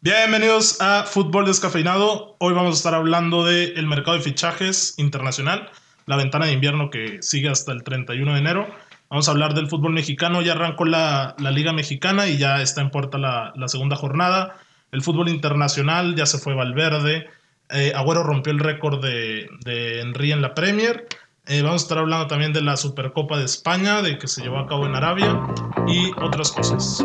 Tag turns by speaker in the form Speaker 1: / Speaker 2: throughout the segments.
Speaker 1: Bienvenidos a Fútbol Descafeinado. Hoy vamos a estar hablando del mercado de fichajes internacional, la ventana de invierno que sigue hasta el 31 de enero. Vamos a hablar del fútbol mexicano. Ya arrancó la, la Liga Mexicana y ya está en puerta la, la segunda jornada. El fútbol internacional ya se fue Valverde. Eh, Agüero rompió el récord de, de Henry en la Premier. Eh, vamos a estar hablando también de la Supercopa de España, de que se llevó a cabo en Arabia y otras cosas.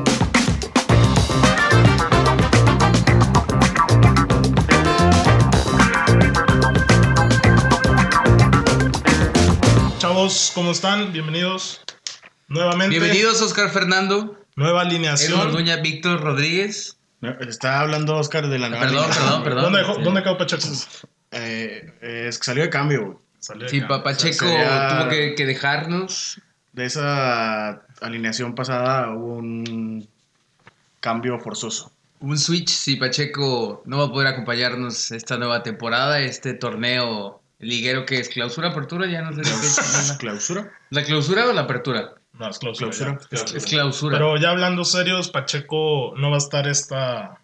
Speaker 1: Chavos, ¿cómo están? Bienvenidos nuevamente.
Speaker 2: Bienvenidos, Oscar Fernando.
Speaker 1: Nueva
Speaker 2: Edwin
Speaker 1: alineación.
Speaker 2: Orduña, Víctor Rodríguez.
Speaker 3: No, Está hablando Oscar de la
Speaker 1: Ah,
Speaker 3: nueva
Speaker 2: Perdón,
Speaker 3: alineación,
Speaker 2: perdón,
Speaker 3: güey.
Speaker 2: perdón.
Speaker 1: ¿Dónde, dejó- ¿Dónde quedó Pacheco?
Speaker 3: Eh, eh, es que salió de cambio, güey.
Speaker 1: Salió de
Speaker 2: Sí,
Speaker 1: cambio.
Speaker 2: pa- Pacheco
Speaker 3: sería-
Speaker 2: tuvo que, que dejarnos.
Speaker 3: De esa alineación pasada hubo un cambio forzoso.
Speaker 2: Un switch, si Pacheco no va a poder acompañarnos esta nueva temporada, este torneo liguero que es clausura, apertura, ya no sé lo que es.
Speaker 3: ¿Clausura?
Speaker 2: ¿La clausura o la apertura?
Speaker 1: No, es clausura.
Speaker 3: Clausura.
Speaker 1: ya, clausura.
Speaker 2: Es clausura.
Speaker 1: Pero ya hablando serios, Pacheco no va a estar esta,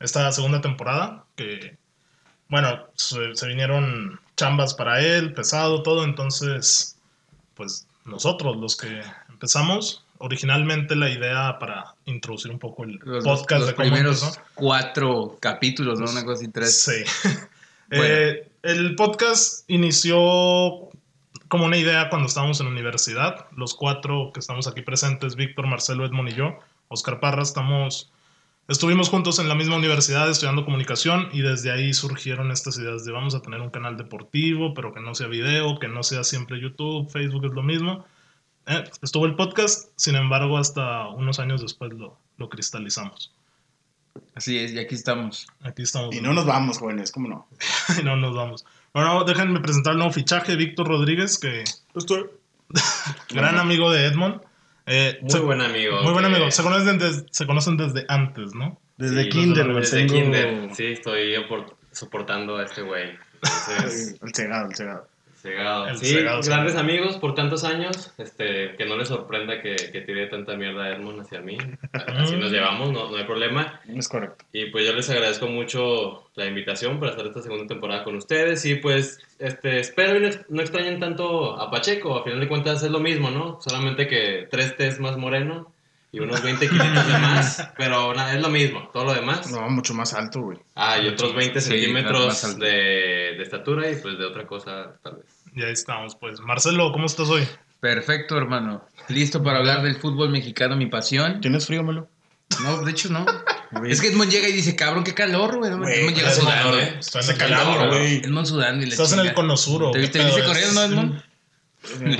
Speaker 1: esta segunda temporada. Que, bueno, se, se vinieron chambas para él, pesado, todo. Entonces, pues nosotros los que empezamos, originalmente la idea para introducir un poco el
Speaker 2: Los,
Speaker 1: podcast
Speaker 2: los
Speaker 1: de cómo
Speaker 2: primeros
Speaker 1: empezó.
Speaker 2: cuatro capítulos, ¿no? Una cosa así, tres.
Speaker 1: Sí.
Speaker 2: Bueno.
Speaker 1: Eh, el podcast inició como una idea cuando estábamos en la universidad. Los cuatro que estamos aquí presentes, Víctor, Marcelo, Edmond y yo, Oscar Parra, estamos, estuvimos juntos en la misma universidad estudiando comunicación y desde ahí surgieron estas ideas de vamos a tener un canal deportivo, pero que no sea video, que no sea siempre YouTube, Facebook es lo mismo. Eh, estuvo el podcast, sin embargo, hasta unos años después lo, lo cristalizamos.
Speaker 2: Así es, y aquí estamos.
Speaker 1: Aquí estamos.
Speaker 3: Y no nos vamos, jóvenes, ¿cómo no?
Speaker 1: Y no nos vamos. Bueno, déjenme presentar el nuevo fichaje, Víctor Rodríguez, que pues,
Speaker 3: Estoy.
Speaker 1: gran amigo de Edmond. Eh,
Speaker 4: Muy
Speaker 1: se-
Speaker 4: buen amigo.
Speaker 1: muy buen
Speaker 4: que-
Speaker 1: amigo. Se conocen, des- se conocen desde antes, ¿no?
Speaker 3: Desde
Speaker 4: sí,
Speaker 3: Kinder,
Speaker 4: nosotros
Speaker 3: güey.
Speaker 4: Desde
Speaker 3: tengo-
Speaker 4: Kinder. Sí, estoy opor- soportando a este güey. Entonces,
Speaker 3: El cegado, el cegado.
Speaker 4: cegado.
Speaker 1: El
Speaker 4: sí,
Speaker 1: cegado,
Speaker 4: grandes amigos por tantos años. Este, que no les sorprenda que, que tire tanta mierda a Edmond hacia mí. Así nos llevamos, no, no hay problema.
Speaker 3: Es correcto.
Speaker 4: Y pues yo les agradezco mucho la invitación para estar esta segunda temporada con ustedes. Y pues este, espero y no, ex- no extrañen tanto a Pacheco. A final de cuentas es lo mismo, ¿no? Solamente que tres T's más moreno y unos 20 kilitos de más. Pero nada, es lo mismo. Todo lo demás.
Speaker 3: No, mucho más alto, güey.
Speaker 4: Ah, y otros 20
Speaker 2: Sí, claro, más
Speaker 4: centímetros
Speaker 2: alto.
Speaker 4: de, de estatura y pues de otra cosa tal vez.
Speaker 1: Y ahí estamos, pues. Marcelo, ¿cómo estás hoy?
Speaker 2: Perfecto, hermano. Listo para hablar del fútbol mexicano, mi pasión.
Speaker 3: ¿Tienes frío, Melo?
Speaker 2: No, de hecho no. Es que Edmond llega y dice, cabrón, qué calor, güey. No,
Speaker 3: Güey,
Speaker 2: Edmond llega
Speaker 1: Edmond,
Speaker 2: sudando,
Speaker 1: güey.
Speaker 2: eh.
Speaker 1: Está en
Speaker 3: Se
Speaker 1: el
Speaker 3: calor,
Speaker 1: calor,
Speaker 3: güey.
Speaker 2: Edmond sudando y la
Speaker 1: Estás en
Speaker 2: chinga.
Speaker 1: el cono sur, ¿o
Speaker 2: ¿Te
Speaker 1: qué
Speaker 2: viste,
Speaker 1: pedo ¿eh?
Speaker 2: viste
Speaker 1: es?
Speaker 2: corriendo, no, Edmond?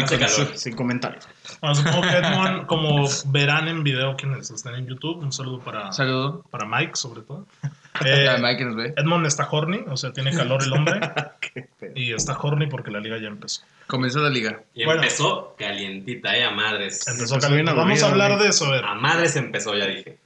Speaker 4: Hace calor.
Speaker 3: Sin comentarios.
Speaker 1: Bueno, supongo que Edmond, como verán en video quienes están en YouTube, un saludo para,
Speaker 2: Un saludo.
Speaker 1: para Mike, sobre todo. Eh,
Speaker 2: a Mike que nos ve.
Speaker 1: Edmond está horny, o sea, tiene calor el hombre.
Speaker 3: Qué pedo.
Speaker 1: y está horny porque la liga ya empezó.
Speaker 2: Comenzó la liga.
Speaker 4: Y
Speaker 1: Bueno.
Speaker 4: empezó calientita, eh, a madres.
Speaker 1: Empezó
Speaker 3: Empezó bien
Speaker 1: caliente. Vamos a
Speaker 3: aburrido,
Speaker 1: hablar
Speaker 3: güey.
Speaker 1: de eso, a ver.
Speaker 4: A madres empezó, ya dije.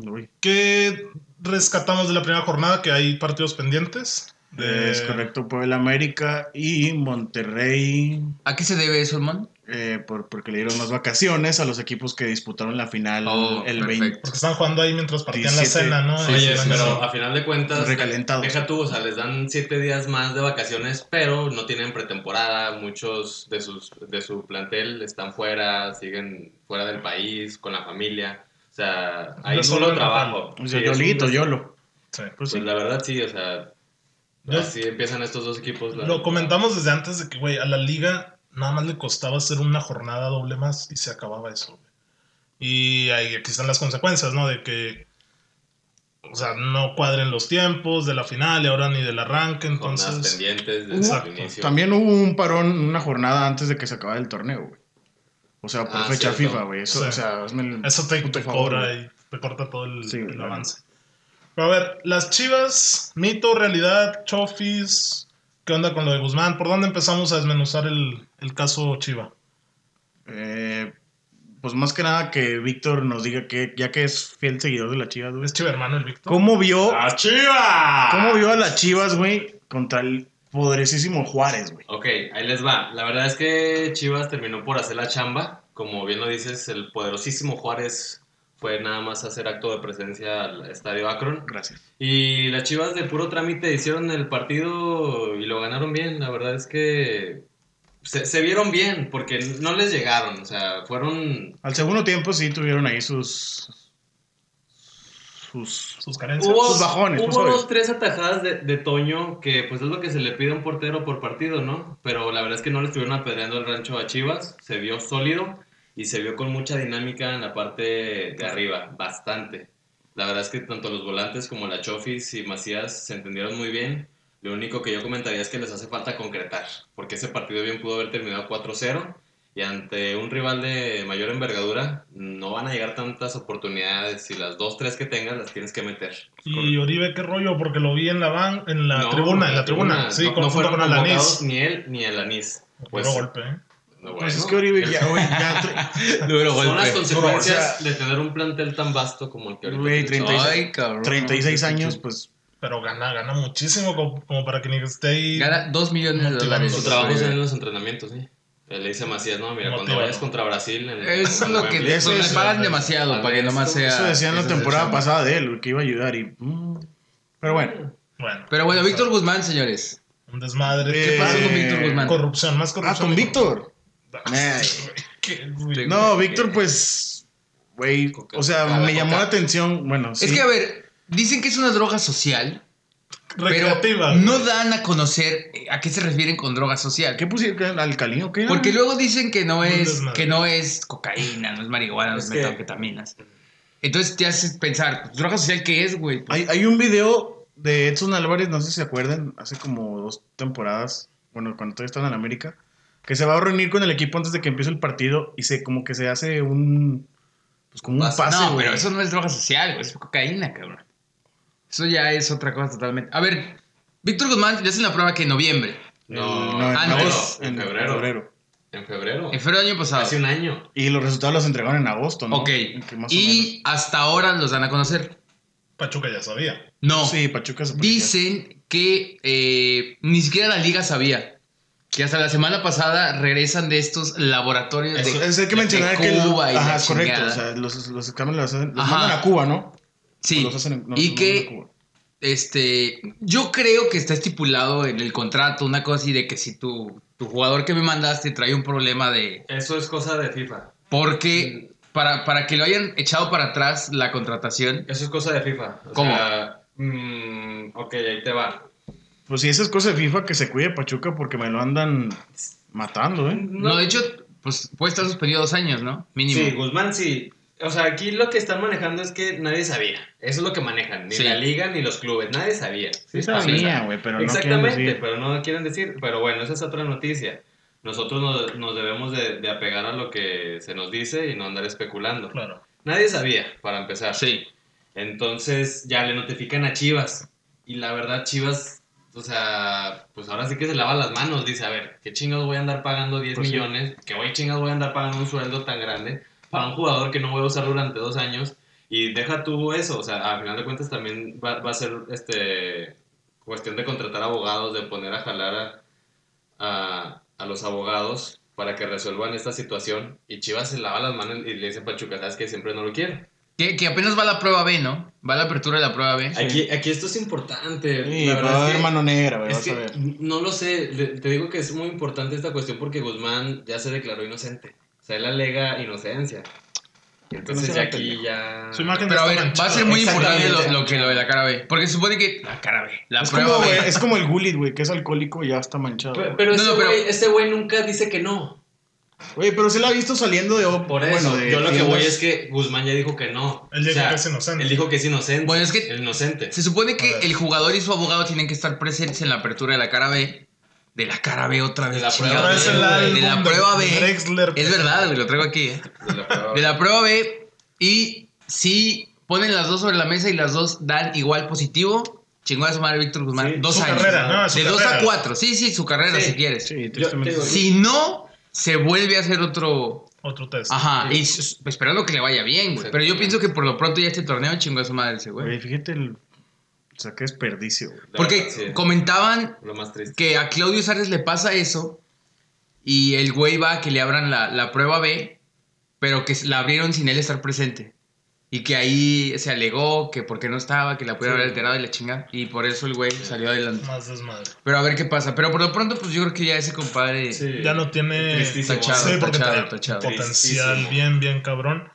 Speaker 3: Uy.
Speaker 1: ¿Qué rescatamos de la primera jornada? Que hay partidos pendientes. De-
Speaker 3: Es correcto, Puebla América y Monterrey.
Speaker 2: ¿A qué se debe eso, Edmond?
Speaker 3: eh, por, porque le dieron más vacaciones a los equipos que disputaron la final
Speaker 2: Oh,
Speaker 3: el
Speaker 2: perfecto.
Speaker 3: 20.
Speaker 1: Porque están jugando ahí mientras partían la
Speaker 3: 17.
Speaker 1: cena, ¿no?
Speaker 2: Sí,
Speaker 1: Oye,
Speaker 2: sí, sí,
Speaker 1: pero-
Speaker 4: Pero a final de cuentas,
Speaker 3: Recalentado.
Speaker 4: deja tú, o sea, les dan siete días más de vacaciones, pero no tienen pretemporada, muchos de, sus, de su plantel están fuera, siguen fuera del país, con la familia, o sea, hay
Speaker 1: Desorden
Speaker 4: solo
Speaker 1: total.
Speaker 4: trabajo.
Speaker 3: O
Speaker 4: Sí,
Speaker 3: sea,
Speaker 4: es un
Speaker 3: Yolito,
Speaker 4: des-
Speaker 3: Yolo.
Speaker 1: sí.
Speaker 3: Pues
Speaker 4: Pues
Speaker 3: sí.
Speaker 4: la verdad sí, o sea,
Speaker 1: Yo-
Speaker 4: así empiezan estos dos equipos. la-
Speaker 1: Lo comentamos desde antes de que, güey, a la liga nada más le costaba hacer una jornada doble más y se acababa eso, güey. Y ahí aquí están las consecuencias, ¿no? De que, o sea, no cuadren los tiempos de la final y ahora ni del arranque,
Speaker 4: Entonces,
Speaker 1: entonces...
Speaker 4: pendientes desde
Speaker 1: Exacto.
Speaker 4: el inicio.
Speaker 3: También hubo un parón, una jornada antes de que se acabara el torneo, güey. O sea, por
Speaker 4: Ah,
Speaker 3: fecha
Speaker 4: cierto.
Speaker 3: FIFA, güey. Eso,
Speaker 1: Sí.
Speaker 3: o sea, hazme el
Speaker 1: Eso te,
Speaker 3: puto
Speaker 1: te
Speaker 3: favor,
Speaker 1: cobra
Speaker 3: güey.
Speaker 1: y te corta todo el,
Speaker 3: Sí,
Speaker 1: el
Speaker 3: claro.
Speaker 1: avance. Pero a ver, las chivas, mito, realidad, chofis, ¿qué onda con lo de Guzmán? ¿Por dónde empezamos a desmenuzar el, el caso Chiva?
Speaker 3: Eh, pues más que nada que Víctor nos diga que, ya que es fiel seguidor de la Chivas, güey.
Speaker 1: ¿Es Chiva hermano el Víctor?
Speaker 3: ¿Cómo vio,
Speaker 4: ¡Las Chivas!
Speaker 3: cómo vio a las Chivas, güey, contra el poderosísimo Juárez, güey?
Speaker 4: Ok, ahí les va. La verdad es que Chivas terminó por hacer la chamba. Como bien lo dices, el poderosísimo Juárez fue nada más hacer acto de presencia al Estadio Akron.
Speaker 3: Gracias.
Speaker 4: Y las Chivas de puro trámite hicieron el partido y lo ganaron bien. La verdad es que se, se vieron bien porque no les llegaron. O sea, fueron...
Speaker 3: Al segundo tiempo sí tuvieron ahí sus. sus.
Speaker 1: Sus carencias.
Speaker 4: Hubo,
Speaker 3: sus bajones,
Speaker 4: hubo
Speaker 3: pues, obvio.
Speaker 4: dos, tres atajadas de, de Toño que pues es lo que se le pide a un portero por partido, ¿no? Pero la verdad es que no le estuvieron apedreando el rancho a Chivas. Se vio sólido y se vio con mucha dinámica en la parte de arriba, bastante. La verdad es que tanto los volantes como la Chofis y Macías se entendieron muy bien. Lo único que yo comentaría es que les hace falta concretar, porque ese partido bien pudo haber terminado 4-0 y ante un rival de mayor envergadura no van a llegar tantas oportunidades y las 2-3 que tengas las tienes que meter.
Speaker 1: Y Oribe, qué rollo, porque lo vi en la van, en la
Speaker 4: No,
Speaker 1: tribuna, en la tribuna. Sí,
Speaker 4: no,
Speaker 1: con, junto
Speaker 4: no fueron
Speaker 1: con Alanis.
Speaker 4: convocados ni él ni el Anís. Pues,
Speaker 1: Puro golpe, ¿eh?
Speaker 4: no,
Speaker 3: Pues es
Speaker 4: bueno.
Speaker 3: que Oribe ya, güey, ya tre-
Speaker 2: Duro
Speaker 4: Son las
Speaker 2: golpe.
Speaker 4: consecuencias
Speaker 3: O sea,
Speaker 4: de tener un plantel tan vasto como el que ahorita
Speaker 3: Güey,
Speaker 4: tienes.
Speaker 3: 36
Speaker 2: Ay, cabrón.
Speaker 3: 36 años, pues.
Speaker 1: Pero gana, gana muchísimo como, como para que ni esté ahí.
Speaker 2: Gana 2 millones de
Speaker 1: Motivando
Speaker 2: dólares.
Speaker 1: su
Speaker 4: Su trabajo es Pues en los entrenamientos, ¿sí? Le dice a Macías, no, mira, cuando
Speaker 1: Motivado.
Speaker 4: vayas contra Brasil... en-
Speaker 2: Eso es
Speaker 4: en
Speaker 2: lo que
Speaker 4: Wembley,
Speaker 3: eso
Speaker 2: le
Speaker 3: es-
Speaker 2: pagan demasiado para que nomás sea.
Speaker 3: Eso decían la
Speaker 2: eso
Speaker 3: temporada
Speaker 2: decían.
Speaker 3: pasada de él, güey, que iba a ayudar y. mm, Pero bueno.
Speaker 1: Bueno,
Speaker 2: Pero bueno, Víctor Guzmán, señores.
Speaker 1: un desmadre.
Speaker 3: Eh,
Speaker 1: ¿Qué pasa con
Speaker 2: Víctor Guzmán?
Speaker 1: Corrupción, más
Speaker 3: Ah,
Speaker 1: corrupción.
Speaker 3: con Víctor.
Speaker 1: Ay, qué- güey.
Speaker 3: No,
Speaker 2: güey,
Speaker 3: Víctor,
Speaker 2: que-
Speaker 3: pues. Güey,
Speaker 4: Coca-
Speaker 3: o sea,
Speaker 2: Coca-
Speaker 3: me llamó
Speaker 2: Coca.
Speaker 3: la atención. Bueno, sí.
Speaker 2: Es que, a ver, dicen que es una droga social, pero
Speaker 1: Recreativa. güey.
Speaker 2: no dan a conocer a qué se refieren con droga social.
Speaker 3: ¿Qué pusieron? ¿Alcalino? ¿Qué era?
Speaker 2: Porque luego dicen que no
Speaker 1: Un
Speaker 2: es,
Speaker 1: desmadre.
Speaker 2: que no es cocaína, no es marihuana, no es,
Speaker 4: Es que-
Speaker 2: metanfetaminas. Entonces te haces pensar, pues, ¿droga social qué es, güey?
Speaker 3: Hay, hay un video de Edson Álvarez, no sé si se acuerdan, hace como dos temporadas, bueno, cuando todavía estaba en América, que se va a reunir con el equipo antes de que empiece el partido y se como que se hace un pues como un
Speaker 4: Pase.
Speaker 3: pase,
Speaker 2: no,
Speaker 3: güey.
Speaker 2: pero eso no es droga social, güey, es cocaína, cabrón. Eso ya es otra cosa totalmente. A ver, Víctor Guzmán le hacen la prueba que en noviembre,
Speaker 3: El-
Speaker 4: No,
Speaker 3: no, en
Speaker 2: antes,
Speaker 3: agosto,
Speaker 4: en febrero. En febrero.
Speaker 2: en febrero del año pasado.
Speaker 4: Hace un año.
Speaker 3: Y los resultados los entregaron en agosto, ¿no?
Speaker 2: Ok,
Speaker 3: Que más o
Speaker 2: y hasta ahora los dan a conocer.
Speaker 1: Pachuca ya sabía.
Speaker 2: No,
Speaker 3: menos. sí, Pachuca se
Speaker 2: dicen que eh, ni siquiera la liga sabía. Que hasta la semana pasada regresan de estos laboratorios
Speaker 3: Eso,
Speaker 2: de,
Speaker 3: eso hay que
Speaker 2: de
Speaker 3: mencionar que
Speaker 2: Cuba y
Speaker 3: ajá,
Speaker 2: la
Speaker 3: es correcto,
Speaker 2: chingada.
Speaker 3: o sea, los los exámenes los, hacen, los
Speaker 2: Ajá.
Speaker 3: mandan a Cuba, ¿no?
Speaker 2: Sí,
Speaker 3: Los hacen en- no,
Speaker 2: y
Speaker 3: los mandan a
Speaker 2: que
Speaker 3: Cuba.
Speaker 2: este, yo creo que está estipulado en el contrato una cosa así de que si tu, tu jugador que me mandaste trae un problema de...
Speaker 4: Eso es cosa de FIFA.
Speaker 2: Porque para, para que lo hayan echado para atrás la contratación,
Speaker 4: Eso es cosa de FIFA. O
Speaker 2: ¿Cómo?
Speaker 4: sea, mm, ok, ahí te va.
Speaker 3: Pues sí, esas cosas de FIFA que se cuide Pachuca porque me lo andan matando, ¿eh?
Speaker 2: no, de hecho, pues puede estar suspendido dos años, ¿no? Mínimo.
Speaker 4: Sí, Guzmán sí. O sea, aquí lo que están manejando es que nadie sabía. Eso es lo que manejan. Ni
Speaker 2: Sí.
Speaker 4: la liga ni los clubes. Nadie sabía.
Speaker 3: Sí
Speaker 2: está bien.
Speaker 3: sabía, güey, pero no quieren
Speaker 4: Exactamente, pues,
Speaker 3: decir.
Speaker 4: pero no quieren decir. Pero bueno, esa es otra noticia. Nosotros nos, nos debemos de, de apegar a lo que se nos dice y no andar especulando.
Speaker 1: Claro.
Speaker 4: Nadie sabía, para empezar.
Speaker 2: Sí.
Speaker 4: Entonces ya le notifican a Chivas. Y la verdad, Chivas, o sea, pues ahora sí que se lava las manos. Dice, a ver, ¿qué chingados voy a andar pagando 10
Speaker 3: Pues sí.
Speaker 4: millones? ¿Qué voy chingados voy a andar pagando un sueldo tan grande para un jugador que no voy a usar durante dos años? Y deja tú eso, o sea, al final de cuentas también va, va a ser este cuestión de contratar abogados, de poner a jalar a, a, a los abogados para que resuelvan esta situación. Y Chivas se lava las manos y le dice a Pachuca, sabes que siempre no lo quiero.
Speaker 2: Que, que apenas va la prueba B, ¿no? Va la apertura de la prueba B.
Speaker 4: Aquí, aquí esto es importante.
Speaker 3: Sí,
Speaker 4: la
Speaker 3: pero va a
Speaker 4: verdad es
Speaker 3: haber
Speaker 4: que,
Speaker 3: mano negra, güey,
Speaker 4: es
Speaker 3: vas a
Speaker 4: que
Speaker 3: ver.
Speaker 4: no lo sé. le- te digo que es muy importante esta cuestión porque Guzmán ya se declaró inocente. O sea, él alega inocencia. Entonces
Speaker 3: se
Speaker 4: ya
Speaker 3: la
Speaker 4: aquí ya.
Speaker 1: Su imagen
Speaker 2: Pero a
Speaker 1: está
Speaker 2: ver, va a
Speaker 1: manchada.
Speaker 2: ser muy
Speaker 3: Exactamente.
Speaker 2: importante lo, lo que lo de la cara B. Porque se supone que. La cara B. La
Speaker 3: Es
Speaker 2: prueba
Speaker 3: como,
Speaker 2: B.
Speaker 3: güey, es como el Gullit, güey, que es alcohólico y ya está manchado.
Speaker 4: Pe-
Speaker 3: güey.
Speaker 4: Pero,
Speaker 2: No,
Speaker 4: ese
Speaker 2: no, pero-
Speaker 4: güey ese güey nunca dice que no.
Speaker 3: Güey, pero se la ha visto saliendo de... op-
Speaker 4: Por eso,
Speaker 3: bueno, de
Speaker 4: yo lo que
Speaker 3: tiendas.
Speaker 4: voy es que Guzmán ya dijo que no.
Speaker 1: Él dijo que es inocente.
Speaker 4: Él dijo que es inocente.
Speaker 2: Bueno, es que-
Speaker 4: El inocente.
Speaker 2: Se supone que
Speaker 1: A ver.
Speaker 2: el jugador y su abogado tienen que estar presentes en la apertura de la cara B. De la cara B otra vez.
Speaker 4: De la
Speaker 2: chingado,
Speaker 4: prueba B,
Speaker 1: güey.
Speaker 2: güey. De
Speaker 1: El
Speaker 2: la
Speaker 1: álbum de
Speaker 2: prueba B.
Speaker 1: Drexler.
Speaker 2: Es verdad, güey, lo traigo aquí. eh.
Speaker 4: De la prueba.
Speaker 2: De la prueba B. Y si ponen las dos sobre la mesa y las dos dan igual positivo, chingón a su madre Víctor Guzmán.
Speaker 3: Sí,
Speaker 2: dos
Speaker 1: su
Speaker 2: años.
Speaker 1: carrera, no, su
Speaker 2: de dos a
Speaker 1: carrera.
Speaker 2: cuatro. Sí, sí, su carrera,
Speaker 4: Sí.
Speaker 2: si quieres.
Speaker 3: Sí,
Speaker 4: Yo te
Speaker 3: tristemente.
Speaker 4: digo,
Speaker 2: Si no, se vuelve a hacer otro.
Speaker 1: Otro test.
Speaker 2: Ajá, y s- s- esperando que le vaya bien, güey.
Speaker 4: Exacto.
Speaker 2: Pero yo pienso que por lo pronto ya este torneo chingó a su madre ese, güey.
Speaker 3: Güey, fíjate el... O sea, qué desperdicio, güey.
Speaker 4: la
Speaker 2: Porque
Speaker 4: verdad, sí.
Speaker 2: comentaban
Speaker 4: Lo más triste.
Speaker 2: que a Claudio Sárez le pasa eso y el güey va a que le abran la, la prueba B, pero que s- la abrieron sin él estar presente. Y que ahí se alegó que porque no estaba, que la pudiera
Speaker 1: Sí.
Speaker 2: haber alterado y la chinga. Y por eso el güey salió adelante.
Speaker 1: Más desmadre.
Speaker 2: Pero a ver qué pasa. Pero por lo pronto, pues yo creo que ya ese compadre.
Speaker 4: Sí.
Speaker 1: Ya no tiene
Speaker 4: Tristísimo.
Speaker 2: Tachado,
Speaker 1: Sí, porque
Speaker 2: tachado,
Speaker 1: trae
Speaker 2: tachado.
Speaker 1: potencial
Speaker 4: Tristísimo.
Speaker 1: bien, bien cabrón.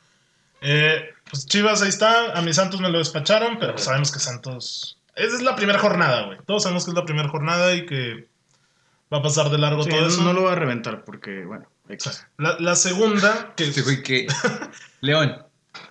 Speaker 1: Eh, pues Chivas ahí está. A mis Santos me lo despacharon, pero pues sabemos que Santos. Esa es la primera jornada, güey. Todos sabemos que es la primera jornada y que va a pasar de largo
Speaker 3: Sí,
Speaker 1: todo eso.
Speaker 3: no, no lo va a reventar porque, bueno,
Speaker 1: O sea,
Speaker 3: X.
Speaker 1: La, la segunda, que
Speaker 2: Este güey que. León.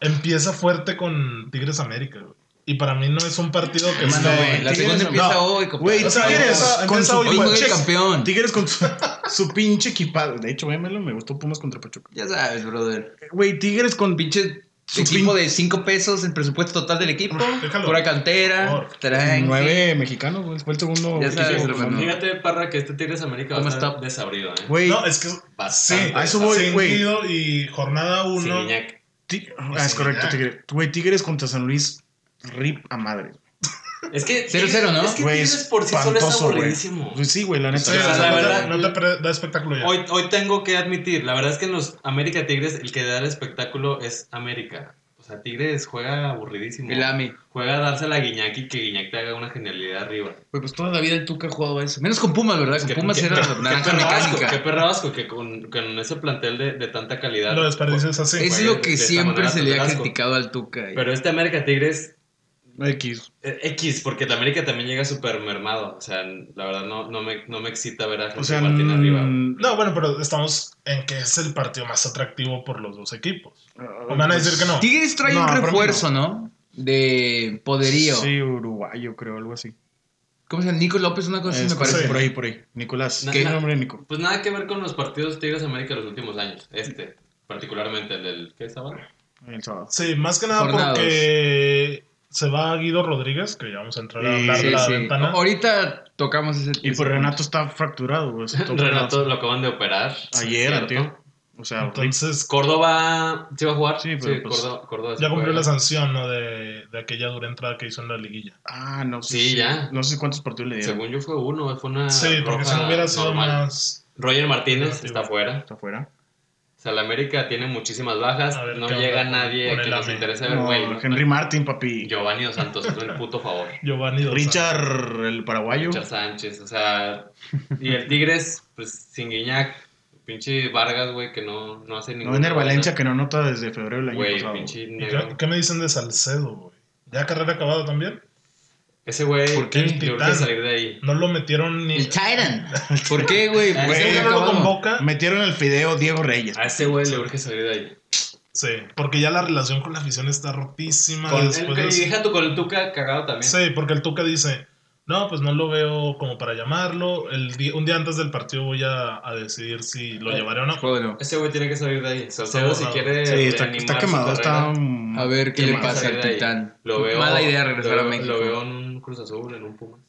Speaker 1: empieza fuerte con Tigres América, güey. Y para mí no es un partido que
Speaker 2: Hermano,
Speaker 1: esté-
Speaker 2: güey. Este, La
Speaker 3: Tigres
Speaker 2: segunda
Speaker 3: no-
Speaker 2: empieza
Speaker 1: no.
Speaker 2: hoy, compadre.
Speaker 3: Güey,
Speaker 1: O sea, Tigres
Speaker 3: Tigres
Speaker 1: con
Speaker 3: con
Speaker 1: su-
Speaker 2: Hoy juega el
Speaker 1: Chex.
Speaker 2: campeón.
Speaker 3: Tigres con su, su pinche equipado. De hecho, vémelo, me gustó Pumas contra Pachuca.
Speaker 2: Ya sabes, brother.
Speaker 3: Güey, Tigres con
Speaker 2: Pinche
Speaker 3: Su
Speaker 2: equipo
Speaker 3: pin-
Speaker 2: de 5 pesos el presupuesto total del equipo.
Speaker 1: Déjalo.
Speaker 2: Pura cantera.
Speaker 1: Por
Speaker 2: Traen.
Speaker 3: nueve mexicanos, güey. Fue el segundo.
Speaker 2: Ah, Ya sabes,
Speaker 3: equipo,
Speaker 2: hermano.
Speaker 3: ¿no?
Speaker 4: Fíjate, Parra, que este Tigres América va
Speaker 2: ¿Cómo
Speaker 4: a estar
Speaker 2: está?
Speaker 4: desabrido, ¿eh?
Speaker 3: Güey,
Speaker 1: No, es que
Speaker 4: Bastante.
Speaker 1: sí,
Speaker 3: a eso voy,
Speaker 1: sin
Speaker 3: güey.
Speaker 1: Guido y jornada
Speaker 4: Sin
Speaker 1: 1.
Speaker 4: Iñak.
Speaker 3: ti- ah, es
Speaker 1: Sí,
Speaker 3: correcto,
Speaker 1: ya.
Speaker 3: Tigres. Güey, Tigres contra San Luis. Rip a madre.
Speaker 4: Es que.
Speaker 2: 0-0, ¿no?
Speaker 4: Es que
Speaker 3: Güey,
Speaker 4: Tigres por sí solo es
Speaker 3: espantoso, güey.
Speaker 4: aburridísimo.
Speaker 3: Pues sí, güey, la neta.
Speaker 1: Sí,
Speaker 4: O sea,
Speaker 1: o sea,
Speaker 4: la
Speaker 1: no te-
Speaker 4: verdad-
Speaker 1: no te pre- da espectáculo ya.
Speaker 4: Hoy, hoy tengo que admitir, la verdad es que en los América Tigres el que da el espectáculo es América. O sea, Tigres juega aburridísimo.
Speaker 2: El AMI.
Speaker 4: Juega a dársela a Guiñac y que Guiñac te haga una genialidad arriba.
Speaker 2: Güey, pues toda la vida el Tuca ha jugado a eso. Menos con Pumas, ¿verdad?
Speaker 4: Pues
Speaker 2: Con Pumas era la naranja
Speaker 4: perro asco, qué
Speaker 2: mecánica.
Speaker 4: perro asco que con, con ese plantel de, de tanta calidad.
Speaker 1: Lo desperdicias así.
Speaker 2: Es
Speaker 4: güey,
Speaker 2: lo
Speaker 4: de-
Speaker 2: que
Speaker 4: de esta
Speaker 2: siempre
Speaker 4: manera
Speaker 2: se le ha
Speaker 4: Tuca asco.
Speaker 2: criticado al Tuca. y-
Speaker 4: Pero este América Tigres
Speaker 3: X.
Speaker 4: eh, X, porque el América también llega súper mermado. O sea, la verdad no, no, me, no me excita ver a
Speaker 3: O
Speaker 4: Jesús
Speaker 3: sea, mm,
Speaker 4: Martín arriba.
Speaker 1: No, bueno, pero estamos en que es el partido más atractivo por los dos equipos.
Speaker 3: ah,
Speaker 1: O me van a
Speaker 3: pues,
Speaker 1: decir que no.
Speaker 2: Tigres trae
Speaker 3: No,
Speaker 2: un
Speaker 3: para mí
Speaker 2: refuerzo, ¿no? De poderío.
Speaker 3: Sí, uruguayo, creo, algo así.
Speaker 2: ¿Cómo se llama? Nico López, una cosa así
Speaker 3: Es
Speaker 2: me parece.
Speaker 1: sí.
Speaker 3: Por ahí, por ahí. Nicolás.
Speaker 4: Na-
Speaker 3: ¿Qué
Speaker 4: na-
Speaker 3: nombre, Nico?
Speaker 4: Pues nada que ver con los partidos Tigres América de los últimos años. Este, particularmente el del. ¿Qué sábado?
Speaker 3: El sábado.
Speaker 1: Sí, más que nada
Speaker 2: Jornadas.
Speaker 1: porque se va Guido Rodríguez, que ya vamos a entrar a
Speaker 3: Sí,
Speaker 1: hablar de
Speaker 2: Sí,
Speaker 1: la
Speaker 2: sí.
Speaker 1: ventana.
Speaker 2: Ahorita tocamos ese
Speaker 3: Y
Speaker 2: ese
Speaker 3: pues
Speaker 2: punto.
Speaker 3: Renato está fracturado, güey. está todo
Speaker 4: Renato
Speaker 3: operado.
Speaker 4: lo acaban de operar.
Speaker 3: Ayer,
Speaker 4: ¿cierto?
Speaker 3: tío. O sea,
Speaker 1: Entonces,
Speaker 4: Córdoba sí va a jugar.
Speaker 3: Sí, pero pues,
Speaker 4: Córdoba, Córdoba sí
Speaker 1: ya cumplió
Speaker 4: juega.
Speaker 1: la sanción ¿no? de, de aquella dura entrada que hizo en la liguilla.
Speaker 3: Ah, no sé.
Speaker 4: Sí,
Speaker 3: si-
Speaker 4: ya.
Speaker 3: No sé cuántos partidos le dieron.
Speaker 4: Según yo fue uno, fue una.
Speaker 1: Sí, porque
Speaker 4: roja
Speaker 1: si no hubiera sido
Speaker 4: normal.
Speaker 1: más.
Speaker 4: Roger Martínez
Speaker 1: Sí,
Speaker 4: está
Speaker 1: güey.
Speaker 4: fuera.
Speaker 3: Está afuera.
Speaker 4: O sea, la América tiene muchísimas bajas.
Speaker 1: A ver,
Speaker 4: no
Speaker 1: ¿qué
Speaker 4: llega
Speaker 1: onda con-
Speaker 4: nadie
Speaker 1: con
Speaker 4: que
Speaker 1: el
Speaker 4: nos
Speaker 1: AME?
Speaker 4: interese ver,
Speaker 3: No,
Speaker 4: güey.
Speaker 3: Henry Martin, papi.
Speaker 4: Giovanni Dos Santos, es el puto favor.
Speaker 1: Giovanni Dos
Speaker 3: Richard, el paraguayo.
Speaker 4: Richard Sánchez, o sea. Y el Tigres, pues sin Guiñac. Pinche Vargas, güey, que no, no hace
Speaker 3: No
Speaker 4: ningún.
Speaker 3: Vener Valencia, que no anota desde febrero del año
Speaker 4: Güey,
Speaker 3: pasado.
Speaker 4: pinche
Speaker 1: ¿Y
Speaker 4: negro.
Speaker 1: qué, qué me dicen de Salcedo, güey? ¿Ya carrera acabada también?
Speaker 4: Ese güey,
Speaker 1: ¿Por qué?
Speaker 4: le urge
Speaker 1: Titán.
Speaker 4: salir de ahí.
Speaker 1: No lo metieron ni.
Speaker 2: El Titan. ¿Por qué, güey?
Speaker 4: Ah,
Speaker 1: ¿Por
Speaker 2: Pues,
Speaker 1: qué
Speaker 3: güey,
Speaker 1: no lo
Speaker 2: acabado.
Speaker 1: convoca?
Speaker 3: Metieron al fideo Diego Reyes.
Speaker 4: A ese güey le urge salir de ahí.
Speaker 1: Sí, porque ya la relación con la afición está
Speaker 3: Ah,
Speaker 1: rotísima.
Speaker 4: Con-
Speaker 1: después
Speaker 4: el-
Speaker 1: de
Speaker 4: y deja tu con el Tuca cagado también.
Speaker 1: Sí, porque el Tuca dice, no, pues no lo veo como para llamarlo. El di- un día antes del partido voy a, a decidir si lo llevaré o no.
Speaker 2: Bueno,
Speaker 4: Ese güey tiene que salir de ahí. Salcedo, si
Speaker 1: borrado.
Speaker 4: quiere.
Speaker 3: Sí, está,
Speaker 4: reanimar
Speaker 3: está
Speaker 4: su
Speaker 3: quemado,
Speaker 4: carrera,
Speaker 3: está. mm,
Speaker 2: a ver qué
Speaker 4: tiene
Speaker 2: le
Speaker 4: que
Speaker 2: pasa
Speaker 4: salir
Speaker 2: al
Speaker 4: de ahí.
Speaker 2: Titán.
Speaker 4: Lo veo,
Speaker 2: Mala idea regresar
Speaker 4: lo-
Speaker 2: a México.
Speaker 4: Lo veo en un Cruz Azul, en un Pumas.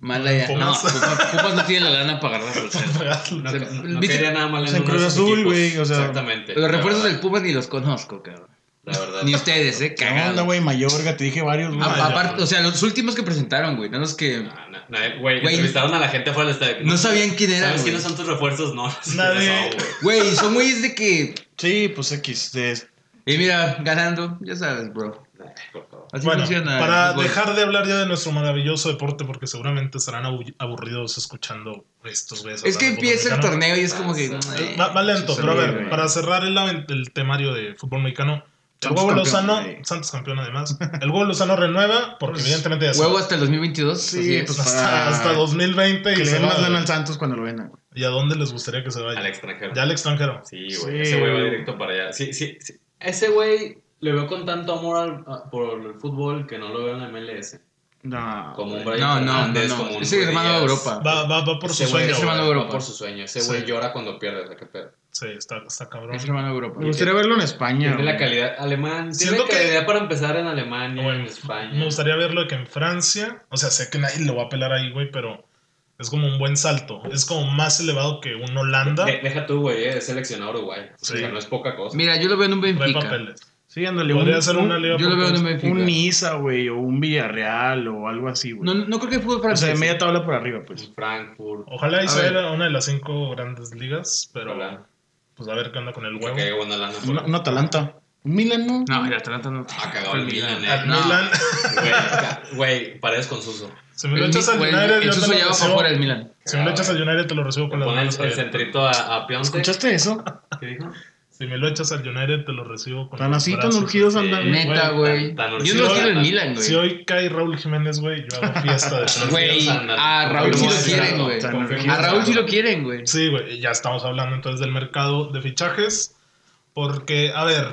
Speaker 2: Mala idea. No,
Speaker 1: Pumas.
Speaker 2: Pumas Pumas no tiene la lana para agarrar a Salcedo.
Speaker 4: No,
Speaker 2: O sea,
Speaker 4: no
Speaker 2: ¿viste?
Speaker 4: quería nada mal
Speaker 3: o sea, en
Speaker 4: uno de
Speaker 3: Cruz
Speaker 4: esos
Speaker 3: Azul,
Speaker 4: equipos.
Speaker 3: güey, o sea,
Speaker 4: Exactamente.
Speaker 2: Los refuerzos
Speaker 4: La
Speaker 2: del Pumas ni los conozco, cabrón.
Speaker 4: verdad, La verdad.
Speaker 2: Ni ustedes, eh,
Speaker 3: ¿Qué onda,
Speaker 2: cagado.
Speaker 3: güey? Mayorga, te dije varios, güey.
Speaker 1: Ah,
Speaker 2: A- Aparte, o sea, los últimos que presentaron, güey, no los que...
Speaker 4: Ah, na- nadie- Güey,
Speaker 2: Güey,
Speaker 4: entrevistaron a la gente afuera del estadio.
Speaker 2: No sabían quién eran,
Speaker 4: ¿Sabes
Speaker 2: güey.
Speaker 4: quiénes son tus refuerzos? No.
Speaker 1: Nadie.
Speaker 4: No, güey.
Speaker 2: Güey, son güeyes de que...
Speaker 3: sí, pues X. de-
Speaker 2: Y mira, ganando, ya sabes, bro.
Speaker 4: Ay, por favor.
Speaker 2: Así
Speaker 1: Bueno,
Speaker 2: funciona. el
Speaker 1: para
Speaker 2: fútbol.
Speaker 1: dejar de hablar ya de nuestro maravilloso deporte, porque seguramente estarán abu- aburridos escuchando estos güeyes.
Speaker 2: Es
Speaker 1: hablar
Speaker 2: que
Speaker 1: de fútbol
Speaker 2: empieza el
Speaker 1: mexicano.
Speaker 2: torneo y es como que... eh,
Speaker 1: Va, va lento,
Speaker 2: se
Speaker 1: pero a ver,
Speaker 2: salió, güey.
Speaker 1: para cerrar el, avent- el temario de fútbol mexicano, el
Speaker 3: Santos
Speaker 1: huevo
Speaker 3: campeón,
Speaker 1: Lozano,
Speaker 3: güey.
Speaker 1: Santos campeón además, el huevo Lozano renueva, porque
Speaker 3: Pues,
Speaker 1: evidentemente ya se
Speaker 2: Huevo hasta el 2022.
Speaker 3: Sí,
Speaker 2: así es.
Speaker 3: pues,
Speaker 1: hasta,
Speaker 3: para-
Speaker 1: hasta 2020
Speaker 3: Que
Speaker 1: y
Speaker 3: le
Speaker 1: se
Speaker 3: den más
Speaker 1: va,
Speaker 3: lana
Speaker 1: güey.
Speaker 3: al Santos cuando lo vendan, güey.
Speaker 1: ¿Y a dónde les gustaría que se vaya?
Speaker 4: Al extranjero.
Speaker 1: Ya al extranjero.
Speaker 4: Sí,
Speaker 3: Sí,
Speaker 4: güey. Ese güey va
Speaker 3: güey.
Speaker 4: directo para allá. Sí, sí, sí. Ese güey le veo con tanto amor al- a- por el fútbol que no lo veo en la MLS.
Speaker 3: No.
Speaker 4: Como un
Speaker 3: güey.
Speaker 4: Brian
Speaker 2: No, no, no,
Speaker 4: Fernández,
Speaker 2: no.
Speaker 4: como un
Speaker 2: Ese hermano de
Speaker 4: Ruiz Díaz.
Speaker 2: Europa.
Speaker 1: Va, va, va por
Speaker 4: Ese
Speaker 1: su
Speaker 4: güey
Speaker 1: sueño.
Speaker 2: ese
Speaker 1: güey.
Speaker 2: hermano-
Speaker 4: llora,
Speaker 2: Europa.
Speaker 4: va por su sueño. Ese güey
Speaker 1: Sí.
Speaker 4: llora cuando pierde, la que pedo.
Speaker 1: Sí, está, está cabrón.
Speaker 2: pues, Es hermano de Europa.
Speaker 3: Me gustaría verlo en España.
Speaker 4: Tiene la
Speaker 3: güey.
Speaker 4: calidad alemán. Tiene
Speaker 1: Siento
Speaker 4: la
Speaker 1: que-
Speaker 4: calidad para empezar en Alemania,
Speaker 1: Bueno,
Speaker 4: en España.
Speaker 1: Me gustaría verlo de que en Francia, o sea, sé que nadie lo va a pelar ahí, güey, pero es como un buen salto. Es como más elevado que un Holanda.
Speaker 4: De- deja tú, güey, eh, es seleccionado Uruguay. O sea,
Speaker 1: Sí.
Speaker 4: no es poca cosa.
Speaker 2: Eh, Mira, yo lo veo en un
Speaker 1: Trae
Speaker 2: Benfica.
Speaker 1: papeles.
Speaker 3: Sí, ándale.
Speaker 1: Podría
Speaker 3: un-
Speaker 1: ser
Speaker 3: un-
Speaker 1: una liga
Speaker 2: Yo lo veo en un
Speaker 1: portuguesa.
Speaker 2: Benfica.
Speaker 3: Un Niza, güey, o un Villarreal o algo así, güey.
Speaker 2: No, no creo que el fútbol
Speaker 3: o sea, de
Speaker 2: francés.
Speaker 3: media tabla por arriba, pues.
Speaker 4: Frankfurt.
Speaker 1: Ojalá y
Speaker 2: A
Speaker 1: sea
Speaker 2: ver.
Speaker 1: una de las cinco grandes ligas, pero
Speaker 4: Holanda.
Speaker 1: pues a ver qué onda con el
Speaker 4: Que
Speaker 1: huevo.
Speaker 4: caiga buena lana. por-
Speaker 3: Un un Atalanta. Milan no.
Speaker 2: No, el Atlanta no.
Speaker 4: Ah, cagado el Milan, eh.
Speaker 1: Al
Speaker 2: No.
Speaker 1: Milan.
Speaker 4: Güey, ca- Güey, paredes con Suso.
Speaker 1: Si me
Speaker 2: El
Speaker 1: lo echas al
Speaker 2: Mi- güey,
Speaker 1: United,
Speaker 2: el
Speaker 1: yo
Speaker 2: Suso
Speaker 1: te
Speaker 2: ya
Speaker 1: lo
Speaker 2: va para fuera el Ah.
Speaker 1: recibo.
Speaker 2: Milan.
Speaker 1: Si me lo echas al United, te lo recibo con las
Speaker 4: Ponen
Speaker 1: manos
Speaker 4: el
Speaker 1: abiertas.
Speaker 4: centrito a, a Piontek.
Speaker 3: ¿Escuchaste eso?
Speaker 4: ¿Qué dijo?
Speaker 1: Si me lo echas al United, te lo recibo con
Speaker 3: Tan
Speaker 1: los
Speaker 3: así, tan
Speaker 1: brazos.
Speaker 3: urgidos andan.
Speaker 1: Güey,
Speaker 2: Neta, güey.
Speaker 4: tan- tan
Speaker 2: Yo no
Speaker 1: orgulloso.
Speaker 2: quiero el Milan,
Speaker 1: Si
Speaker 2: güey.
Speaker 1: hoy cae Raúl Jiménez, güey, yo hago fiesta de todo.
Speaker 2: Güey,
Speaker 4: Tan orgulloso,
Speaker 2: a
Speaker 4: tan-
Speaker 2: Raúl sí lo
Speaker 4: tan-
Speaker 2: quieren, güey.
Speaker 3: tan-
Speaker 2: A Raúl sí lo quieren, güey.
Speaker 1: Sí, güey, ya estamos hablando entonces del mercado de fichajes. Porque, a ver,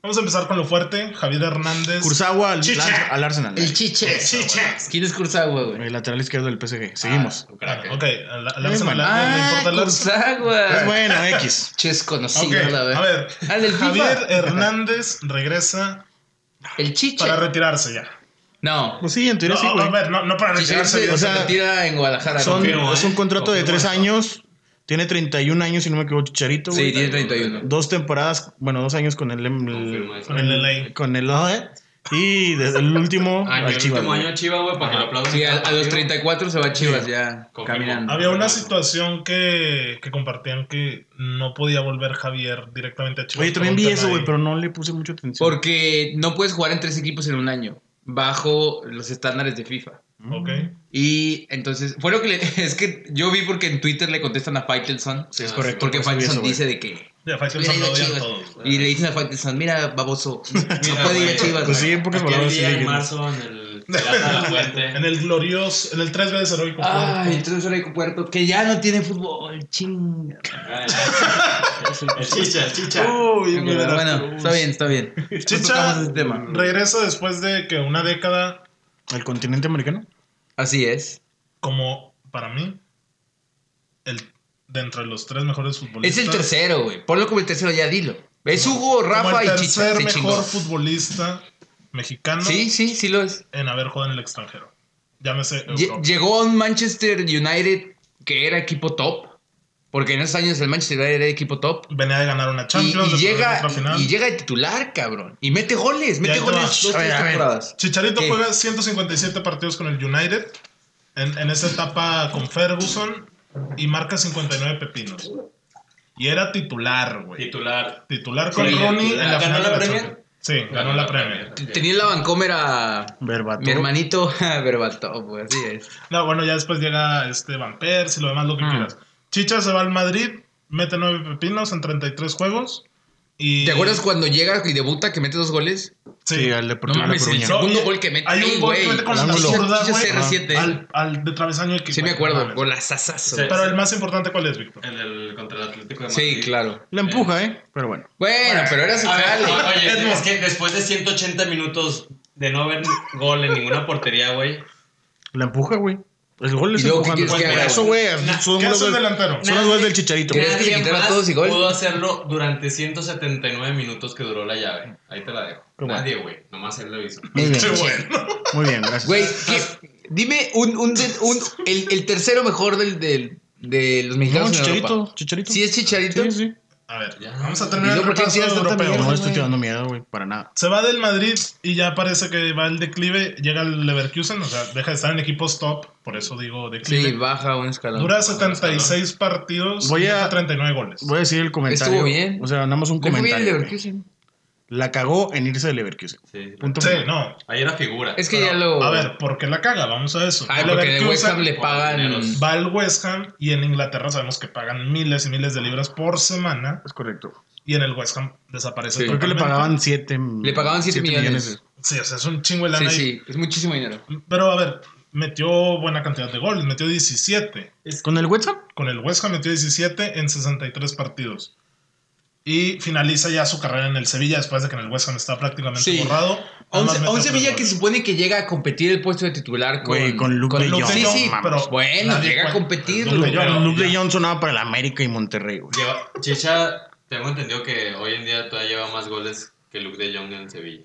Speaker 1: vamos a empezar con lo fuerte. Javier Hernández.
Speaker 3: Kurzawa al,
Speaker 1: Chicha.
Speaker 3: Lars- al Arsenal.
Speaker 2: El chiche. ¿Quién es Kurzawa, güey?
Speaker 3: El lateral izquierdo del PSG. Seguimos.
Speaker 4: Ah, un
Speaker 1: Ah,
Speaker 4: crack, eh.
Speaker 1: ok, al al Arsenal
Speaker 3: Eh,
Speaker 1: no le
Speaker 2: Ah,
Speaker 1: importa el Arsenal.
Speaker 3: Es
Speaker 2: Kurzawa.
Speaker 3: bueno, X.
Speaker 2: Ches
Speaker 1: Ok,
Speaker 2: conocido, la
Speaker 1: a
Speaker 2: verdad.
Speaker 1: ver,
Speaker 2: Ah, del FIFA.
Speaker 1: Javier Hernández regresa
Speaker 2: El chiche.
Speaker 1: para retirarse ya.
Speaker 2: No.
Speaker 3: Pues sí, en teoría
Speaker 1: No,
Speaker 3: sí,
Speaker 1: a
Speaker 3: güey.
Speaker 1: ver, no, no para
Speaker 2: Chiche
Speaker 1: retirarse.
Speaker 2: se,
Speaker 1: o
Speaker 2: se
Speaker 1: sea,
Speaker 2: retira en Guadalajara.
Speaker 3: Son-
Speaker 2: confirmo.
Speaker 4: confirmo,
Speaker 3: es
Speaker 4: ¿eh?
Speaker 3: un contrato de
Speaker 4: Confirmo
Speaker 3: tres
Speaker 4: eso.
Speaker 3: años. Tiene 31 años, si no me equivoco, Chicharito, güey.
Speaker 2: Sí, tiene 31.
Speaker 3: Dos temporadas, bueno, dos años con el... el-
Speaker 4: Confirmo eso.
Speaker 1: Con el LA.
Speaker 3: Con el LA. Y desde el último
Speaker 2: Ah,
Speaker 4: Año,
Speaker 3: al
Speaker 4: el
Speaker 3: Chivas,
Speaker 4: último
Speaker 3: güey.
Speaker 4: año a Chiva, güey, para que lo aplaudan.
Speaker 2: Sí, a, a los 34 se va a Chivas ya
Speaker 4: Confirmo.
Speaker 2: caminando.
Speaker 1: había una situación que, que compartían que no podía volver Javier directamente a Chivas.
Speaker 3: Oye, también vi
Speaker 1: Preguntan
Speaker 3: eso, güey,
Speaker 1: ahí.
Speaker 3: pero no le puse mucha atención.
Speaker 2: Porque no puedes jugar en tres equipos en un año, bajo los estándares de FIFA.
Speaker 3: Mm.
Speaker 1: Ok.
Speaker 2: Y entonces, fue lo que le- es que yo vi porque en Twitter le contestan a Faitelson,
Speaker 3: Sí, es
Speaker 4: Ah,
Speaker 3: correcto.
Speaker 2: porque
Speaker 3: no sabía eso,
Speaker 2: Faitelson
Speaker 3: güey.
Speaker 2: dice de que
Speaker 1: Ya, Faitelson
Speaker 2: hubiera
Speaker 1: lo
Speaker 2: ido a
Speaker 1: odian
Speaker 2: Chivas.
Speaker 1: todos.
Speaker 2: Y le dicen a Faitelson, mira, baboso, no
Speaker 4: Mira,
Speaker 2: puede ir a
Speaker 4: güey.
Speaker 2: Chivas.
Speaker 3: Pues sí,
Speaker 2: güey".
Speaker 3: en pocas
Speaker 4: Aquel
Speaker 3: palabras sí.
Speaker 4: día en
Speaker 3: dije,
Speaker 4: marzo en el Teatro de la Fuente.
Speaker 1: En el glorioso, en el tres veces heroico.
Speaker 2: Ay, entonces ahora hay Puerto que ya no tiene fútbol, chinga.
Speaker 4: Ah, el- El chicha, el chicha.
Speaker 1: Uy, mi
Speaker 2: Bueno,
Speaker 1: Veracruz.
Speaker 2: está bien, está bien. No
Speaker 1: Chicha
Speaker 2: tocamos ese tema.
Speaker 1: regresa después de que una década,
Speaker 3: ¿Al continente americano?
Speaker 2: Así es.
Speaker 1: como para mí, el, de entre los tres mejores futbolistas.
Speaker 2: Es el tercero, güey. Ponlo como el tercero, ya dilo. Es Hugo,
Speaker 1: como
Speaker 2: Rafa
Speaker 1: el
Speaker 2: y
Speaker 1: tercer
Speaker 2: Chicha. Se
Speaker 1: mejor
Speaker 2: chingó.
Speaker 1: futbolista mexicano
Speaker 2: Sí, sí, sí lo es.
Speaker 1: en haber jugado en el extranjero. Llámese
Speaker 2: Lle-
Speaker 1: Europa.
Speaker 2: Llegó a un Manchester United que era equipo top. Porque en esos años el Manchester United era equipo top.
Speaker 1: Venía de ganar una
Speaker 2: Y, y
Speaker 1: Champions, de perder
Speaker 2: llega,
Speaker 1: otra final.
Speaker 2: y llega de titular, cabrón. Y mete goles,
Speaker 1: ahí
Speaker 2: mete
Speaker 1: te
Speaker 2: goles
Speaker 1: vas.
Speaker 2: dos,
Speaker 3: A ver,
Speaker 2: tres
Speaker 3: a ver.
Speaker 2: temporadas.
Speaker 1: Chicharito
Speaker 2: ¿Qué?
Speaker 1: juega 157 partidos con el United en, en esa etapa con Ferguson y marca 59 pepinos. Y era titular, güey.
Speaker 4: Titular.
Speaker 1: Titular con
Speaker 4: Sí,
Speaker 1: Rooney
Speaker 4: titular.
Speaker 1: en la
Speaker 4: ¿Ganó
Speaker 1: final
Speaker 4: la
Speaker 1: de
Speaker 4: Premier?
Speaker 1: Champions. Sí, ganó, la Premier.
Speaker 4: Ok.
Speaker 2: Tenía en la bancómera
Speaker 3: Verbato.
Speaker 2: mi hermanito Verbatop, güey. Así es.
Speaker 1: No, bueno, ya después llega este Van Persie y lo demás, lo que
Speaker 2: Mm.
Speaker 1: quieras. Chicha se va al Madrid, mete 9 pepinos en 33 juegos. Y,
Speaker 2: ¿Te acuerdas cuando llega y debuta que mete dos goles?
Speaker 1: Sí,
Speaker 3: al
Speaker 2: No
Speaker 3: Deportivo de La
Speaker 2: mames, el
Speaker 3: Coruña.
Speaker 1: No,
Speaker 2: segundo
Speaker 1: y-
Speaker 2: gol que mete.
Speaker 1: hay un
Speaker 2: Ay,
Speaker 1: gol que
Speaker 2: güey.
Speaker 1: mete con
Speaker 3: el
Speaker 1: la
Speaker 3: ángulo.
Speaker 1: zurda, güey,
Speaker 2: Chicha CR7.
Speaker 1: Al, al de travesaño de
Speaker 2: Sí me acuerdo, con las asas.
Speaker 4: Sí.
Speaker 1: Pero el más importante, ¿cuál es, Víctor?
Speaker 4: El, el contra el Atlético de Madrid.
Speaker 2: Sí, claro.
Speaker 3: La empuja, ¿eh? Pero bueno.
Speaker 2: Bueno, pero era su
Speaker 4: A ver,
Speaker 2: jale.
Speaker 4: o-
Speaker 1: Es
Speaker 4: oye,
Speaker 1: más.
Speaker 4: es que después de 180 minutos de no ver gol en ninguna portería, güey.
Speaker 3: La empuja, güey. El gol es
Speaker 2: ¿Y luego qué
Speaker 3: empujando.
Speaker 2: quieres que
Speaker 3: Pues,
Speaker 2: haga,
Speaker 3: Eso, güey. Son
Speaker 1: ¿Qué
Speaker 3: los
Speaker 1: hace el
Speaker 3: goles
Speaker 1: delantero?
Speaker 3: son los goles del Chicharito. güey.
Speaker 2: ¿Crees que
Speaker 4: Nadie
Speaker 2: quitara
Speaker 4: más
Speaker 2: todos y gol?
Speaker 4: Pudo hacerlo durante 179 minutos que duró la llave. Ahí te la dejo.
Speaker 3: Qué bueno.
Speaker 4: Nadie, güey. Nomás él lo hizo.
Speaker 3: Muy bien.
Speaker 1: Sí, bueno.
Speaker 3: Muy bien, gracias.
Speaker 2: Güey,
Speaker 3: ah.
Speaker 2: ¿qué? dime un, un, un- el, el tercero mejor del, del- de los
Speaker 3: No,
Speaker 2: mexicanos en Europa.
Speaker 3: Chicharito. Chicharito.
Speaker 2: ¿Sí es Chicharito?
Speaker 3: Sí, sí.
Speaker 1: A ver,
Speaker 4: Ya.
Speaker 1: vamos a
Speaker 2: ¿Y
Speaker 1: terminar el
Speaker 2: luego por qué
Speaker 1: repaso
Speaker 2: hacías tanta
Speaker 1: europeo.
Speaker 2: mierda?
Speaker 3: No estoy
Speaker 2: güey.
Speaker 3: tirando miedo, güey, para nada.
Speaker 1: Se va del Madrid y ya parece que va el declive. Llega el Leverkusen, o sea, deja de estar en equipos top, por eso digo declive.
Speaker 2: Sí, baja un escalón.
Speaker 1: Dura 76 partidos
Speaker 3: Voy
Speaker 1: y
Speaker 3: a-
Speaker 1: deja 39 goles.
Speaker 3: Voy a decir el comentario.
Speaker 2: Estuvo bien.
Speaker 3: O sea, andamos un
Speaker 2: Le fue bien el
Speaker 3: comentario. güey.
Speaker 2: Leverkusen.
Speaker 3: La cagó en irse de Leverkusen.
Speaker 4: Sí.
Speaker 3: Punto
Speaker 1: Sí,
Speaker 3: final.
Speaker 1: no.
Speaker 4: Ahí era figura.
Speaker 2: Es que
Speaker 1: pero,
Speaker 2: ya lo.
Speaker 1: A ver, ¿por qué la caga? Vamos a eso.
Speaker 2: Ay,
Speaker 1: El
Speaker 2: porque en el West
Speaker 1: Leverkusen
Speaker 2: Ham le pagan.
Speaker 4: Dineros.
Speaker 1: Va al West Ham y en Inglaterra sabemos que pagan miles y miles de libras por semana
Speaker 3: Es correcto.
Speaker 1: y en el West Ham desaparece.
Speaker 2: Sí.
Speaker 3: Creo que le
Speaker 1: totalmente.
Speaker 3: pagaban 7
Speaker 2: Le pagaban siete millones.
Speaker 1: Sí, o sea, es un chingo de
Speaker 2: Sí,
Speaker 1: lana ahí.
Speaker 2: sí, es muchísimo dinero.
Speaker 1: Pero a ver, metió buena cantidad de goles, metió 17.
Speaker 3: ¿Con el West Ham?
Speaker 1: Con el West Ham metió 17 en 63 partidos. Y finaliza ya su carrera en el Sevilla después de que en el West Ham está prácticamente
Speaker 2: Sí.
Speaker 1: borrado.
Speaker 2: A un,
Speaker 1: Nada más
Speaker 2: a un
Speaker 1: metió tres
Speaker 2: Sevilla que
Speaker 1: goles.
Speaker 2: supone que llega a competir el puesto de titular con.
Speaker 3: Güey, con Luke de
Speaker 1: Luke de
Speaker 3: Jong,
Speaker 2: Sí,
Speaker 1: Jong,
Speaker 2: sí,
Speaker 1: mames.
Speaker 3: pero
Speaker 2: bueno,
Speaker 1: Nadie
Speaker 2: llega a
Speaker 1: cuenta.
Speaker 2: competirlo.
Speaker 1: Luke de
Speaker 3: Pero
Speaker 1: Jong,
Speaker 3: Luke
Speaker 1: ya.
Speaker 3: de Jong sonaba para el América y Monterrey, güey.
Speaker 4: Lleva- Chicha, tengo entendido que hoy en día todavía lleva más goles que Luke de Jong en Sevilla.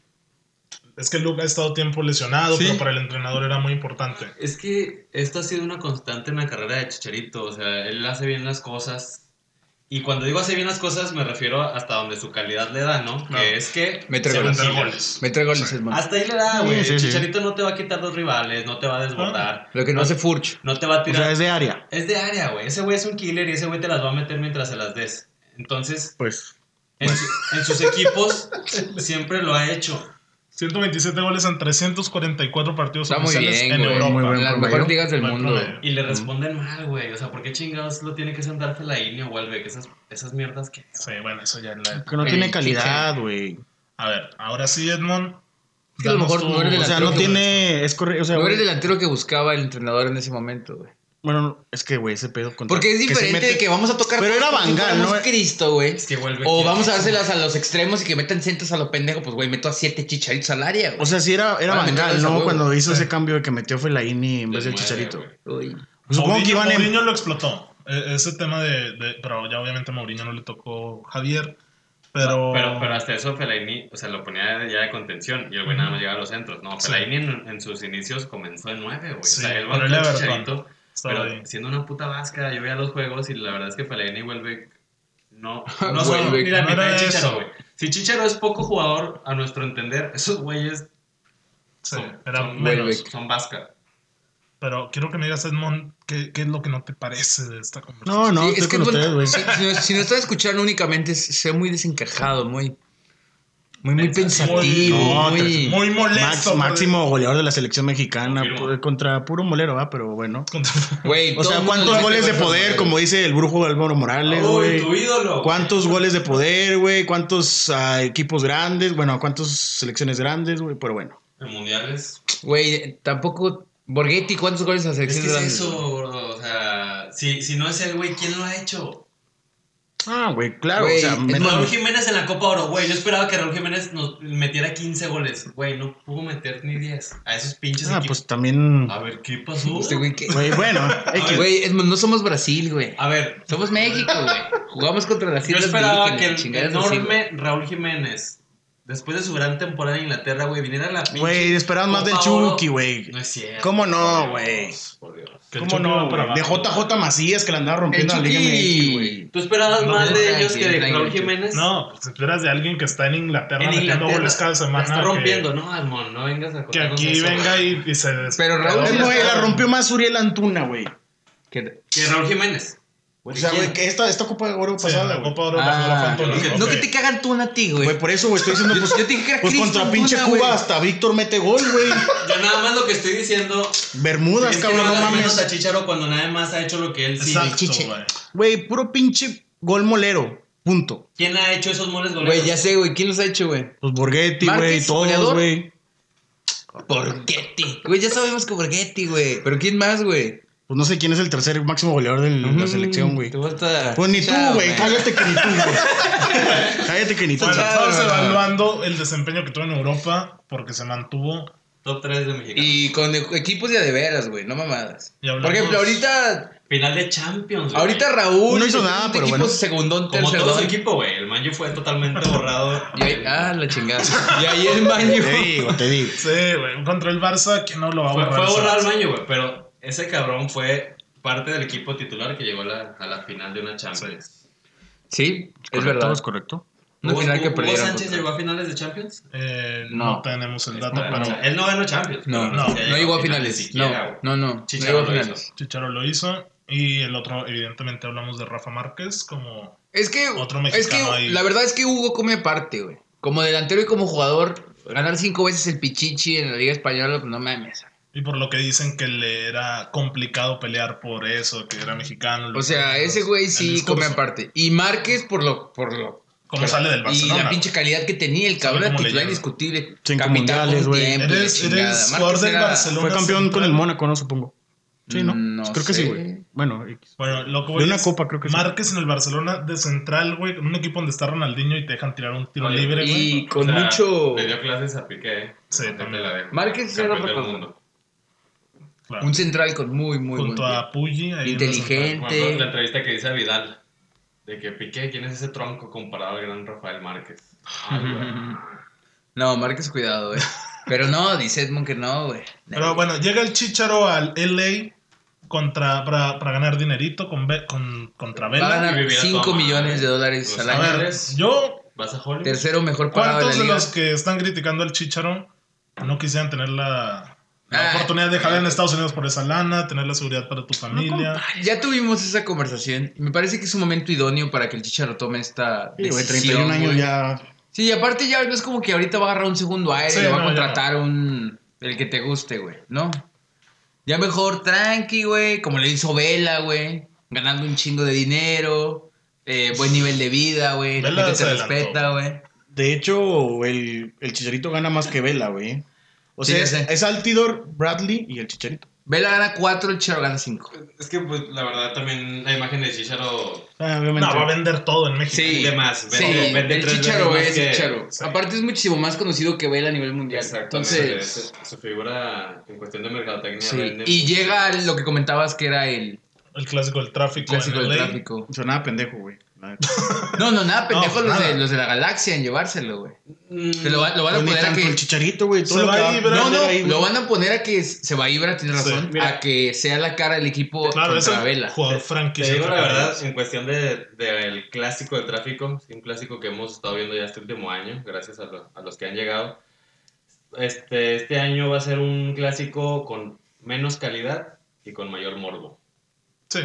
Speaker 1: Es que Luke ha estado tiempo lesionado,
Speaker 2: Sí.
Speaker 1: pero para el entrenador era muy importante.
Speaker 4: Es que esto ha sido una constante en la carrera de Chicharito. O sea, él hace bien las cosas. Y cuando digo hace bien las cosas, me refiero hasta donde su calidad le da, ¿no?
Speaker 1: Claro.
Speaker 4: Que es que.
Speaker 2: Meter
Speaker 4: se
Speaker 2: Ah. goles.
Speaker 1: Meter
Speaker 4: vacila.
Speaker 1: goles.
Speaker 2: Me trae goles, hermano.
Speaker 4: Hasta ahí le da, güey.
Speaker 3: Sí, sí, sí.
Speaker 4: Chicharito no te va a quitar los rivales, no te va a desbordar,
Speaker 2: Lo que no hace Furch.
Speaker 4: no te va a
Speaker 3: O
Speaker 4: tirar.
Speaker 3: sea, es
Speaker 4: es...
Speaker 3: de área.
Speaker 4: de área, güey. Ese güey es un killer y ese güey te las va a meter mientras se las des. Entonces,
Speaker 3: Pues.
Speaker 5: En, su- en sus equipos siempre lo ha hecho.
Speaker 1: 127 goles en 344 partidos
Speaker 2: Está muy
Speaker 1: oficiales
Speaker 2: bien,
Speaker 1: en
Speaker 2: güey.
Speaker 1: Europa.
Speaker 3: Muy buen
Speaker 2: en las
Speaker 3: promedio.
Speaker 2: mejores ligas del
Speaker 1: Buen
Speaker 2: mundo.
Speaker 1: promedio.
Speaker 5: Y le responden mal, güey. O sea, ¿por qué chingados lo tiene que sentar Fellaini o Welbeck? Esas, esas mierdas que...
Speaker 1: Sí, bueno, eso ya es la...
Speaker 3: Que no
Speaker 2: El
Speaker 3: tiene
Speaker 2: Quique.
Speaker 3: calidad, güey.
Speaker 1: A ver, ahora sí, Edmond.
Speaker 2: que a lo
Speaker 1: danos
Speaker 2: mejor no eres
Speaker 3: O sea,
Speaker 2: Creo
Speaker 3: no
Speaker 2: que-
Speaker 3: tiene. Es correcto. O sea,
Speaker 2: No
Speaker 3: güey,
Speaker 2: eres delantero que buscaba el entrenador en ese momento, güey.
Speaker 3: Bueno, no, es que, güey, ese pedo contra-
Speaker 2: Porque es
Speaker 3: que se
Speaker 2: diferente
Speaker 3: mete-
Speaker 2: de que vamos a tocar.
Speaker 3: Pero era
Speaker 2: como si
Speaker 3: Van Gaal,
Speaker 2: fuéramos
Speaker 3: ¿no?
Speaker 2: Cristo, güey.
Speaker 5: Es que Welbeck...
Speaker 2: O
Speaker 5: tiene-
Speaker 2: vamos a dárselas a los extremos y que metan centros a lo pendejo. Pues, güey, meto a siete chicharitos al área, güey.
Speaker 3: O sea, sí era, era
Speaker 2: Ah,
Speaker 3: Van Gaal,
Speaker 2: meterles a
Speaker 3: ¿no?
Speaker 2: huevo.
Speaker 3: Cuando hizo ese cambio de que metió Fellaini en vez del
Speaker 4: Desmadre,
Speaker 3: Chicharito.
Speaker 4: güey.
Speaker 2: Uy.
Speaker 3: Pues Supongo que
Speaker 1: Mourinho,
Speaker 3: iban en...
Speaker 1: Mourinho lo explotó. E- ese tema de, de- Pero ya obviamente a Mourinho no le tocó Javier. Pero.
Speaker 4: Pero, pero hasta eso Fellaini, o sea, lo ponía ya de contención y el güey nada más llegaba a los centros. No,
Speaker 1: Sí.
Speaker 4: Fellaini en, en sus inicios comenzó en 9, güey.
Speaker 1: Sí,
Speaker 4: o sea, él
Speaker 1: con el
Speaker 4: bancó a
Speaker 1: Everton.
Speaker 4: Chicharito,
Speaker 1: estaba
Speaker 4: pero
Speaker 1: ahí.
Speaker 4: siendo una puta vasca, yo veía los juegos y la verdad es que Fellaini vuelve... No, no
Speaker 2: Welbeck,
Speaker 4: son ni la
Speaker 1: no
Speaker 4: mitad
Speaker 1: era
Speaker 4: de
Speaker 1: eso.
Speaker 4: Chicharo, güey. Si Chicharo es poco jugador, a nuestro entender, esos güeyes
Speaker 1: Sí,
Speaker 4: son,
Speaker 1: era
Speaker 4: son
Speaker 1: menos.
Speaker 4: menos, son vasca.
Speaker 1: Pero quiero que me digas, Edmond, ¿qué, qué es lo que no te parece de esta conversación?
Speaker 3: No, no,
Speaker 2: Sí,
Speaker 3: estoy
Speaker 2: es que
Speaker 3: con
Speaker 2: es bueno,
Speaker 3: ustedes, güey.
Speaker 2: si, si no, si no están escuchando únicamente, es- se ve muy desencajado, muy. Muy, muy
Speaker 1: Pensativo.
Speaker 2: pensativo.
Speaker 3: No,
Speaker 2: muy,
Speaker 1: Muy
Speaker 3: Max-
Speaker 1: molesto. güey.
Speaker 3: máximo goleador de la selección mexicana
Speaker 4: Confirmo.
Speaker 3: pu- contra puro molero, ¿va? Pero bueno.
Speaker 1: Contra-
Speaker 2: Güey,
Speaker 3: O
Speaker 2: todo
Speaker 3: sea,
Speaker 2: el mundo le
Speaker 3: ¿cuántos
Speaker 2: mete
Speaker 3: goles de
Speaker 2: al
Speaker 3: poder,
Speaker 2: Madrid?
Speaker 3: como dice el brujo Álvaro Morales,
Speaker 5: Uy,
Speaker 3: güey?
Speaker 5: tu ídolo.
Speaker 3: ¿Cuántos goles de poder, güey? ¿Cuántos ah, equipos grandes? Bueno, ¿cuántas selecciones grandes, güey? Pero bueno.
Speaker 4: En mundiales.
Speaker 2: Güey, tampoco. Borghetti, ¿cuántos goles a
Speaker 5: Es
Speaker 2: selección
Speaker 5: que es
Speaker 2: grandes?
Speaker 5: eso, gordo. O sea, si, si no es el güey, ¿quién lo ha hecho?
Speaker 3: Ah, güey, claro.
Speaker 2: Güey,
Speaker 3: o sea,
Speaker 2: es
Speaker 3: menos-
Speaker 5: Raúl Jiménez en la Copa Oro, güey. Yo esperaba que Raúl Jiménez nos metiera 15 goles. Güey, no pudo meter ni 10 a esos pinches
Speaker 3: ah,
Speaker 5: equipos.
Speaker 3: pues también.
Speaker 5: A ver, ¿qué pasó?
Speaker 2: Este güey que-
Speaker 3: Güey, bueno. X.
Speaker 2: Güey, Edmond, no somos Brasil, güey.
Speaker 5: A ver,
Speaker 2: Somos México, güey. Jugamos contra las
Speaker 5: yo
Speaker 2: Islas
Speaker 5: esperaba que
Speaker 2: Vírgenes,
Speaker 5: el
Speaker 2: chingadas así, güey.
Speaker 5: enorme Raúl Jiménez, después de su gran temporada en Inglaterra, güey, viniera a la pinche
Speaker 3: Güey, esperaban más del
Speaker 5: Copa Oro.
Speaker 3: Chucky, güey.
Speaker 5: No es cierto.
Speaker 3: ¿Cómo no,
Speaker 5: por Dios, Por Dios.
Speaker 1: que el
Speaker 3: ¿Cómo
Speaker 1: Chucky
Speaker 3: no,
Speaker 1: va para
Speaker 3: güey? De
Speaker 1: abajo.
Speaker 3: JJ Macías que la andaba
Speaker 2: El
Speaker 3: rompiendo en la Liga MX, güey.
Speaker 2: Chucky.
Speaker 5: ¿Tú esperabas
Speaker 1: No,
Speaker 5: más de
Speaker 2: tranqui,
Speaker 5: ellos que de
Speaker 2: tranqui,
Speaker 5: Raúl
Speaker 2: tranqui.
Speaker 5: Jiménis?
Speaker 1: No, pues esperas de alguien que está en Inglaterra
Speaker 5: en
Speaker 1: metiendo
Speaker 5: Inglaterra.
Speaker 1: goles cada semana.
Speaker 5: la está
Speaker 1: que-
Speaker 5: rompiendo, ¿no, Almon? No vengas a
Speaker 1: Que,
Speaker 5: contarnos
Speaker 1: aquí
Speaker 5: eso,
Speaker 1: venga
Speaker 5: güey.
Speaker 1: y, y se des-
Speaker 2: Pero Raúl
Speaker 3: Es,
Speaker 2: sí la
Speaker 3: güey,
Speaker 2: está-
Speaker 3: la rompió más Uriel Antuna, güey.
Speaker 2: que-
Speaker 5: Que Raúl Jiménez.
Speaker 3: O sea, güey, que esta, esta Copa de Oro
Speaker 1: Sí, en
Speaker 3: pasada,
Speaker 1: la
Speaker 3: güey.
Speaker 1: Copa Oro pasó la
Speaker 2: Ah,
Speaker 1: Fanta Olímpica.
Speaker 2: no
Speaker 1: Ok.
Speaker 2: que te cagan tú a ti, güey.
Speaker 3: Güey, por eso, güey, estoy diciendo, pues,
Speaker 2: Yo te dije que era
Speaker 3: pues
Speaker 2: Cristo
Speaker 3: contra pinche
Speaker 2: Antuna,
Speaker 3: Cuba
Speaker 2: güey.
Speaker 3: hasta Víctor mete gol, güey.
Speaker 5: Yo nada más lo que estoy diciendo
Speaker 3: Bermudas,
Speaker 5: Es que
Speaker 3: cabrón,
Speaker 5: no
Speaker 3: no
Speaker 5: hagas menos a
Speaker 3: mames.
Speaker 5: Chicharo cuando nadie más ha hecho lo que él sí.
Speaker 1: Exacto,
Speaker 2: Chiche.
Speaker 1: güey.
Speaker 3: Güey, puro pinche gol molero. Punto.
Speaker 5: ¿Quién ha hecho esos moles
Speaker 2: Güey,
Speaker 5: goleros?
Speaker 2: ya sé, güey. ¿Quién los ha hecho, güey?
Speaker 3: Pues Borghetti, güey,
Speaker 2: Márquez,
Speaker 3: todos,
Speaker 2: goleador.
Speaker 3: güey.
Speaker 2: Borghetti. Güey, ya sabemos que Borghetti, güey. Pero ¿quién más, güey?
Speaker 3: Pues no sé quién es el tercer máximo goleador de la selección, güey.
Speaker 2: Tú vas a-
Speaker 3: Pues ni tú,
Speaker 2: Chao,
Speaker 3: güey. Cállate que ni tú, güey. Cállate que ni tú.
Speaker 1: Bueno,
Speaker 2: Claro,
Speaker 1: estamos
Speaker 2: no, no.
Speaker 1: evaluando el desempeño que tuvo en Europa porque se mantuvo.
Speaker 5: Top 3 de México.
Speaker 2: Y con e- equipos ya de veras, güey. No mamadas.
Speaker 1: Y hablamos-
Speaker 2: Por ejemplo, ahorita,
Speaker 5: Final de Champions, güey.
Speaker 2: ahorita Raúl.
Speaker 3: No hizo
Speaker 2: este
Speaker 3: nada, pero
Speaker 2: equipo
Speaker 3: bueno.
Speaker 2: Segundón,
Speaker 5: Como todo su
Speaker 2: tercerdón.
Speaker 5: equipo, güey. El Manju fue totalmente borrado.
Speaker 2: Y ahí, ah, la chingada. Y ahí el baño.
Speaker 3: Te digo, te digo.
Speaker 1: Sí, güey. Contra el Barça, que no lo va a
Speaker 4: Fue,
Speaker 1: borrar.
Speaker 4: fue
Speaker 1: esa-
Speaker 4: borrado al baño, güey, pero ese cabrón fue parte del equipo titular que llegó a la, a la final de una Champions.
Speaker 2: Sí, es verdad.
Speaker 3: Es correcto.
Speaker 2: Una
Speaker 5: Hugo-
Speaker 2: final que
Speaker 5: Hugo
Speaker 2: perdieron.
Speaker 5: Sánchez
Speaker 2: contra-
Speaker 5: llegó a finales de Champions?
Speaker 1: Eh, no.
Speaker 2: No.
Speaker 1: tenemos el dato,
Speaker 4: Bueno, o sea,
Speaker 1: pero
Speaker 4: él no ganó Champions.
Speaker 2: No,
Speaker 4: pero
Speaker 2: no,
Speaker 4: sé si
Speaker 2: no
Speaker 4: ha
Speaker 2: llegó a finales.
Speaker 4: siquiera, güey.
Speaker 2: No, no, no. No
Speaker 4: Chicharro
Speaker 2: llegó a
Speaker 4: lo hizo.
Speaker 2: finales.
Speaker 1: Chicharo lo hizo. Y el otro, evidentemente, hablamos de Rafa Márquez como.
Speaker 2: Es que,
Speaker 1: Otro
Speaker 2: es que
Speaker 1: mexicano ahí.
Speaker 2: la verdad es que Hugo come aparte, güey. Como delantero y como jugador, ganar cinco veces el Pichichi en la Liga Española, pues no mames.
Speaker 1: Y por lo que dicen que le era complicado pelear por eso, que era mexicano.
Speaker 2: O sea, ese güey sí come aparte. Y Márquez por lo, por lo.
Speaker 1: Como sale del
Speaker 2: Y
Speaker 1: Barcelona.
Speaker 2: la pinche calidad que tenía, el cabrón
Speaker 1: Sí,
Speaker 2: era
Speaker 1: como
Speaker 2: titular
Speaker 1: leyenda.
Speaker 2: indiscutible.
Speaker 3: Cinco
Speaker 2: Capitán
Speaker 3: mundiales,
Speaker 2: con
Speaker 3: güey.
Speaker 2: tiempo y la
Speaker 1: Eres- eres
Speaker 2: chingada. Márquez
Speaker 1: jugador del
Speaker 2: era-
Speaker 1: Barcelona.
Speaker 3: Fue campeón con
Speaker 1: central.
Speaker 3: el Mónaco, ¿no? Supongo. Sí, ¿no? Pues
Speaker 2: Mm, no
Speaker 3: Creo que
Speaker 2: sé.
Speaker 3: sí, güey. Bueno, X.
Speaker 1: Bueno, lo que voy
Speaker 3: De una
Speaker 1: es,
Speaker 3: copa, creo que sí.
Speaker 1: Márquez en el Barcelona de central, güey, con un equipo donde está Ronaldinho y te dejan tirar un tiro
Speaker 4: Oye,
Speaker 1: libre, güey.
Speaker 2: Y con
Speaker 4: O sea,
Speaker 2: mucho.
Speaker 4: Le dio clases a Piqué.
Speaker 1: Sí,
Speaker 4: Ahí te
Speaker 1: también.
Speaker 4: la dejo.
Speaker 2: Márquez era
Speaker 4: Campeón
Speaker 2: otra
Speaker 4: del
Speaker 2: cosa.
Speaker 4: mundo.
Speaker 1: Claro.
Speaker 2: Un central con muy, muy.
Speaker 1: Junto
Speaker 2: buen-
Speaker 1: a Pugli. ahí en
Speaker 2: Inteligente.
Speaker 4: Me acuerdo de La entrevista que dice a Vidal. De que Piqué, ¿quién es ese tronco comparado al gran Rafael Márquez? Ay, güey.
Speaker 2: No, Márquez, cuidado, güey. Pero no, dice Edmond que no, güey.
Speaker 1: la central. Pero bueno, llega el Chicharo al LA contra, para, para ganar dinerito con, Ve- con, contra
Speaker 2: Va a
Speaker 1: Vela.
Speaker 4: y
Speaker 2: ganar
Speaker 4: vivirá
Speaker 2: 5
Speaker 4: toda
Speaker 2: millones
Speaker 4: madre.
Speaker 2: de dólares
Speaker 4: Los
Speaker 2: al
Speaker 1: A
Speaker 2: año.
Speaker 1: ver, yo,
Speaker 4: ¿Vas a Hollywood?
Speaker 2: Tercero mejor pagado de la
Speaker 1: ¿cuántos de
Speaker 2: liga.
Speaker 1: los que están criticando al Chicharo no quisieran tener la, La
Speaker 2: Ah,
Speaker 1: oportunidad de jalar en
Speaker 2: eh.
Speaker 1: Estados Unidos por esa lana, tener la seguridad para tu familia.
Speaker 2: Ya tuvimos esa conversación. Me parece que es un momento idóneo para que el Chicharo tome esta
Speaker 3: Sí, güey,
Speaker 2: decisión,
Speaker 3: 31 años
Speaker 2: güey.
Speaker 3: ya.
Speaker 2: Sí, y aparte ya no es como que ahorita va a agarrar un segundo aire
Speaker 1: Sí,
Speaker 2: y va
Speaker 1: no,
Speaker 2: a
Speaker 1: ya
Speaker 2: contratar un... El que te guste, güey, ¿no? Ya mejor tranqui, güey, como le hizo Vela, güey. Ganando un chingo de dinero, eh, buen nivel de vida, güey. La
Speaker 1: Vela
Speaker 2: gente te
Speaker 1: se adelantó.
Speaker 2: respeta, güey.
Speaker 3: De hecho, el, el chicharito gana más que Vela, güey. O
Speaker 2: Sí,
Speaker 3: sea,
Speaker 2: ya
Speaker 3: es,
Speaker 2: sé.
Speaker 3: es Altidor, Bradley y el chicharito.
Speaker 2: Vela gana cuatro, el Chicharo gana cinco.
Speaker 5: Es que, pues, la verdad, también la imagen de Chicharo.
Speaker 3: Ah, obviamente.
Speaker 1: No, va a vender todo en México.
Speaker 2: Sí,
Speaker 4: de más,
Speaker 2: Sí,
Speaker 4: vende- vende
Speaker 2: el
Speaker 4: tres veces
Speaker 2: Chicharo
Speaker 4: más
Speaker 2: es
Speaker 4: que-
Speaker 2: el Chicharo.
Speaker 1: sí.
Speaker 2: Aparte es muchísimo más conocido que Vela a nivel mundial.
Speaker 4: Exactamente,
Speaker 2: Entonces...
Speaker 4: su- Su figura en cuestión de mercadotecnia.
Speaker 2: Sí,
Speaker 4: vende
Speaker 2: y
Speaker 4: mucho.
Speaker 2: llega a lo que comentabas que era el
Speaker 1: El clásico del tráfico.
Speaker 2: clásico
Speaker 1: en
Speaker 2: del
Speaker 1: LA.
Speaker 2: tráfico.
Speaker 3: Sonaba pendejo, güey. La neta.
Speaker 2: No, no, nada, pendejo
Speaker 1: No,
Speaker 2: los,
Speaker 1: nada.
Speaker 2: De, los de la galaxia en llevárselo, güey. Que lo, va- lo van a
Speaker 3: Pues ni
Speaker 2: poner a
Speaker 3: tanto
Speaker 2: que.
Speaker 3: el chicharito, güey.
Speaker 1: Se
Speaker 3: Todo lo
Speaker 1: va
Speaker 3: que va
Speaker 1: a ir,
Speaker 3: va a
Speaker 2: No,
Speaker 1: Ibra,
Speaker 3: hacer
Speaker 2: no,
Speaker 3: ahí, güey.
Speaker 2: lo van a poner a que es- se va a Ibra, tiene
Speaker 1: Sí,
Speaker 2: razón,
Speaker 4: mira.
Speaker 2: a que sea la cara del equipo
Speaker 1: Claro, es
Speaker 2: contra
Speaker 1: el
Speaker 2: Vela.
Speaker 1: jugador
Speaker 4: Te
Speaker 1: franquicia.
Speaker 4: digo la
Speaker 1: entre
Speaker 4: verdad,
Speaker 1: comillas.
Speaker 4: en cuestión de- del clásico de tráfico, sí, un clásico que hemos estado viendo ya este último año, gracias a, lo- a los que han llegado. Este, este año va a ser un clásico con menos calidad y con mayor morbo.
Speaker 1: Sí.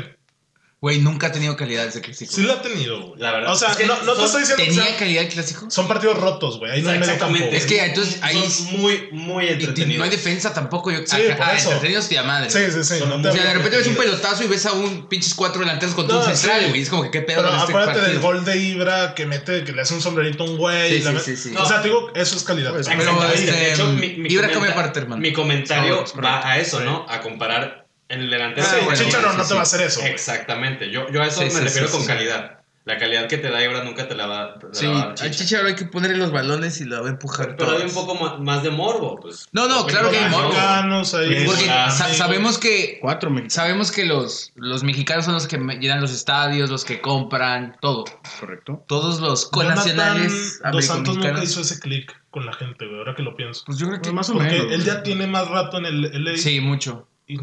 Speaker 2: Güey, nunca ha tenido calidad ese clásico.
Speaker 1: Sí lo ha tenido, güey.
Speaker 4: La verdad.
Speaker 1: O sea,
Speaker 4: Es que
Speaker 1: no, no te
Speaker 4: son-
Speaker 1: estoy diciendo que
Speaker 2: ¿Tenía
Speaker 1: sean-
Speaker 2: calidad el clásico?
Speaker 1: son partidos rotos, güey. Ahí no hay medio campo.
Speaker 4: Exactamente.
Speaker 1: güey.
Speaker 2: Es que entonces ahí.
Speaker 4: Son muy, muy
Speaker 2: y- y
Speaker 4: entretenidos.
Speaker 2: no hay defensa tampoco. Yo,
Speaker 1: Sí,
Speaker 2: acá-
Speaker 1: por
Speaker 2: ah,
Speaker 1: eso.
Speaker 2: entretenidos y a madre.
Speaker 1: Sí, sí, sí.
Speaker 4: Son
Speaker 1: no
Speaker 4: muy-
Speaker 1: te-
Speaker 2: O sea, de repente ves un
Speaker 4: entretenidos.
Speaker 2: pelotazo y ves a un pinches cuatro delanteros con
Speaker 1: No,
Speaker 2: todo un central,
Speaker 1: sí.
Speaker 2: güey. Es como que qué pedo
Speaker 1: Pero
Speaker 2: con este
Speaker 1: acuérdate del
Speaker 2: partido.
Speaker 1: gol de Ibra que mete, que le hace un sombrerito a un güey.
Speaker 2: Sí,
Speaker 1: y la
Speaker 2: sí,
Speaker 1: met-
Speaker 2: sí, sí.
Speaker 1: O sea, te digo, eso es calidad.
Speaker 3: Pues,
Speaker 1: Exacto.
Speaker 2: Pero,
Speaker 4: Exactamente.
Speaker 2: este,
Speaker 4: De hecho, mi, mi
Speaker 2: Ibra
Speaker 4: comenta-
Speaker 2: come parte, hermano.
Speaker 4: Mi comentario
Speaker 3: Sabores,
Speaker 4: va a eso,
Speaker 1: Sí.
Speaker 4: ¿no? A comparar el
Speaker 1: Sí,
Speaker 4: delantero.
Speaker 2: Ah, bueno,
Speaker 1: Chicharo
Speaker 2: sí,
Speaker 1: no
Speaker 2: sí,
Speaker 1: te va a
Speaker 2: sí.
Speaker 1: hacer eso. güey.
Speaker 4: Exactamente. Yo, yo a eso
Speaker 2: Sí,
Speaker 4: me
Speaker 2: sí,
Speaker 4: refiero
Speaker 2: sí,
Speaker 4: con
Speaker 2: sí.
Speaker 4: calidad. La calidad que te da Ibra nunca te la va, te la
Speaker 2: Sí,
Speaker 4: va a dar
Speaker 2: al
Speaker 4: Chicha.
Speaker 2: Chicharo hay que ponerle los balones y lo va a empujar
Speaker 4: Pero
Speaker 2: todo.
Speaker 4: hay un poco ma- más de morbo, pues.
Speaker 2: No, no, claro que hay morbo.
Speaker 1: Mexicanos, ahí,
Speaker 2: Porque
Speaker 1: ah,
Speaker 2: sa-
Speaker 1: sí.
Speaker 2: sabemos que
Speaker 3: Cuatro, mexicanos.
Speaker 2: sabemos que los, los mexicanos son los que me- llenan los estadios, los que compran, todo.
Speaker 3: Correcto.
Speaker 2: Todos los
Speaker 1: Jonathan
Speaker 2: conacionales
Speaker 1: Dos Santos nunca
Speaker 2: americanos.
Speaker 1: hizo ese click con la gente, güey. Ahora que lo pienso.
Speaker 2: Pues yo creo que
Speaker 3: Más o
Speaker 1: Porque
Speaker 3: menos.
Speaker 1: él ya tiene más rato en el LA.
Speaker 2: pues, sí, mucho.
Speaker 1: y-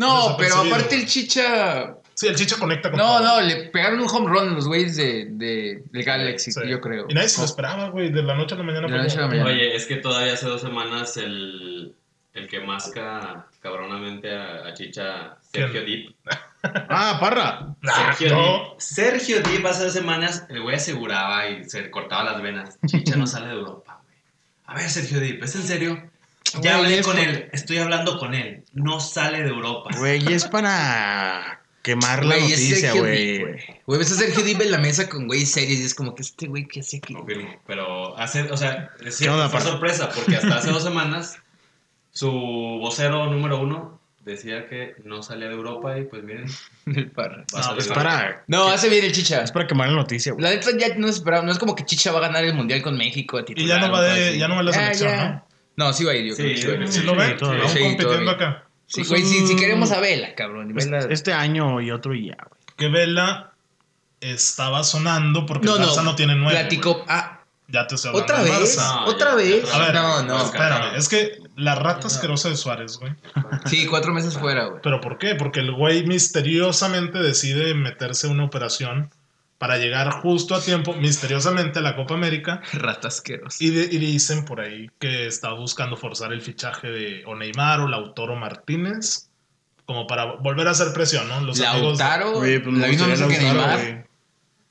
Speaker 2: No, pero
Speaker 1: desapercibido,
Speaker 2: aparte
Speaker 1: güey.
Speaker 2: el Chicha.
Speaker 1: Sí, el Chicha conecta con
Speaker 2: No,
Speaker 1: todo.
Speaker 2: no, le pegaron un home run a los güeyes de, de, del Galaxy,
Speaker 1: Sí.
Speaker 2: yo creo.
Speaker 1: Y nadie se lo esperaba, güey. De la noche a la mañana.
Speaker 2: De la
Speaker 1: fue
Speaker 2: noche a la
Speaker 1: como-
Speaker 2: mañana.
Speaker 4: Oye, es que todavía hace dos semanas el, el que masca cabronamente a, a Chicha, Sergio Deep.
Speaker 3: Ah, parra.
Speaker 1: Ah,
Speaker 4: Sergio,
Speaker 1: no.
Speaker 4: Dip. Sergio Dip hace dos semanas, el güey aseguraba y se cortaba las venas. Chicha no sale de Europa, güey.
Speaker 5: A ver, Sergio Dip, ¿es en serio? Ya
Speaker 3: Güey,
Speaker 5: hablé
Speaker 3: es
Speaker 5: con
Speaker 3: por-
Speaker 5: él, estoy hablando con él. No sale de Europa.
Speaker 3: Güey, es para quemar la
Speaker 2: Güey, es
Speaker 3: noticia,
Speaker 2: Sergio
Speaker 3: güey.
Speaker 2: Dip, Güey, ves a Sergio Dib en la mesa con güeyes serios y es como que este güey, ¿qué hace aquí?
Speaker 4: Confirmo. Pero hace, o sea, es
Speaker 3: ¿Qué onda,
Speaker 4: cierto, fue
Speaker 3: aparte?
Speaker 4: sorpresa, porque hasta hace dos semanas su vocero número uno decía que no salía de Europa y pues miren,
Speaker 2: El parra.
Speaker 4: va a salir
Speaker 3: Es
Speaker 4: mal.
Speaker 3: pues, para,
Speaker 2: No, hace bien el Chicha.
Speaker 3: es para quemar la noticia, güey.
Speaker 2: La neta ya no esperaba, no es como que Chicha va a ganar el mundial con México. titular,
Speaker 1: Y ya no va
Speaker 2: o
Speaker 1: de-
Speaker 2: algo así.
Speaker 1: ya no va a la
Speaker 2: Ah,
Speaker 1: selección,
Speaker 2: ya. ¿no? sí va a ir, yo
Speaker 4: Sí,
Speaker 2: creo que sí va a ir.
Speaker 1: Si lo ven,
Speaker 3: Sí, todavía.
Speaker 1: aún
Speaker 2: Sí,
Speaker 1: compitiendo
Speaker 2: todavía.
Speaker 1: acá.
Speaker 2: Sí,
Speaker 3: Pues
Speaker 2: güey, si,
Speaker 3: un-
Speaker 2: si queremos a Vela, cabrón. y Vela-
Speaker 3: Este año y otro y ya, güey.
Speaker 1: Que Vela estaba sonando porque
Speaker 2: No,
Speaker 1: el
Speaker 2: no,
Speaker 1: Barça no tiene nueve.
Speaker 2: platicó...
Speaker 1: güey.
Speaker 2: Ah,
Speaker 1: Ya te estoy hablando
Speaker 2: ¿otra
Speaker 1: del
Speaker 2: vez?
Speaker 1: Barça.
Speaker 2: ¿Otra
Speaker 4: ya,
Speaker 2: vez?
Speaker 4: ya.
Speaker 1: A ver,
Speaker 2: no, no.
Speaker 4: pues,
Speaker 1: Espérame, es que la rata asquerosa de Suárez, güey.
Speaker 2: Sí, cuatro meses fuera, güey.
Speaker 1: ¿Pero por qué? Porque el güey misteriosamente decide meterse una operación para llegar justo a tiempo, misteriosamente, a la Copa América.
Speaker 2: Rata asquerosa.
Speaker 1: Y, de- y dicen por ahí que está buscando forzar el fichaje de o Neymar o Lautaro Martínez. Como para volver a hacer presión, ¿no? Los amigos de-
Speaker 2: Lautaro,
Speaker 3: Güey, pues me
Speaker 2: la misma
Speaker 3: gustaría
Speaker 2: mesa que
Speaker 3: Lautaro,
Speaker 2: Neymar.
Speaker 3: güey.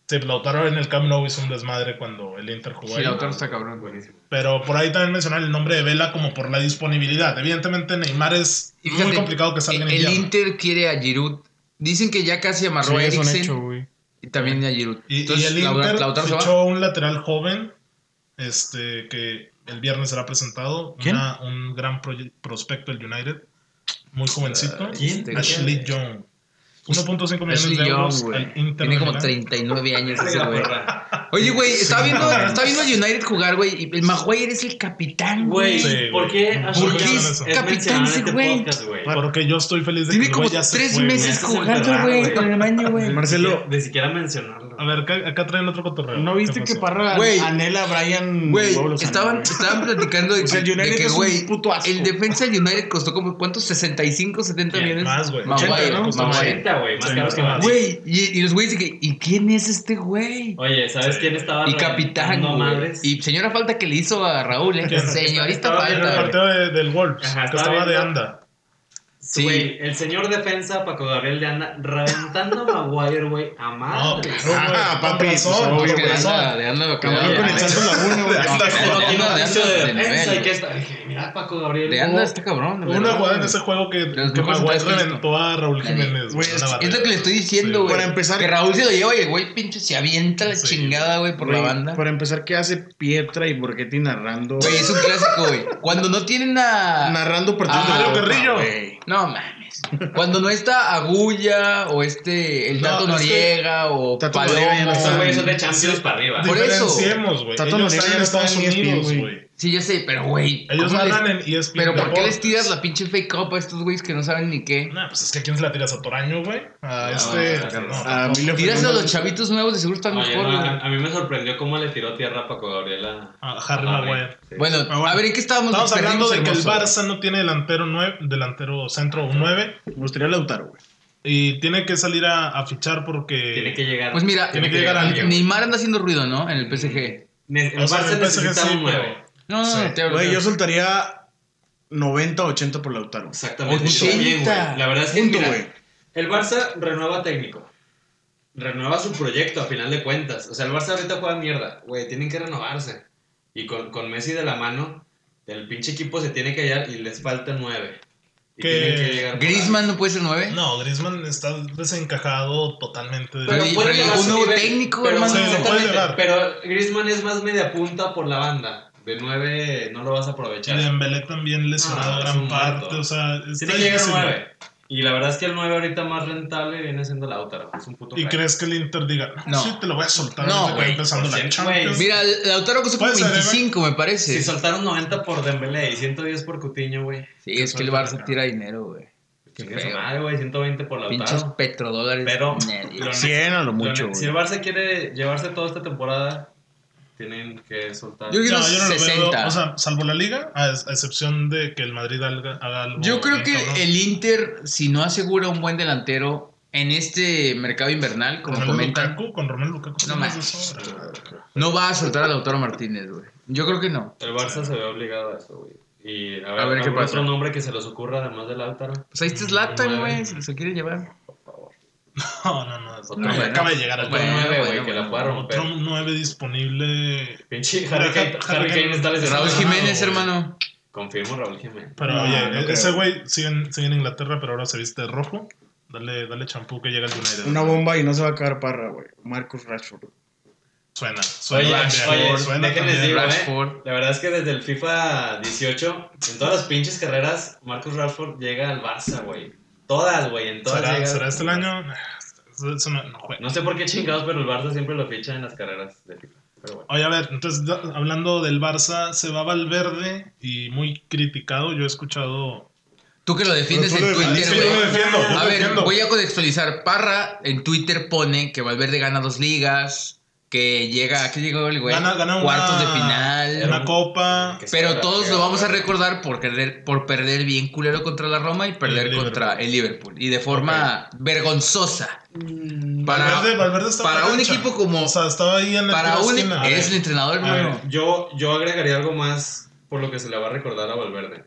Speaker 1: Sí, Lautaro en el Camp Nou hizo un desmadre cuando el Inter jugó
Speaker 2: Sí,
Speaker 1: ahí.
Speaker 2: Lautaro está cabrón, güey.
Speaker 4: Buenísimo.
Speaker 1: Pero por ahí también mencionan el nombre de Vela como por la disponibilidad. Evidentemente Neymar es
Speaker 2: Y
Speaker 1: muy
Speaker 2: fíjate,
Speaker 1: complicado que salga en
Speaker 2: El
Speaker 1: invierno.
Speaker 2: Inter quiere a Giroud. Dicen que ya casi
Speaker 3: Sí,
Speaker 2: amarró a
Speaker 3: es un
Speaker 2: Eriksen
Speaker 3: hecho, güey.
Speaker 2: y también a Giroud.
Speaker 1: Y, y
Speaker 2: Entonces,
Speaker 1: el
Speaker 2: Lau-
Speaker 1: Inter
Speaker 2: Lautaro se va.
Speaker 1: fichó un lateral joven este que el viernes será presentado.
Speaker 3: ¿Quién?
Speaker 1: Una- un gran proye- prospecto del United. Muy jovencito.
Speaker 2: Ah, ¿Quién?
Speaker 1: Ashley Young. 1.5 millones
Speaker 2: Ashley
Speaker 1: de euros
Speaker 2: Young, güey.
Speaker 1: al Inter.
Speaker 2: Tiene como
Speaker 1: de Milán.
Speaker 2: 39 años ese
Speaker 4: La
Speaker 2: güey.
Speaker 4: perra.
Speaker 2: Oye, güey, estaba viendo, estaba viendo a United jugar, güey. Y el Maguire es el capitán, güey.
Speaker 4: Güey,
Speaker 1: Sí, güey.
Speaker 4: ¿por qué
Speaker 1: ¿Por
Speaker 4: Ashley
Speaker 1: qué
Speaker 4: Young
Speaker 1: es
Speaker 2: capitán
Speaker 4: mencionado en
Speaker 2: ese
Speaker 4: este
Speaker 2: güey?
Speaker 4: podcast, güey?
Speaker 1: Porque yo estoy feliz de
Speaker 2: Tiene
Speaker 1: que el
Speaker 2: como
Speaker 1: güey ya se
Speaker 2: tres
Speaker 1: fue, güey.
Speaker 2: meses
Speaker 4: Ya se fue,
Speaker 2: jugando,
Speaker 4: ¿verdad,
Speaker 2: güey,
Speaker 4: güey?
Speaker 2: con el Maño, güey.
Speaker 4: Ni
Speaker 3: Marcelo,
Speaker 4: siquiera- Ni siquiera mencionarlo.
Speaker 1: A ver, acá, acá traen otro cotorreo.
Speaker 3: ¿No viste
Speaker 1: ¿Qué
Speaker 3: que
Speaker 1: pasó?
Speaker 3: Parra
Speaker 2: Güey.
Speaker 3: anhela a Brian
Speaker 2: Güey,
Speaker 3: Huevo Lozano,
Speaker 2: estaban,
Speaker 3: güey?
Speaker 2: estaban platicando de
Speaker 3: O
Speaker 2: que,
Speaker 3: sea, el
Speaker 2: de
Speaker 3: United
Speaker 2: que,
Speaker 3: es un
Speaker 2: güey,
Speaker 3: puto asco.
Speaker 2: el defensa del United costó como, ¿cuántos? 65, 70 millones.
Speaker 1: Más, güey.
Speaker 2: Maguire,
Speaker 3: 80, ¿no?
Speaker 2: costó
Speaker 3: Maguire.
Speaker 2: Maguire.
Speaker 4: 80, güey,
Speaker 1: Sí,
Speaker 4: más caro
Speaker 1: más
Speaker 4: que
Speaker 1: caro.
Speaker 4: más.
Speaker 2: Güey, y, y los güeyes dicen que, ¿y quién es este güey?
Speaker 4: Oye, ¿sabes
Speaker 1: Sí.
Speaker 4: quién estaba
Speaker 2: Y capitán,
Speaker 4: No
Speaker 2: güey.
Speaker 4: madres.
Speaker 2: Y señora falta que le hizo a Raúl, ¿eh?
Speaker 1: ¿Quién?
Speaker 2: Señorita
Speaker 4: Estaba
Speaker 1: En el
Speaker 2: falta, güey.
Speaker 1: partido de- del Wolves,
Speaker 4: Ajá,
Speaker 1: que
Speaker 4: estaba
Speaker 1: estaba de
Speaker 4: viendo-
Speaker 1: anda.
Speaker 2: Sí.
Speaker 4: Güey, el señor defensa Paco Gabriel de anda reventando a Maguire, güey, a
Speaker 1: No,
Speaker 4: madres.
Speaker 1: claro,
Speaker 3: Ah,
Speaker 1: güey,
Speaker 3: papi,
Speaker 1: con razón,
Speaker 3: pues,
Speaker 1: con
Speaker 3: obvio,
Speaker 2: Que le
Speaker 1: razón.
Speaker 2: anda- le anda- que le
Speaker 3: Cabrón,
Speaker 2: anda-
Speaker 3: con el Santos Laguna, güey.
Speaker 1: Anda,
Speaker 2: Ah,
Speaker 4: Pero
Speaker 2: no,
Speaker 4: tiene
Speaker 2: no,
Speaker 4: un
Speaker 2: de
Speaker 4: anuncio
Speaker 2: Anda
Speaker 4: de
Speaker 2: de
Speaker 4: defensa
Speaker 2: nivel.
Speaker 4: y que está. Dije, Mira, Paco Gabriel.
Speaker 2: Le anda este cabrón. de
Speaker 1: Una
Speaker 2: verdad,
Speaker 1: jugada en
Speaker 2: güey.
Speaker 1: ese juego que,
Speaker 2: Los
Speaker 1: que
Speaker 2: mejores
Speaker 1: Maguire
Speaker 2: que has visto.
Speaker 1: reventó a Raúl
Speaker 2: Nadie.
Speaker 1: Jiménez.
Speaker 3: Güey,
Speaker 1: una
Speaker 3: es-
Speaker 1: barrera.
Speaker 2: Es lo que le estoy diciendo,
Speaker 1: Sí,
Speaker 2: güey.
Speaker 1: güey.
Speaker 3: Para empezar-
Speaker 2: Que Raúl se lo lleva y el güey pinche se avienta la
Speaker 1: Sí.
Speaker 2: chingada, güey, por la
Speaker 3: Güey,
Speaker 2: banda.
Speaker 3: Para empezar, ¿qué hace Pietra y Borghetti narrando?
Speaker 2: Güey, es un clásico, güey. Cuando no tienen a.
Speaker 3: narrando partidos
Speaker 2: Ah, Mario
Speaker 3: Europa,
Speaker 1: Carrillo.
Speaker 3: güey.
Speaker 2: No mames. Cuando no está Agulla o este. El
Speaker 1: No,
Speaker 2: Tato
Speaker 1: es que-
Speaker 2: Noriega o
Speaker 3: Tato
Speaker 2: Palomo.
Speaker 3: Noriega ya no está,
Speaker 4: Esos güeyes son de
Speaker 2: güey.
Speaker 4: Champions para arriba.
Speaker 2: Por eso.
Speaker 1: Diferenciemos, güey.
Speaker 3: Tato
Speaker 1: Ellos
Speaker 3: Noriega
Speaker 1: están en
Speaker 3: está en
Speaker 1: Estados
Speaker 3: ESPN,
Speaker 1: Unidos,
Speaker 3: güey.
Speaker 1: güey.
Speaker 2: Sí, ya sé, pero güey.
Speaker 1: Ellos
Speaker 2: ¿cómo les-
Speaker 1: hablan en E ESPN.
Speaker 2: Pero ¿por qué les
Speaker 1: Deportes?
Speaker 2: tiras la pinche fake up a estos güeyes que no saben ni qué?
Speaker 1: Nah, pues es que ¿a quién se la tiras a Toraño, güey? A
Speaker 2: No,
Speaker 1: este.
Speaker 2: no,
Speaker 1: no,
Speaker 3: A
Speaker 1: tampoco.
Speaker 3: Emilio
Speaker 2: Tiras a
Speaker 3: Fernández.
Speaker 2: los chavitos nuevos de seguro están
Speaker 4: Oye,
Speaker 2: mejor,
Speaker 4: no,
Speaker 2: güey.
Speaker 4: a, a mí me sorprendió cómo le tiró tierra a Paco Gabriel a,
Speaker 1: A Harry Maguire.
Speaker 4: Sí.
Speaker 2: Bueno,
Speaker 1: Pero bueno,
Speaker 2: a ver, ¿en qué estábamos?
Speaker 1: Estamos
Speaker 2: Nos
Speaker 1: hablando de que el
Speaker 2: perdimos, hermoso.
Speaker 1: Barça no tiene delantero, nueve, delantero centro o 9
Speaker 3: Me gustaría Lautaro, güey.
Speaker 1: y tiene que salir a, a fichar porque.
Speaker 4: Tiene que llegar.
Speaker 2: Pues mira,
Speaker 1: Tiene que llegar alguien, güey.
Speaker 2: Neymar anda haciendo ruido, ¿no? En el PSG.
Speaker 4: Ne- El
Speaker 1: O sea,
Speaker 4: Barça
Speaker 1: el PSG
Speaker 4: necesita
Speaker 1: sí,
Speaker 4: un
Speaker 1: pero-
Speaker 4: 9.
Speaker 2: No, no,
Speaker 1: Sí.
Speaker 2: no, te hablo.
Speaker 3: Güey, yo soltaría 90 80 por Lautaro.
Speaker 4: Exactamente.
Speaker 2: Ochenta.
Speaker 4: Yo también, güey. La verdad es que
Speaker 3: Punto,
Speaker 4: mira,
Speaker 3: güey.
Speaker 4: el Barça renueva técnico. Renueva su proyecto a final de cuentas. O sea, el Barça ahorita juega mierda. Güey, tienen que renovarse. Y con, con Messi de la mano, el pinche equipo se tiene que hallar y les falta 9. Y
Speaker 1: Que-
Speaker 4: tienen que llegar.
Speaker 2: Griezmann no puede ser nueve.
Speaker 1: No, Griezmann está desencajado totalmente. de-
Speaker 2: Pero-
Speaker 4: puede
Speaker 2: llegó
Speaker 4: llegar
Speaker 2: un
Speaker 4: a su
Speaker 2: nuevo
Speaker 4: nivel.
Speaker 2: técnico,
Speaker 4: pero,
Speaker 2: hermano.
Speaker 1: Sí, lo puede
Speaker 4: exactamente,
Speaker 1: llegar.
Speaker 4: pero Griezmann es más media punta por la banda. De 9 no lo vas a
Speaker 1: Y
Speaker 4: aprovechar.
Speaker 1: Dembélé también lesionado
Speaker 4: No, Ah, es
Speaker 1: gran
Speaker 4: un muerto.
Speaker 1: parte. O sea,
Speaker 4: Si
Speaker 1: está
Speaker 4: te llega
Speaker 1: difícil, güey.
Speaker 4: 9. Y la verdad es que el 9 ahorita más rentable viene siendo Lautaro. Es un puto
Speaker 1: ¿Y
Speaker 4: crack.
Speaker 1: crees que el Inter diga, no,
Speaker 2: No.
Speaker 1: sí, te lo voy a soltar
Speaker 2: No,
Speaker 1: ahorita que
Speaker 2: güey.
Speaker 1: empezando la
Speaker 4: Güey,
Speaker 1: Champions?
Speaker 2: Mira, Lautaro costó como
Speaker 1: Puede ser, ¿eh?
Speaker 2: 25, me
Speaker 4: Si
Speaker 2: parece. Sí,
Speaker 4: soltaron 90 por Dembélé y 110 por Cutiño, güey.
Speaker 2: es que el Barça tira dinero, güey. Qué
Speaker 4: Chingue su
Speaker 2: feo.
Speaker 4: madre, güey, 120 por
Speaker 2: Pinches
Speaker 4: Lautaro.
Speaker 2: petrodólares.
Speaker 4: Pero-
Speaker 2: Nadie.
Speaker 4: Lo-
Speaker 3: 100 a lo
Speaker 4: Pero
Speaker 3: mucho,
Speaker 4: si el
Speaker 3: güey.
Speaker 4: Barça quiere llevarse toda esta temporada, tienen que soltar.
Speaker 2: Yo creo que
Speaker 1: No,
Speaker 2: unos
Speaker 1: yo no lo veo.
Speaker 2: 60.
Speaker 1: O sea, salvo la liga, a, ex- a excepción de que el Madrid haga, haga algo.
Speaker 2: Yo creo
Speaker 1: bien
Speaker 2: que
Speaker 1: cabrón.
Speaker 2: el Inter, si no asegura un buen delantero en este mercado invernal, como
Speaker 1: Romelu
Speaker 2: comentan,
Speaker 1: Lukaku, con Romelu Lukaku.
Speaker 2: No
Speaker 1: sí,
Speaker 2: mames.
Speaker 1: de sobra.
Speaker 2: no va a soltar a Lautaro Martínez, güey. Yo creo que no.
Speaker 4: El Barça se ve obligado a eso, güey. Y a ver,
Speaker 2: A ver qué
Speaker 4: ¿algún
Speaker 2: pasa.
Speaker 4: otro nombre que se les ocurra además de Lautaro.
Speaker 2: Pues ahí está Zlatan, güey, se lo quiere llevar.
Speaker 1: No, no, no. es-
Speaker 4: Otro
Speaker 1: acaba-
Speaker 2: bueno.
Speaker 1: Acaba de llegar al
Speaker 4: Otro 9, güey,
Speaker 2: bueno,
Speaker 4: que la
Speaker 2: bueno.
Speaker 4: pueda romper.
Speaker 1: Otro 9 disponible.
Speaker 4: Pinche Harry Kane- Harry Kane está lesionado.
Speaker 2: Raúl Jiménez,
Speaker 1: Pues, güey.
Speaker 2: hermano.
Speaker 4: Confirmo Raúl Jiménez.
Speaker 1: Pero
Speaker 3: No,
Speaker 1: oye, e-,
Speaker 3: no
Speaker 1: ese
Speaker 3: creo.
Speaker 1: güey sigue, en- sigue en Inglaterra, pero ahora se viste de rojo. Dale, dale champú que llega al United.
Speaker 3: Una bomba y no se va a acabar parra, güey. Marcus Rashford.
Speaker 1: Suena, suena.
Speaker 4: Oye,
Speaker 1: también,
Speaker 4: oye,
Speaker 1: suena
Speaker 4: déjenles
Speaker 1: también.
Speaker 4: digo, eh,
Speaker 2: Rashford.
Speaker 4: la verdad es que desde el FIFA 18, en todas las pinches carreras, Marcus Rashford llega al Barça, güey. Todas, güey, en todas
Speaker 1: ¿Será,
Speaker 4: llega.
Speaker 1: será este el año? Eso- Eso no, no juega.
Speaker 4: No sé por qué chingados, pero el Barça siempre lo ficha en las carreras de FIFA. Pero bueno.
Speaker 1: Oye, a ver, entonces da- hablando del Barça, se va Valverde y muy criticado. Yo he escuchado.
Speaker 2: Tú que lo defiendes
Speaker 3: Pero tú
Speaker 2: en
Speaker 3: lo
Speaker 2: Twitter,
Speaker 3: defendiste,
Speaker 1: yo lo
Speaker 2: güey.
Speaker 1: defiendo. yo
Speaker 2: A
Speaker 1: lo
Speaker 2: ver,
Speaker 1: defiendo.
Speaker 2: voy a contextualizar. Parra en Twitter pone que Valverde gana dos ligas, que llega, ¿qué llegó el güey?
Speaker 1: Gana- gana una-
Speaker 2: Cuartos de
Speaker 1: Una
Speaker 2: final.
Speaker 1: copa.
Speaker 4: Que se
Speaker 2: Pero
Speaker 4: haga
Speaker 2: todos
Speaker 4: la
Speaker 2: lo vamos a
Speaker 4: cagada.
Speaker 2: recordar por perder, por perder bien culero contra la Roma y perder
Speaker 1: El Liverpool.
Speaker 2: contra el Liverpool. Y de forma vergonzosa.
Speaker 4: Mm.
Speaker 2: Para,
Speaker 1: Valverde, Valverde estaba
Speaker 2: para
Speaker 1: en la
Speaker 2: un
Speaker 1: cancha.
Speaker 2: equipo como.
Speaker 1: O sea, estaba ahí en la
Speaker 2: para un.
Speaker 1: esquina. A
Speaker 2: Eres
Speaker 1: ver,
Speaker 2: el entrenador,
Speaker 4: A
Speaker 2: hermano.
Speaker 4: ver, yo, yo agregaría algo más por lo que se le va a recordar a Valverde.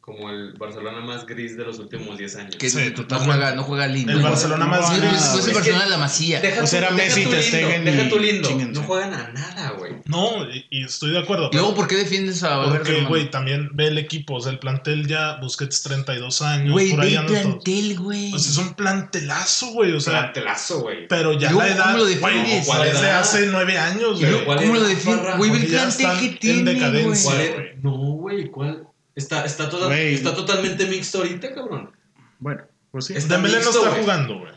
Speaker 4: Como el Barcelona más gris de los últimos 10 años.
Speaker 2: Que
Speaker 1: Sí,
Speaker 2: no
Speaker 1: totalmente.
Speaker 2: juega, no juega lindo.
Speaker 1: El
Speaker 2: güey.
Speaker 1: Barcelona más
Speaker 2: No,
Speaker 3: gana,
Speaker 2: es- no es
Speaker 3: güey.
Speaker 2: el Barcelona de la Masía.
Speaker 4: Deja
Speaker 3: Pues
Speaker 4: tu-
Speaker 3: era
Speaker 4: deja
Speaker 3: Messi,
Speaker 4: tu
Speaker 3: Ter
Speaker 4: lindo,
Speaker 3: Stegen
Speaker 4: Deja
Speaker 3: y
Speaker 4: tu lindo.
Speaker 3: chinguense.
Speaker 4: No juegan a nada, güey.
Speaker 1: No, y, y estoy de acuerdo.
Speaker 2: Y luego, ¿por qué defiendes a Valverde?
Speaker 1: porque,
Speaker 2: hermano?
Speaker 1: güey, también ve el equipo. O sea, el plantel ya Busquets 32 años.
Speaker 2: Güey,
Speaker 1: por ahí
Speaker 2: ve el
Speaker 1: andan todos.
Speaker 2: plantel, güey.
Speaker 1: O sea, es un plantelazo, güey. O
Speaker 4: O
Speaker 1: sea,
Speaker 4: sea, telazo, güey.
Speaker 1: pero ya
Speaker 2: Yo,
Speaker 1: la edad.
Speaker 2: ¿cómo lo
Speaker 1: güey,
Speaker 2: defiendes?
Speaker 1: ¿cuál es de
Speaker 4: edad?
Speaker 1: hace 9 años,
Speaker 4: Yo-
Speaker 1: güey.
Speaker 4: ¿cuál
Speaker 2: ¿Cómo
Speaker 4: es
Speaker 2: lo
Speaker 4: la
Speaker 2: defiendes?
Speaker 4: farra?
Speaker 2: Güey, ve el
Speaker 1: Porque ya
Speaker 2: plantel
Speaker 1: están
Speaker 2: que
Speaker 1: en
Speaker 2: tiene,
Speaker 1: decadencia.
Speaker 4: ¿Cuál
Speaker 2: güey.
Speaker 1: Sí,
Speaker 4: es?
Speaker 1: güey.
Speaker 4: No, güey, ¿cuál? Está, está, toda-
Speaker 3: Güey.
Speaker 4: está totalmente mixto ahorita, cabrón.
Speaker 3: Bueno, pues sí.
Speaker 4: Es- está
Speaker 1: Dembélé no
Speaker 4: mixto,
Speaker 1: está
Speaker 4: güey.
Speaker 1: jugando, güey.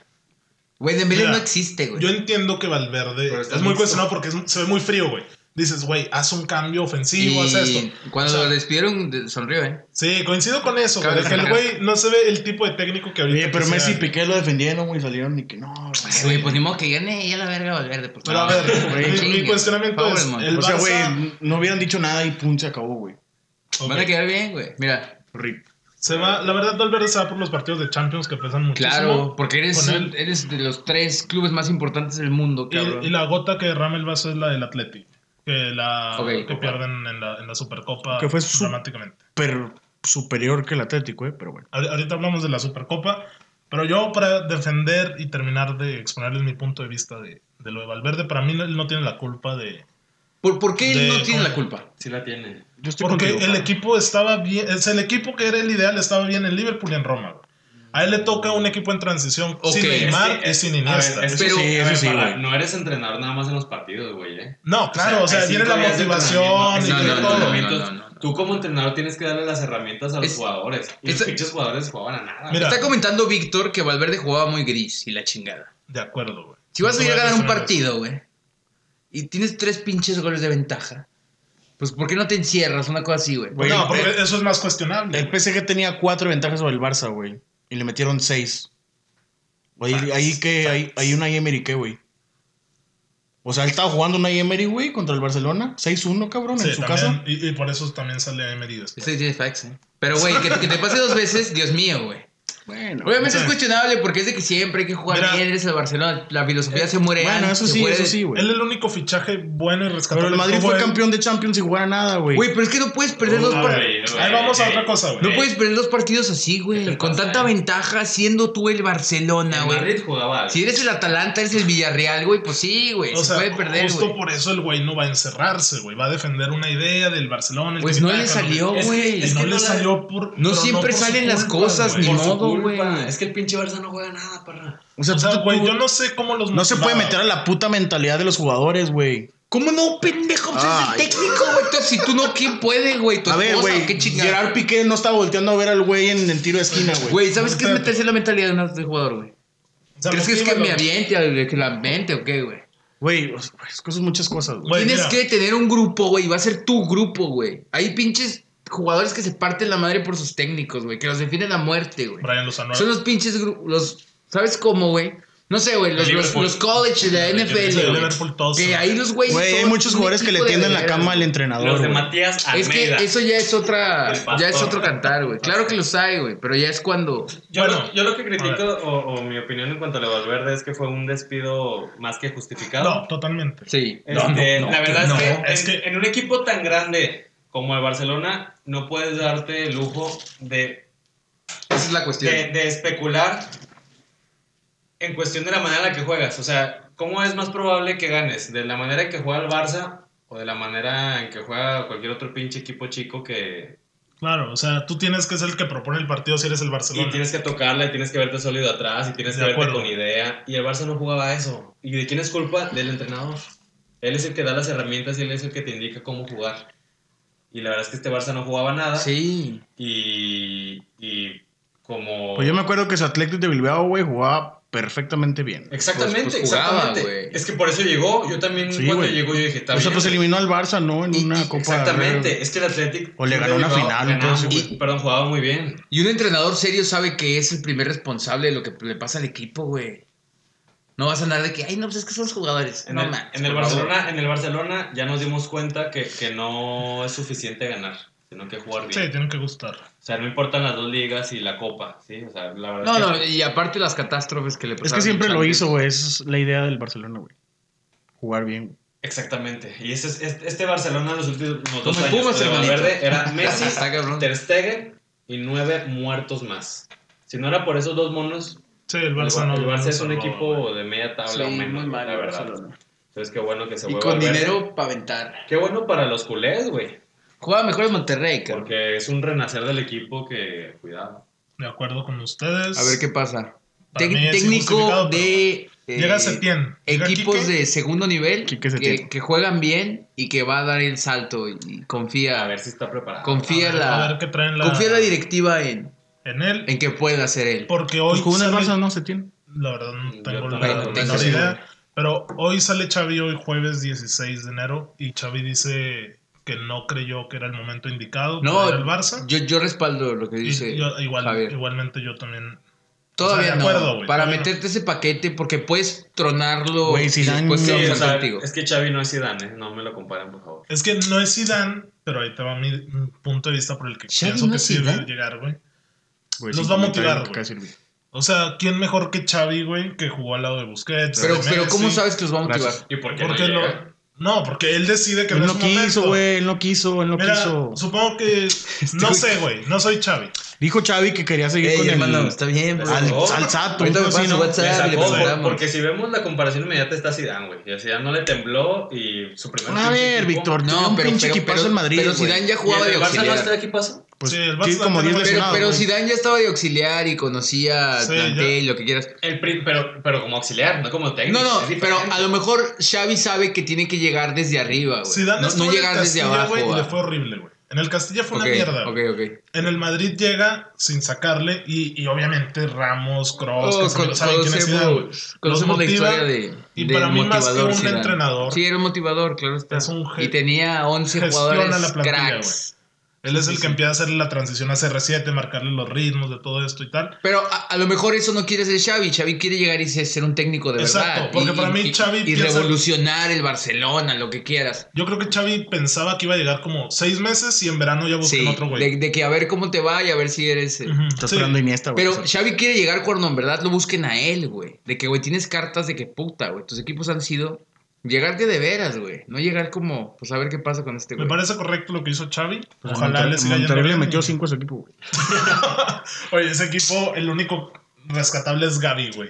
Speaker 2: Güey, Dembélé
Speaker 1: Mira,
Speaker 2: no existe,
Speaker 1: Yo
Speaker 2: güey.
Speaker 1: entiendo que Valverde
Speaker 4: Pero está
Speaker 1: es muy
Speaker 4: mixto.
Speaker 1: cuestionado porque es- se ve muy frío, güey. dices, güey, haz un cambio ofensivo, haz
Speaker 2: Y
Speaker 1: esto.
Speaker 2: cuando
Speaker 1: O sea,
Speaker 2: lo despidieron, de- sonrió, ¿eh?
Speaker 1: Sí, coincido con eso, güey.
Speaker 2: Cabe
Speaker 1: de que el
Speaker 2: destacar.
Speaker 1: güey no se ve el tipo de técnico que ahorita.
Speaker 3: Oye, pero
Speaker 1: quisiera.
Speaker 3: Messi y Piqué lo defendieron, güey, salieron y que no. güey.
Speaker 2: Ay, Güey, pues ni modo que gane ya la verga Valverde. Pues,
Speaker 1: Pero
Speaker 2: no.
Speaker 1: a ver,
Speaker 3: güey,
Speaker 1: mi- mi,
Speaker 2: chingue,
Speaker 1: cuestionamiento
Speaker 2: pobre
Speaker 1: es:
Speaker 2: mon.
Speaker 1: el
Speaker 3: o sea,
Speaker 1: Barça.
Speaker 3: güey, no hubieran dicho nada y pum, se acabó, güey.
Speaker 1: Ok. Pues,
Speaker 2: Van a quedar bien, güey. Mira,
Speaker 3: Rip.
Speaker 1: Se va, la verdad, Valverde se va por los partidos de Champions que pesan muchísimo.
Speaker 2: claro, porque eres,
Speaker 1: pues, Con él.
Speaker 2: eres de los tres clubes más importantes del mundo,
Speaker 1: Y,
Speaker 2: cabrón.
Speaker 1: y la gota que derrama el vaso es la del Atlético. Que, la,
Speaker 2: Ok,
Speaker 1: que
Speaker 2: Copa.
Speaker 1: pierden en la, en la Supercopa
Speaker 3: Que fue su-
Speaker 1: dramáticamente.
Speaker 3: Pero superior que el Atlético, eh, pero bueno.
Speaker 1: Ahor- Ahorita hablamos de la Supercopa, pero yo para defender y terminar de exponerles mi punto de vista de, de lo de Valverde, para mí no- él no tiene la culpa de...
Speaker 2: ¿Por, por qué él
Speaker 1: de-
Speaker 2: no tiene
Speaker 1: con-
Speaker 2: la culpa?
Speaker 4: Sí la tiene.
Speaker 3: Yo estoy
Speaker 1: Porque
Speaker 3: contigo,
Speaker 1: el
Speaker 3: pa.
Speaker 1: equipo estaba bien, es el equipo que era el ideal estaba bien en Liverpool y en Roma. güey. A él le toca un equipo en transición
Speaker 2: Ok,
Speaker 1: sin Neymar
Speaker 4: Es que-
Speaker 1: y sin
Speaker 4: a ver,
Speaker 1: Iniesta.
Speaker 4: eso
Speaker 2: Pero-
Speaker 4: sí,
Speaker 3: eso
Speaker 4: a ver,
Speaker 3: sí,
Speaker 4: para-
Speaker 3: güey.
Speaker 4: No eres entrenador nada más en los partidos, güey, ¿eh?
Speaker 1: no, claro, o sea,
Speaker 4: hay
Speaker 1: viene la
Speaker 4: cinco días de
Speaker 1: motivación y
Speaker 4: entrenamiento, hay
Speaker 1: viene
Speaker 4: cinco
Speaker 2: no,
Speaker 1: todo.
Speaker 4: días
Speaker 2: no,
Speaker 4: de entrenamiento.
Speaker 2: no, no, no, no.
Speaker 4: Tú como entrenador tienes que darle las herramientas a los
Speaker 2: Es-
Speaker 4: jugadores. Y
Speaker 2: es-
Speaker 4: los pinches jugadores jugaban a nada.
Speaker 1: Mira.
Speaker 2: Está comentando Víctor que Valverde jugaba muy gris y la chingada.
Speaker 1: De acuerdo, güey.
Speaker 2: Si vas a
Speaker 1: No
Speaker 2: ir a
Speaker 1: voy
Speaker 2: ganar un
Speaker 1: cuestionar eso.
Speaker 2: partido, güey, y tienes tres pinches goles de ventaja, pues ¿por qué no te encierras? Una cosa así, güey.
Speaker 3: Güey,
Speaker 1: no,
Speaker 3: el-
Speaker 1: porque eso es más cuestionable.
Speaker 3: El
Speaker 1: güey.
Speaker 3: PSG tenía cuatro ventajas sobre el Barça, güey. Y le metieron seis. Güey, ahí que hay, hay una Emery, ¿qué, güey? O sea, él estaba jugando una Emery, güey, contra el Barcelona. 6-1, cabrón,
Speaker 1: Sí,
Speaker 3: en su
Speaker 1: también,
Speaker 3: casa.
Speaker 1: Y, y por eso también sale Emery después.
Speaker 2: Este tiene facts, ¿eh? Pero, güey, que, que te pase dos veces, Dios mío, güey.
Speaker 3: Bueno,
Speaker 2: Obviamente
Speaker 1: Sí.
Speaker 2: es cuestionable porque es de que siempre hay que jugar
Speaker 1: Mira.
Speaker 2: bien, eres el Barcelona, la filosofía se muere.
Speaker 3: bueno,
Speaker 2: antes,
Speaker 3: eso
Speaker 2: se
Speaker 3: sí,
Speaker 2: muere
Speaker 3: eso
Speaker 2: de-
Speaker 3: sí, güey.
Speaker 1: Él es el único fichaje bueno y rescatable.
Speaker 3: Pero el Madrid
Speaker 1: que
Speaker 3: fue
Speaker 1: él.
Speaker 3: campeón de Champions sin jugar a nada, güey.
Speaker 2: Güey, pero es que no puedes perder dos
Speaker 1: A
Speaker 2: par-
Speaker 1: ver, Ahí vamos a otra cosa, güey. eh,
Speaker 2: No puedes perder dos partidos así,
Speaker 4: ¿Qué
Speaker 2: güey.
Speaker 4: te
Speaker 2: Con
Speaker 4: pasa,
Speaker 2: tanta
Speaker 4: eh?
Speaker 2: ventaja, siendo tú el Barcelona,
Speaker 4: El
Speaker 2: güey.
Speaker 4: Madrid jugaba algo.
Speaker 2: Si eres el Atalanta, eres el Villarreal, güey, pues sí, güey.
Speaker 1: eh, O
Speaker 2: Se
Speaker 1: sea,
Speaker 2: puede perder,
Speaker 1: justo
Speaker 2: güey.
Speaker 1: por eso el güey no va a encerrarse, güey. Va a defender una idea del Barcelona. el
Speaker 2: Pues no le
Speaker 1: tiki-taka, lo que-
Speaker 2: salió,
Speaker 4: Es que-
Speaker 2: güey.
Speaker 4: es
Speaker 1: no
Speaker 4: que
Speaker 1: le
Speaker 4: no la-
Speaker 1: salió por.
Speaker 2: No
Speaker 1: pero
Speaker 2: siempre
Speaker 1: por su
Speaker 2: salen las cosas,
Speaker 1: güey.
Speaker 2: ni
Speaker 1: Por su-
Speaker 2: modo, güey.
Speaker 4: culpa. Es que el pinche Barça no juega nada, parra.
Speaker 3: o
Speaker 1: O sea,
Speaker 3: tú-
Speaker 1: güey,
Speaker 3: tú-
Speaker 1: yo no sé cómo los.
Speaker 3: no se puede meter a la puta mentalidad de los jugadores, güey.
Speaker 2: ¿Cómo no, pendejo? Pues es
Speaker 3: Ay.
Speaker 2: el técnico, güey. Entonces, si tú no, ¿quién puede, güey? ¿Tu
Speaker 3: A ver,
Speaker 2: esposa?
Speaker 3: güey.
Speaker 2: ¿Qué chingada?
Speaker 3: Gerard Piqué no estaba volteando a ver al güey en el tiro de esquina, güey.
Speaker 2: Güey, ¿sabes qué es meterse en la mentalidad de un de jugador, güey?
Speaker 1: O sea,
Speaker 2: ¿Crees que es que
Speaker 1: motívalo.
Speaker 2: me aviente, al- que la mente o qué, güey?
Speaker 3: Güey, o sea, es cosas, muchas cosas, güey.
Speaker 1: Güey,
Speaker 2: Tienes
Speaker 1: mira.
Speaker 2: que tener un grupo, güey. Va a ser tu grupo, güey. Hay pinches jugadores que se parten la madre por sus técnicos, güey. Que los definen a muerte, güey.
Speaker 1: Brian Lozano.
Speaker 2: Son los pinches gru- los ¿Sabes cómo, güey? No sé, güey. Los,
Speaker 4: El
Speaker 2: los,
Speaker 4: Liverpool.
Speaker 2: los college de la
Speaker 1: El
Speaker 2: NFL. güey.
Speaker 1: Liverpool todos.
Speaker 2: Que ahí los güeyes.
Speaker 3: Güey, hay
Speaker 2: son
Speaker 3: muchos
Speaker 2: un
Speaker 3: jugadores que le
Speaker 2: equipo de
Speaker 3: tienden la
Speaker 2: veras,
Speaker 3: cama al
Speaker 2: güey.
Speaker 3: entrenador,
Speaker 4: Los de
Speaker 3: güey.
Speaker 4: Matías
Speaker 2: Es que
Speaker 4: Almeida.
Speaker 2: eso ya es otra.
Speaker 4: El pastor.
Speaker 2: Ya es otro cantar, güey. Claro que los hay, güey. Pero ya es cuando.
Speaker 4: Yo,
Speaker 1: Bueno,
Speaker 4: lo, yo lo que
Speaker 1: a
Speaker 4: critico, o, o mi opinión en cuanto a lo de Valverde, es que fue un despido más que justificado.
Speaker 1: No, totalmente.
Speaker 2: Sí.
Speaker 4: Este, la verdad
Speaker 2: no.
Speaker 4: es, que, en-
Speaker 1: Es que-
Speaker 4: en un equipo tan grande como el Barcelona no puedes darte el lujo de,
Speaker 2: Esa es la cuestión.
Speaker 4: de- de especular en cuestión de la manera en la que juegas. O sea, ¿cómo es más probable que ganes? ¿De la manera en que juega el Barça o de la manera en que juega cualquier otro pinche equipo chico que...
Speaker 1: Claro, o sea, tú tienes que ser el que propone el partido si eres el Barcelona.
Speaker 4: Y tienes que tocarla y tienes que verte sólido atrás y tienes
Speaker 1: De
Speaker 4: que verte
Speaker 1: acuerdo.
Speaker 4: con idea. Y el Barça no jugaba eso. ¿Y de quién es culpa? Del entrenador. Él es el que da las herramientas y él es el que te indica cómo jugar. Y la verdad es que este Barça no jugaba nada.
Speaker 2: Sí.
Speaker 4: Y, y como...
Speaker 3: Pues yo me acuerdo que su Atlético de Bilbao, güey, jugaba perfectamente bien.
Speaker 4: Exactamente,
Speaker 2: Pues- pues jugaba,
Speaker 4: exactamente.
Speaker 2: güey.
Speaker 4: Es que por eso llegó. Yo también
Speaker 3: Sí,
Speaker 4: cuando
Speaker 3: güey.
Speaker 4: llegó yo dije, está
Speaker 3: O sea,
Speaker 4: bien.
Speaker 3: pues eliminó al Barça, ¿no? En
Speaker 2: Y-
Speaker 3: una
Speaker 2: y-
Speaker 3: copa.
Speaker 4: Exactamente. Es que el Atlético...
Speaker 3: O le ganó una
Speaker 4: Bilbao
Speaker 3: final, entonces,
Speaker 4: ganaba-
Speaker 3: güey.
Speaker 4: y- Perdón, jugaba muy bien.
Speaker 2: Y un entrenador serio sabe que es el primer responsable de lo que le pasa al equipo, güey. No vas a andar de que, ay, no, pues es que son los jugadores.
Speaker 4: En,
Speaker 2: no,
Speaker 4: el,
Speaker 2: mames,
Speaker 4: en el
Speaker 2: por favor.
Speaker 4: Barcelona, en el Barcelona ya nos dimos cuenta que, que no es suficiente ganar, sino que jugar
Speaker 1: Sí,
Speaker 4: bien.
Speaker 1: tienen que gustar.
Speaker 4: O sea, no importan las dos ligas y la copa, ¿sí? O sea, la verdad
Speaker 2: No,
Speaker 4: que-
Speaker 2: no, y aparte las catástrofes que le
Speaker 3: Es
Speaker 2: pasaron.
Speaker 3: que siempre
Speaker 2: al
Speaker 3: lo
Speaker 2: Champions.
Speaker 3: hizo, güey. Esa es la idea del Barcelona, güey. Jugar bien. güey.
Speaker 4: Exactamente. Y este, es- este, este Barcelona los últimos los dos
Speaker 2: el
Speaker 4: años
Speaker 2: Pumas,
Speaker 4: de
Speaker 2: hermanito.
Speaker 4: Valverde era Messi,
Speaker 2: Está cabrón.
Speaker 4: Ter Stegen y nueve muertos más. Si no era por esos dos monos,
Speaker 1: Sí, el
Speaker 4: el
Speaker 1: Barça
Speaker 4: Barça,
Speaker 1: no.
Speaker 4: el
Speaker 1: no
Speaker 4: Barça es un
Speaker 1: salvó, güey.
Speaker 4: equipo de media tabla
Speaker 2: Sí,
Speaker 4: o menos,
Speaker 2: muy mal
Speaker 4: la
Speaker 2: el
Speaker 4: verdad.
Speaker 2: Barcelona.
Speaker 4: Entonces qué bueno que se
Speaker 2: Y
Speaker 4: fue
Speaker 2: con
Speaker 4: Valverde.
Speaker 2: dinero para aventar.
Speaker 4: Qué bueno para los culés, güey.
Speaker 2: Jugaba mejor en Monterrey, cabrón.
Speaker 4: Porque es un renacer del equipo que, cuidado.
Speaker 1: De acuerdo con ustedes.
Speaker 2: A ver qué pasa.
Speaker 1: Para
Speaker 2: Tec-
Speaker 1: mí es
Speaker 2: técnico
Speaker 1: injustificado,
Speaker 2: de. eh,
Speaker 1: Llega Setién. llega
Speaker 2: Equipos
Speaker 1: Quique.
Speaker 2: de segundo nivel
Speaker 3: Quique
Speaker 2: que,
Speaker 3: Setién.
Speaker 2: que juegan bien y que va a dar el salto y- y confía.
Speaker 4: A ver si está preparado.
Speaker 2: confía
Speaker 1: A ver-
Speaker 2: la,
Speaker 1: a ver qué traen la-
Speaker 2: confía la directiva en,
Speaker 1: En él.
Speaker 2: en que pueda ser él.
Speaker 1: Porque hoy.
Speaker 3: Pues jugó en el
Speaker 1: sale-
Speaker 3: Barça, no se tiene.
Speaker 1: La verdad no
Speaker 4: Yo
Speaker 1: tengo la
Speaker 4: tampoco,
Speaker 2: no tengo
Speaker 1: menor
Speaker 2: idea.
Speaker 1: idea. Pero hoy sale Xavi, hoy jueves 16 de enero, y Xavi dice que no creyó que era el momento indicado
Speaker 2: No,
Speaker 1: para el Barça.
Speaker 2: Yo, yo respaldo lo que
Speaker 1: Y
Speaker 2: dice
Speaker 1: yo- igual-
Speaker 2: Javier.
Speaker 1: igualmente yo también. o
Speaker 2: Todavía
Speaker 1: sea, de acuerdo,
Speaker 2: no.
Speaker 1: güey,
Speaker 2: Para
Speaker 1: todavía no.
Speaker 2: meterte ese paquete porque puedes tronarlo
Speaker 3: Güey,
Speaker 2: y
Speaker 3: Zidane-
Speaker 2: después
Speaker 4: Sí,
Speaker 2: se va a
Speaker 4: o
Speaker 2: usar
Speaker 4: sea,
Speaker 2: contigo.
Speaker 4: es que Xavi no es Zidane, ¿eh? no me lo comparen, por favor.
Speaker 1: Es que no es Zidane, pero ahí te va mi mi punto de vista por el que
Speaker 2: Xavi
Speaker 1: pienso
Speaker 2: no
Speaker 1: que
Speaker 2: es
Speaker 1: sí debe
Speaker 2: Zidane.
Speaker 1: llegar, güey.
Speaker 3: Güey,
Speaker 1: Los
Speaker 3: sin
Speaker 1: va a
Speaker 3: comentario,
Speaker 1: motivar,
Speaker 3: lo que
Speaker 1: güey.
Speaker 3: acaba de decir,
Speaker 1: O sea, ¿quién mejor que Xavi, güey, que jugó al lado de Busquets?
Speaker 2: Pero,
Speaker 1: de
Speaker 2: pero
Speaker 1: Messi?
Speaker 2: ¿cómo sabes que los va a motivar?
Speaker 3: Gracias.
Speaker 4: ¿Y por qué
Speaker 1: Porque
Speaker 4: no
Speaker 1: lo-
Speaker 4: llega?
Speaker 1: No, porque él decide que
Speaker 2: Pues
Speaker 3: Él
Speaker 1: no, es
Speaker 3: no
Speaker 1: momento.
Speaker 3: quiso, güey, él no quiso, él no
Speaker 1: Mira,
Speaker 3: quiso. este
Speaker 1: supongo que... No
Speaker 3: güey-
Speaker 1: sé, güey, no soy Xavi.
Speaker 3: Dijo Xavi que quería seguir
Speaker 2: Ey,
Speaker 3: con
Speaker 2: hermano,
Speaker 3: el...
Speaker 2: está bien. pues.
Speaker 3: Al,
Speaker 4: Oh.
Speaker 3: al SAT,
Speaker 2: Ahorita
Speaker 3: un
Speaker 2: me
Speaker 3: así,
Speaker 2: pasa
Speaker 3: ¿no?
Speaker 2: WhatsApp.
Speaker 4: Le
Speaker 2: Xavi, le
Speaker 4: sacó,
Speaker 2: preguntamos.
Speaker 4: porque si vemos la comparación inmediata está Zidane, güey. Y a Zidane no le tembló y su primer
Speaker 3: A ver,
Speaker 4: equipo-
Speaker 3: Víctor,
Speaker 2: No,
Speaker 3: un
Speaker 2: pero,
Speaker 3: pinche
Speaker 2: pero,
Speaker 3: equipazo
Speaker 2: pero,
Speaker 3: en Madrid,
Speaker 2: pero
Speaker 3: güey.
Speaker 2: Zidane ya
Speaker 4: ¿Y
Speaker 2: jugaba
Speaker 4: el
Speaker 2: de
Speaker 4: del Barça no
Speaker 2: auxiliar.
Speaker 4: está aquí pasa?
Speaker 3: Pues
Speaker 1: Sí, el
Speaker 3: tiene
Speaker 1: Barça
Speaker 3: como
Speaker 1: no
Speaker 3: 10
Speaker 1: tiene-
Speaker 2: Pero,
Speaker 3: lesionados.
Speaker 2: pero
Speaker 3: güey.
Speaker 2: Zidane ya estaba de auxiliar y conocía
Speaker 1: Sí,
Speaker 2: plantel, lo que quieras.
Speaker 4: El pri- pero, pero como auxiliar, no como técnico.
Speaker 2: No, no,
Speaker 4: es
Speaker 2: pero
Speaker 4: diferente.
Speaker 2: a lo mejor Xavi sabe que tiene que llegar desde arriba, güey.
Speaker 1: Zidane
Speaker 2: No,
Speaker 1: estuvo
Speaker 2: no
Speaker 1: en el
Speaker 2: llegar desde
Speaker 1: Castilla,
Speaker 2: abajo.
Speaker 1: güey, y
Speaker 2: a-
Speaker 1: le fue horrible, güey. En el Castilla fue
Speaker 2: Ok,
Speaker 1: una mierda.
Speaker 2: Ok,
Speaker 1: güey.
Speaker 2: ok.
Speaker 1: En el Madrid llega sin sacarle y, y obviamente Ramos, Kroos,
Speaker 2: Oh,
Speaker 1: Casemiro,
Speaker 2: con-
Speaker 1: saben quién es Zidane, güey.
Speaker 2: conocemos conocemos la
Speaker 1: motiva,
Speaker 2: historia de,
Speaker 1: y
Speaker 2: del
Speaker 1: para mí más que
Speaker 2: motivador
Speaker 1: un
Speaker 2: Zidane.
Speaker 1: entrenador,
Speaker 2: Sí, era un motivador, claro está.
Speaker 1: es un ge-
Speaker 2: y tenía 11
Speaker 1: gestiona
Speaker 2: jugadores
Speaker 1: la plantilla,
Speaker 2: cracks.
Speaker 1: Él es el que empieza a hacer la transición a CR7, marcarle los ritmos de todo esto y tal.
Speaker 2: Pero a, a lo mejor eso no quiere ser Xavi. Xavi quiere llegar y ser, ser un técnico de
Speaker 1: Exacto,
Speaker 2: verdad.
Speaker 1: porque
Speaker 2: y,
Speaker 1: para mí
Speaker 2: y-
Speaker 1: Xavi
Speaker 2: y
Speaker 1: piensa-
Speaker 2: revolucionar el Barcelona, lo que quieras.
Speaker 1: Yo creo que Xavi pensaba que iba a llegar como seis meses y en verano ya buscan
Speaker 2: Sí,
Speaker 1: otro güey.
Speaker 2: de, de que a ver cómo te va y a ver si eres... eh,
Speaker 1: Ujú,
Speaker 3: Está
Speaker 1: sí.
Speaker 3: esperando
Speaker 1: Ah,
Speaker 3: Iniesta, güey. Pues,
Speaker 2: Pero
Speaker 3: o sea.
Speaker 2: Xavi quiere llegar cuando en verdad lo busquen a él, güey. De que, güey, tienes cartas de que puta, güey. Tus equipos han sido llegarte de veras, güey. No llegar como, pues a ver qué pasa con este
Speaker 1: Me
Speaker 2: güey.
Speaker 1: parece correcto lo que hizo Xavi.
Speaker 3: Pues
Speaker 1: Ojalá
Speaker 3: Monter-
Speaker 1: le siga yendo
Speaker 3: Monterrey le
Speaker 1: bien.
Speaker 3: metió 5 a su equipo, güey.
Speaker 1: Oye, ese equipo, el único rescatable es Gaby, güey.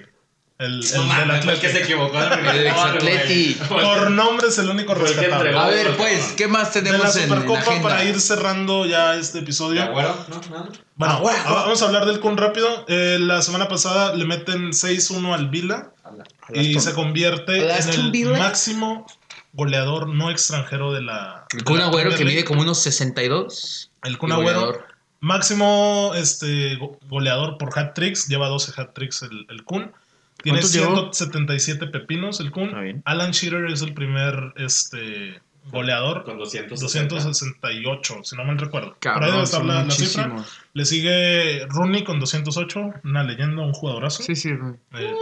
Speaker 1: El, el
Speaker 4: No
Speaker 1: del
Speaker 4: mames, fue Pues el
Speaker 1: Atlético.
Speaker 4: que se equivocó en el primer
Speaker 2: El ex
Speaker 4: gol, güey.
Speaker 2: Atleti.
Speaker 4: Fue el que-
Speaker 1: Por nombre es el único
Speaker 4: Fue el que
Speaker 1: rescatable.
Speaker 4: entregó.
Speaker 2: A ver, pues, ¿qué más
Speaker 1: De la
Speaker 2: tenemos en, en la
Speaker 1: Supercopa
Speaker 2: agenda?
Speaker 1: para ir cerrando ya este episodio.
Speaker 4: ¿De acuerdo? No, nada.
Speaker 1: Bueno,
Speaker 2: Ah, bueno.
Speaker 1: ah, vamos a hablar del Kun rápido. Eh, la semana pasada le meten 6-1 al Vila y
Speaker 3: Aston.
Speaker 1: se convierte
Speaker 2: ¿Al
Speaker 1: en
Speaker 2: Aston
Speaker 1: el
Speaker 2: Villa?
Speaker 1: máximo goleador no extranjero de la.
Speaker 2: El
Speaker 1: de
Speaker 2: Kun
Speaker 1: la
Speaker 2: Agüero
Speaker 1: Premier
Speaker 2: que mide
Speaker 1: League.
Speaker 2: como unos 62.
Speaker 1: El Kun
Speaker 2: y
Speaker 1: Agüero,
Speaker 2: goleador.
Speaker 1: máximo este, go- goleador por hat tricks. Lleva 12 hat tricks el, el Kun. Tiene
Speaker 3: ¿Cuántos llevó? Ah,
Speaker 1: 177 pepinos el Kun.
Speaker 3: Está bien.
Speaker 1: Alan Shearer es el primer este, goleador.
Speaker 4: Con 260.
Speaker 1: 268, si no mal recuerdo. por ahí
Speaker 2: Cabrón,
Speaker 1: debe estar
Speaker 3: Son
Speaker 1: la, la cifra.
Speaker 3: muchísimos.
Speaker 1: Le sigue Rooney con 208, una leyenda, un jugadorazo.
Speaker 2: Sí, sí, güey.
Speaker 1: Eh,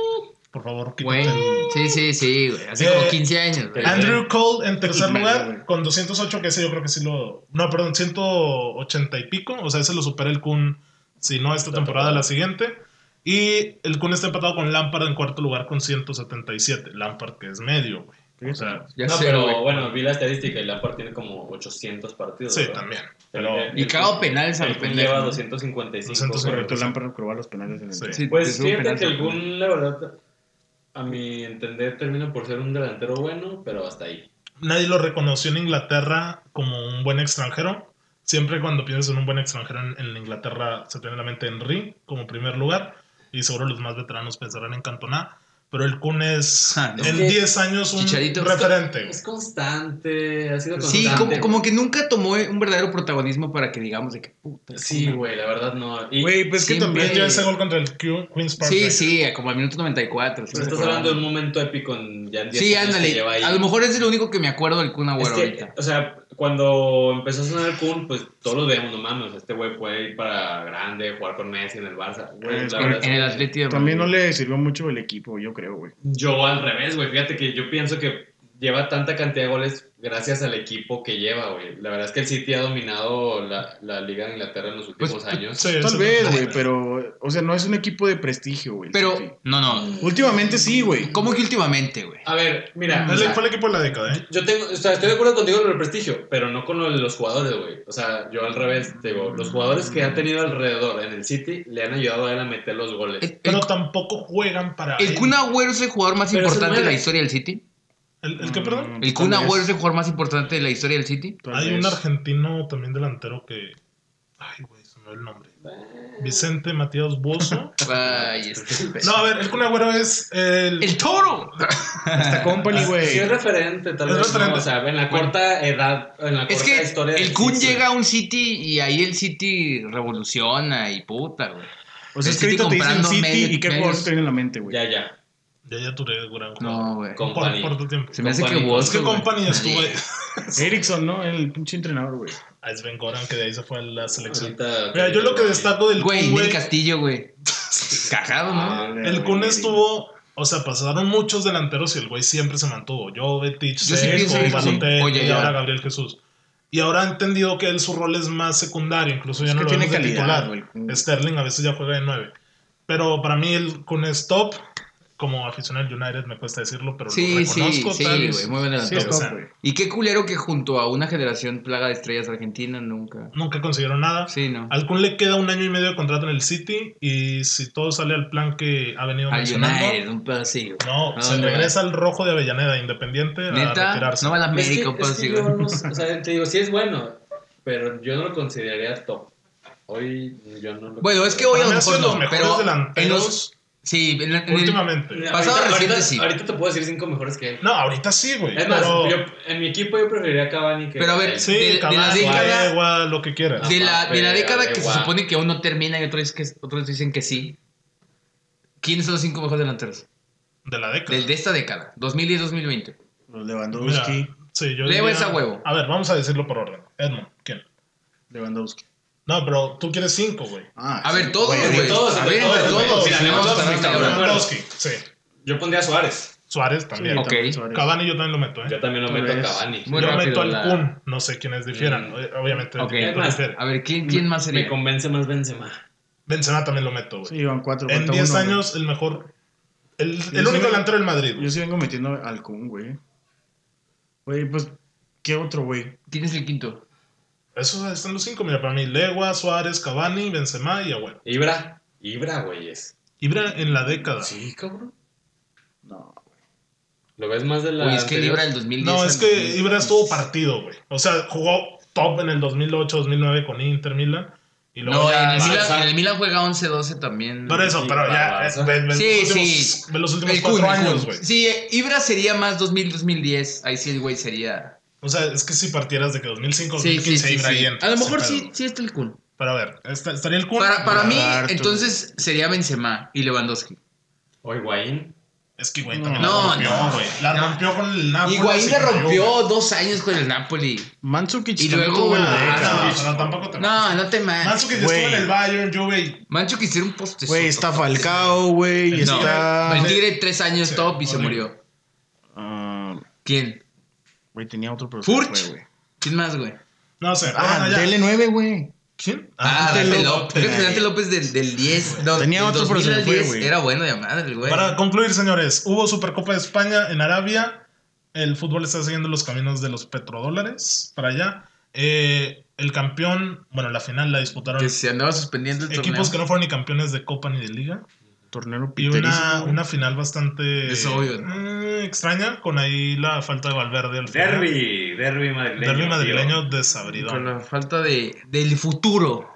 Speaker 1: por favor, quítate
Speaker 2: Güey,
Speaker 1: el-
Speaker 2: Sí, sí, sí, güey. Hace
Speaker 1: Eh,
Speaker 2: como 15 años, güey.
Speaker 1: Andrew Cole en tercer
Speaker 3: Madre,
Speaker 1: lugar
Speaker 3: güey.
Speaker 1: con 208, que ese yo creo que sí lo... No, perdón, 180 y pico. O sea, ese lo supera el Kun, si no esta temporada, la siguiente. Y el Kun está empatado con Lampard en cuarto lugar con 177. Lampard que es medio, güey. O sea,
Speaker 2: Ya
Speaker 4: no,
Speaker 2: sé,
Speaker 4: pero
Speaker 2: güey.
Speaker 4: bueno, vi la estadística y Lampard tiene como 800 partidos.
Speaker 1: sí,
Speaker 4: ¿verdad?
Speaker 1: también. Pero...
Speaker 4: El-
Speaker 2: Y
Speaker 4: el-
Speaker 2: cago penales al
Speaker 4: el Kun
Speaker 2: pendejo,
Speaker 4: lleva
Speaker 2: ¿no?
Speaker 4: 255.
Speaker 1: 200.
Speaker 3: Roberto Lampard probó los penales en el...
Speaker 1: Sí.
Speaker 2: Sí,
Speaker 4: Pues
Speaker 2: es un
Speaker 4: fíjate
Speaker 2: penal,
Speaker 4: que el
Speaker 2: güey.
Speaker 4: Kun, la verdad, a mi entender, termina por ser un delantero bueno, pero hasta ahí.
Speaker 1: nadie lo reconoció en Inglaterra como un buen extranjero. Siempre cuando piensas en un buen extranjero en, en Inglaterra se tiene en la mente Henry como primer lugar y seguro los más veteranos pensarán en Cantona, pero el Kun es
Speaker 2: Ah, no.
Speaker 1: en
Speaker 4: Es que
Speaker 1: 10 años un
Speaker 2: Chicharito.
Speaker 1: referente.
Speaker 4: Es constante, ha sido
Speaker 2: Sí, como,
Speaker 4: constante.
Speaker 2: como que nunca tomó un verdadero protagonismo para que digamos de que puta.
Speaker 4: Sí, güey, la verdad no. Y
Speaker 3: Güey, pues es que
Speaker 2: Siempre-
Speaker 1: Él
Speaker 3: también...
Speaker 1: dio ese gol contra el Q- Queen's Park
Speaker 2: Sí,
Speaker 1: Rangers.
Speaker 2: sí, eh, como al minuto 94. sí
Speaker 4: pero
Speaker 2: me
Speaker 4: estás
Speaker 2: acuerdo.
Speaker 4: hablando de un momento épico en ya en 10
Speaker 2: Sí,
Speaker 4: años que
Speaker 2: ándale.
Speaker 4: lleva ahí.
Speaker 2: A lo mejor es lo único que me acuerdo del Kun
Speaker 4: Es
Speaker 2: Agüero
Speaker 4: que,
Speaker 2: Ah, ahorita.
Speaker 4: o sea, cuando empezó a sonar el Kun, pues todos lo veíamos, no mames, este güey puede ir para grande, jugar con Messi en el Barça. Güey,
Speaker 3: Ah, Es
Speaker 4: la
Speaker 3: correcto.
Speaker 4: verdad,
Speaker 2: En el Atlético de
Speaker 3: También no
Speaker 2: Madrid.
Speaker 3: le sirvió mucho el equipo, yo creo, güey.
Speaker 4: Yo al revés, güey. Fíjate que yo pienso que lleva tanta cantidad de goles gracias al equipo que lleva, güey. La verdad es que el City ha dominado la, la Liga de Inglaterra en los últimos
Speaker 2: Pues,
Speaker 4: años.
Speaker 1: Sí,
Speaker 3: Tal
Speaker 1: sí,
Speaker 3: vez,
Speaker 1: sí.
Speaker 3: güey, pero... O sea, no es un equipo de prestigio, güey. el City.
Speaker 2: Pero, no, no.
Speaker 3: Últimamente sí, güey.
Speaker 2: ¿Cómo que últimamente, güey?
Speaker 4: A ver, mira. o
Speaker 1: Él
Speaker 4: sea,
Speaker 1: fue el equipo de la década, ¿eh?
Speaker 4: yo tengo, o sea, estoy de acuerdo contigo en el prestigio, pero no con lo de los jugadores, güey. O sea, yo al revés, te digo, los jugadores que ha tenido alrededor en el City le han ayudado a él a meter los goles.
Speaker 2: El,
Speaker 1: Pero tampoco juegan para.
Speaker 2: el
Speaker 1: él.
Speaker 2: Kun Agüero es el jugador más
Speaker 4: eh, Pero se
Speaker 2: importante de la
Speaker 4: mueve.
Speaker 2: historia del City.
Speaker 1: ¿El, el qué, perdón?
Speaker 3: Mm,
Speaker 2: El Kun
Speaker 3: tal
Speaker 2: Agüero es
Speaker 3: vez,
Speaker 2: el jugador más importante de la historia del City.
Speaker 3: tal
Speaker 1: Hay
Speaker 3: vez.
Speaker 1: un argentino también delantero que. Ay, güey, se me olvidó el nombre. Vicente Matías Bozo.
Speaker 2: Ay, este
Speaker 1: No, a ver, el Kun Agüero es el...
Speaker 2: ¡El toro!
Speaker 3: Hasta Company,
Speaker 2: Ah,
Speaker 3: güey.
Speaker 4: Sí es referente, tal
Speaker 1: Es
Speaker 4: vez.
Speaker 1: referente.
Speaker 4: ¿no? O sea, en la corta edad, en la corta
Speaker 2: Es que
Speaker 4: historia. del
Speaker 2: el Kun
Speaker 4: City.
Speaker 2: llega a un City y ahí el City revoluciona y puta, güey.
Speaker 3: O sea,
Speaker 2: el
Speaker 3: es que
Speaker 2: City
Speaker 3: ahorita te dicen
Speaker 2: comprando
Speaker 3: City
Speaker 2: medio-
Speaker 3: y qué
Speaker 2: medios-
Speaker 3: jugador te viene a la mente, güey.
Speaker 4: Ya, ya.
Speaker 1: Yaya Touré, Durán.
Speaker 2: No, güey.
Speaker 4: Con-
Speaker 1: por
Speaker 4: Company.
Speaker 1: cuarto tiempo.
Speaker 2: Se me hace que
Speaker 4: Company.
Speaker 1: Es
Speaker 2: Bosco,
Speaker 1: que
Speaker 2: güey.
Speaker 1: Company estuvo ahí. Ah,
Speaker 3: Erickson, ¿no? El pinche entrenador, güey.
Speaker 1: A Sven Goran, que de ahí se fue a la selección.
Speaker 4: Ahorita-
Speaker 1: Mira, yo lo que destaco del
Speaker 2: Güey,
Speaker 1: Kun,
Speaker 2: Nick
Speaker 1: güey,
Speaker 2: Castillo, güey. Cajado, ¿no?
Speaker 4: Ah,
Speaker 1: el Kun estuvo... O sea, pasaron muchos delanteros y el güey siempre se mantuvo. Yo, Betich,
Speaker 2: Yo sí
Speaker 1: Seco,
Speaker 2: pienso que sí.
Speaker 1: Balotelli,
Speaker 2: Oye,
Speaker 1: y
Speaker 2: ya.
Speaker 1: ahora Gabriel Jesús. Y ahora ha entendido que él su rol es más secundario, incluso ya
Speaker 3: Es
Speaker 1: no
Speaker 3: que
Speaker 1: lo
Speaker 3: tiene
Speaker 1: vemos de
Speaker 3: calidad,
Speaker 1: titular.
Speaker 3: güey.
Speaker 1: Sterling a veces ya juega de 9. Pero para mí el Kun es top. Como aficionado al United me cuesta decirlo, pero lo
Speaker 2: Sí, sí,
Speaker 1: reconozco.
Speaker 2: sí,
Speaker 1: tal vez.
Speaker 2: güey. Muy buen
Speaker 3: Sí,
Speaker 2: delantero.
Speaker 3: es
Speaker 1: o sea,
Speaker 3: top, güey.
Speaker 2: Y qué culero que junto a una generación plaga de estrellas argentinas nunca.
Speaker 1: Nunca consiguieron nada.
Speaker 2: Sí, ¿no?
Speaker 1: Al Kun le queda un año y medio de contrato en el City y si todo sale al plan que ha venido
Speaker 2: Al
Speaker 1: mencionando,
Speaker 2: United, un pedacillo.
Speaker 1: no,
Speaker 2: No,
Speaker 1: se
Speaker 2: no,
Speaker 1: regresa al rojo de Avellaneda Independiente a
Speaker 2: Neta,
Speaker 1: retirarse.
Speaker 2: no va a la
Speaker 4: Es que-
Speaker 2: América, un
Speaker 4: es que
Speaker 2: pedacillo.
Speaker 4: yo no sé, o sea, te digo, sí es bueno, pero yo no lo consideraría top. Hoy yo no lo
Speaker 2: Bueno, es que hoy a
Speaker 1: Para
Speaker 2: lo
Speaker 1: mí ha
Speaker 2: mejor
Speaker 1: sido los
Speaker 2: no,
Speaker 1: mejores
Speaker 2: pero en
Speaker 1: delanteros
Speaker 2: los, sí, en, en el,
Speaker 1: últimamente.
Speaker 4: Mira,
Speaker 2: pasado
Speaker 4: ahorita,
Speaker 2: reciente
Speaker 4: ahorita-
Speaker 2: sí.
Speaker 4: ahorita te puedo decir cinco mejores que él.
Speaker 1: No, ahorita sí, güey.
Speaker 4: Es más,
Speaker 1: Pero,
Speaker 4: yo- en mi equipo yo preferiría a Cavani que
Speaker 2: Pero a ver,
Speaker 4: él.
Speaker 1: sí,
Speaker 2: de- de la
Speaker 1: Cavani,
Speaker 2: década-
Speaker 1: Guardiola, lo que quieras.
Speaker 2: de la, de la
Speaker 4: Mbappé,
Speaker 2: década que se
Speaker 4: Arewa.
Speaker 2: supone que uno termina y otros, que, otros dicen que sí. ¿Quiénes son los cinco mejores delanteros?
Speaker 1: De la década.
Speaker 2: Del- de esta década, 2010-2020.
Speaker 3: Los
Speaker 1: Mira,
Speaker 3: Lewandowski.
Speaker 1: sí, yo
Speaker 2: Leo
Speaker 1: diría-
Speaker 2: es a huevo.
Speaker 1: A ver, vamos a decirlo por orden. Edmond, ¿quién?
Speaker 3: Lewandowski.
Speaker 1: No, pero tú quieres cinco, güey.
Speaker 3: Ah,
Speaker 2: A
Speaker 3: sí.
Speaker 2: ver, todos,
Speaker 3: Güey,
Speaker 2: güey.
Speaker 4: todos,
Speaker 2: A
Speaker 4: de
Speaker 2: ver,
Speaker 4: todos,
Speaker 2: entre
Speaker 4: güey.
Speaker 2: todos.
Speaker 4: Mira,
Speaker 2: si no vamos a
Speaker 4: Lewandowski,
Speaker 2: estar
Speaker 4: cabrón.
Speaker 2: hablando.
Speaker 1: Lewandowski, sí.
Speaker 4: Yo pondría a Suárez.
Speaker 1: Suárez también.
Speaker 2: Ok.
Speaker 3: Suárez.
Speaker 1: Cavani yo también lo meto, ¿eh?
Speaker 4: Yo también lo meto a
Speaker 3: Suárez.
Speaker 4: Cavani.
Speaker 2: Muy
Speaker 1: yo
Speaker 2: rápido,
Speaker 1: meto al
Speaker 2: la-
Speaker 1: Kun, no sé quiénes difieran,
Speaker 4: Mm.
Speaker 1: eh, obviamente.
Speaker 2: Ok.
Speaker 1: quién
Speaker 4: Es más,
Speaker 1: difiere.
Speaker 2: A ver, ¿quién, quién más
Speaker 4: Me
Speaker 2: sería?
Speaker 4: convence más Benzema.
Speaker 1: Benzema también lo meto, güey.
Speaker 3: Sí, van cuatro.
Speaker 1: en
Speaker 3: falta
Speaker 1: 10
Speaker 3: uno,
Speaker 1: años, el mejor. El,
Speaker 3: Yo
Speaker 1: el
Speaker 3: sí
Speaker 1: único
Speaker 3: me-
Speaker 1: delantero del Madrid.
Speaker 3: güey.
Speaker 1: güey.
Speaker 3: Yo sigo metiendo al Kun, güey. Güey, pues, ¿qué otro, güey?
Speaker 2: ¿Quién es el quinto?
Speaker 1: Esos están los cinco, mira, para mí. Legua, Suárez, Cavani, Benzema y Agüero.
Speaker 4: Ibra. Ibra, güey, es.
Speaker 1: Ibra en la década.
Speaker 4: Sí, cabrón.
Speaker 3: No.
Speaker 4: Lo ves más de la.
Speaker 2: Uy, es que
Speaker 4: anterior?
Speaker 2: Libra el 2010.
Speaker 1: No, es
Speaker 2: al
Speaker 1: que
Speaker 2: 2010.
Speaker 1: Ibra estuvo partido, güey. O sea, jugó top en el 2008, 2009 con Inter Milan. Y luego
Speaker 2: No, en
Speaker 1: ya-
Speaker 2: el, Milan,
Speaker 4: Barça.
Speaker 2: en el Milan juega 11-12 también.
Speaker 1: Por eso,
Speaker 4: Sí,
Speaker 1: pero ya.
Speaker 4: Barça.
Speaker 1: es- Ve, ve
Speaker 2: Sí,
Speaker 1: los últimos,
Speaker 2: sí.
Speaker 1: ve los últimos
Speaker 2: El
Speaker 1: cuatro
Speaker 2: Kun, el
Speaker 1: años,
Speaker 2: Kun.
Speaker 1: güey.
Speaker 2: Sí, eh, Ibra sería más 2000-2010. Ahí sí el güey sería.
Speaker 1: O sea, es que si partieras de que 2005,
Speaker 2: Sí, sí,
Speaker 1: 2015
Speaker 2: sí,
Speaker 1: Ibra
Speaker 2: sí.
Speaker 1: ahí entra
Speaker 2: A lo
Speaker 1: ese
Speaker 2: mejor
Speaker 1: pedo,
Speaker 2: sí,
Speaker 1: güey.
Speaker 2: sí está el Kun.
Speaker 1: Pero a ver, esta- estaría el Kun.
Speaker 2: Para, para mí,
Speaker 3: Lagarto.
Speaker 2: entonces sería Benzema y Lewandowski.
Speaker 4: O Higuaín.
Speaker 1: Es que, güey, también
Speaker 2: No,
Speaker 1: la rompió,
Speaker 2: no,
Speaker 1: güey. La
Speaker 2: no.
Speaker 1: rompió con el Napoli.
Speaker 2: Higuaín
Speaker 1: Ah, se
Speaker 2: la
Speaker 1: cayó, güey.
Speaker 2: rompió dos años con el Napoli.
Speaker 3: Manzukic
Speaker 2: Y
Speaker 3: también
Speaker 2: luego,
Speaker 3: tuvo en la
Speaker 2: ah,
Speaker 3: década.
Speaker 1: Ah,
Speaker 3: güey.
Speaker 1: no, no, tampoco te
Speaker 2: No, no te
Speaker 1: Manso
Speaker 2: manches.
Speaker 1: que
Speaker 3: Güey.
Speaker 1: estuvo en el Bayern, Juve. y-
Speaker 2: Mancho que hicieron un poste.
Speaker 3: Güey, está Falcao, güey. y
Speaker 2: No.
Speaker 3: está...
Speaker 2: El Tigre tres años
Speaker 1: Sí,
Speaker 2: top y se
Speaker 1: horrible.
Speaker 2: murió.
Speaker 3: Ah,
Speaker 2: ¿Quién?
Speaker 3: Güey, tenía otro pero se
Speaker 2: Furch.
Speaker 3: fue, güey.
Speaker 2: ¿Quién más, güey?
Speaker 1: No sé.
Speaker 3: Ah,
Speaker 1: bueno, ya.
Speaker 3: DL9, güey.
Speaker 1: ¿Quién?
Speaker 2: Ah,
Speaker 1: Dante
Speaker 2: Dante
Speaker 1: López.
Speaker 2: López. Creo que Dante López del, del 10. No,
Speaker 3: Tenía
Speaker 2: del
Speaker 3: otro, pero se
Speaker 2: 2000 al
Speaker 3: fue,
Speaker 2: 10
Speaker 3: güey.
Speaker 2: Era bueno de madre, güey.
Speaker 1: Para concluir, señores, hubo Supercopa de España en Arabia. El fútbol está siguiendo los caminos de los petrodólares para allá. Eh, el campeón, bueno, la final la disputaron
Speaker 2: Que se andaba suspendiendo el
Speaker 1: equipos que
Speaker 2: torneo.
Speaker 1: no fueron ni campeones de Copa ni de Liga.
Speaker 3: Tornero
Speaker 1: Y
Speaker 3: piterísimo.
Speaker 1: una, una final bastante
Speaker 2: Es obvio, ¿no?
Speaker 1: mm, extraña, con ahí la falta de Valverde al final.
Speaker 4: Derby. Derby madrileño.
Speaker 1: Derby madrileño
Speaker 2: Con
Speaker 1: desabrido.
Speaker 2: la falta de, del futuro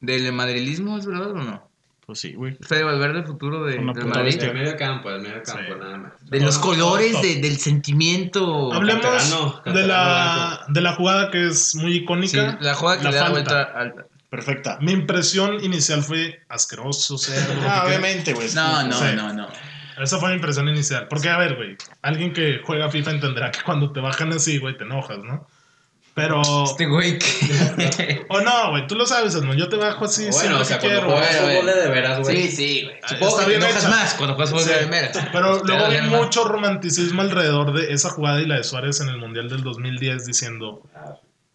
Speaker 2: del madrilismo, ¿es verdad o no?
Speaker 3: Pues sí, güey.
Speaker 2: Fede Valverde, el futuro de,
Speaker 3: Una
Speaker 2: del
Speaker 3: puta
Speaker 2: Madrid.
Speaker 4: Tío. El medio campo, el medio campo,
Speaker 1: Sí.
Speaker 4: nada más.
Speaker 2: De los
Speaker 1: Todo-
Speaker 2: colores,
Speaker 1: todo
Speaker 2: de- del sentimiento.
Speaker 1: Hablemos
Speaker 4: Canterano,
Speaker 1: de,
Speaker 4: Canterano
Speaker 1: la, de la jugada que es muy
Speaker 2: Sí,
Speaker 1: icónica.
Speaker 2: la jugada que
Speaker 1: La
Speaker 2: le da
Speaker 1: falta.
Speaker 2: vuelta al...
Speaker 3: Perfecta.
Speaker 1: Mi impresión inicial fue asqueroso. o sea, lo que
Speaker 3: Ah,
Speaker 1: quieras.
Speaker 3: obviamente, güey.
Speaker 2: No, no,
Speaker 1: Sí.
Speaker 2: no, no.
Speaker 1: Esa fue mi impresión inicial. Porque, a ver, güey, alguien que juega FIFA entenderá que cuando te bajan así, güey, te enojas, ¿no? Pero.
Speaker 2: Este güey que...
Speaker 1: O no, güey, tú lo sabes, Edmond. Yo te bajo así
Speaker 4: bueno,
Speaker 1: siempre
Speaker 4: o sea,
Speaker 1: que
Speaker 4: cuando
Speaker 1: quiero.
Speaker 4: juegas
Speaker 2: A ver, a
Speaker 4: fútbol
Speaker 2: ver.
Speaker 4: de veras, güey.
Speaker 2: Sí, sí, güey. Supongo
Speaker 1: está
Speaker 2: que te
Speaker 1: bien
Speaker 2: enojas
Speaker 1: hecha.
Speaker 2: más cuando juegas fútbol
Speaker 1: Sí.
Speaker 2: de veras.
Speaker 1: Pero
Speaker 2: pues, Te
Speaker 1: luego
Speaker 2: da
Speaker 1: vi
Speaker 2: ganas.
Speaker 1: mucho romanticismo alrededor de esa jugada y la de Suárez en el Mundial del 2010 diciendo.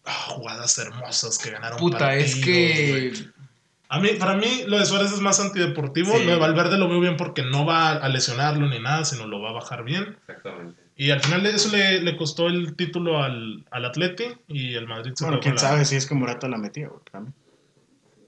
Speaker 1: "Ah, jugadas hermosas que ganaron.
Speaker 2: Puta, es
Speaker 1: partidos,
Speaker 2: que...
Speaker 1: güey". A mí, para mí, lo de Suárez es más antideportivo.
Speaker 2: Sí.
Speaker 1: Lo de Valverde lo veo bien porque no va a lesionarlo ni nada, sino lo va a bajar bien.
Speaker 4: Exactamente.
Speaker 1: Y al final eso le, le costó el título al, al Atleti y el Madrid se
Speaker 3: Bueno,
Speaker 1: fue
Speaker 3: quién
Speaker 1: con la-
Speaker 3: sabe si es que Morata la metía, güey. también.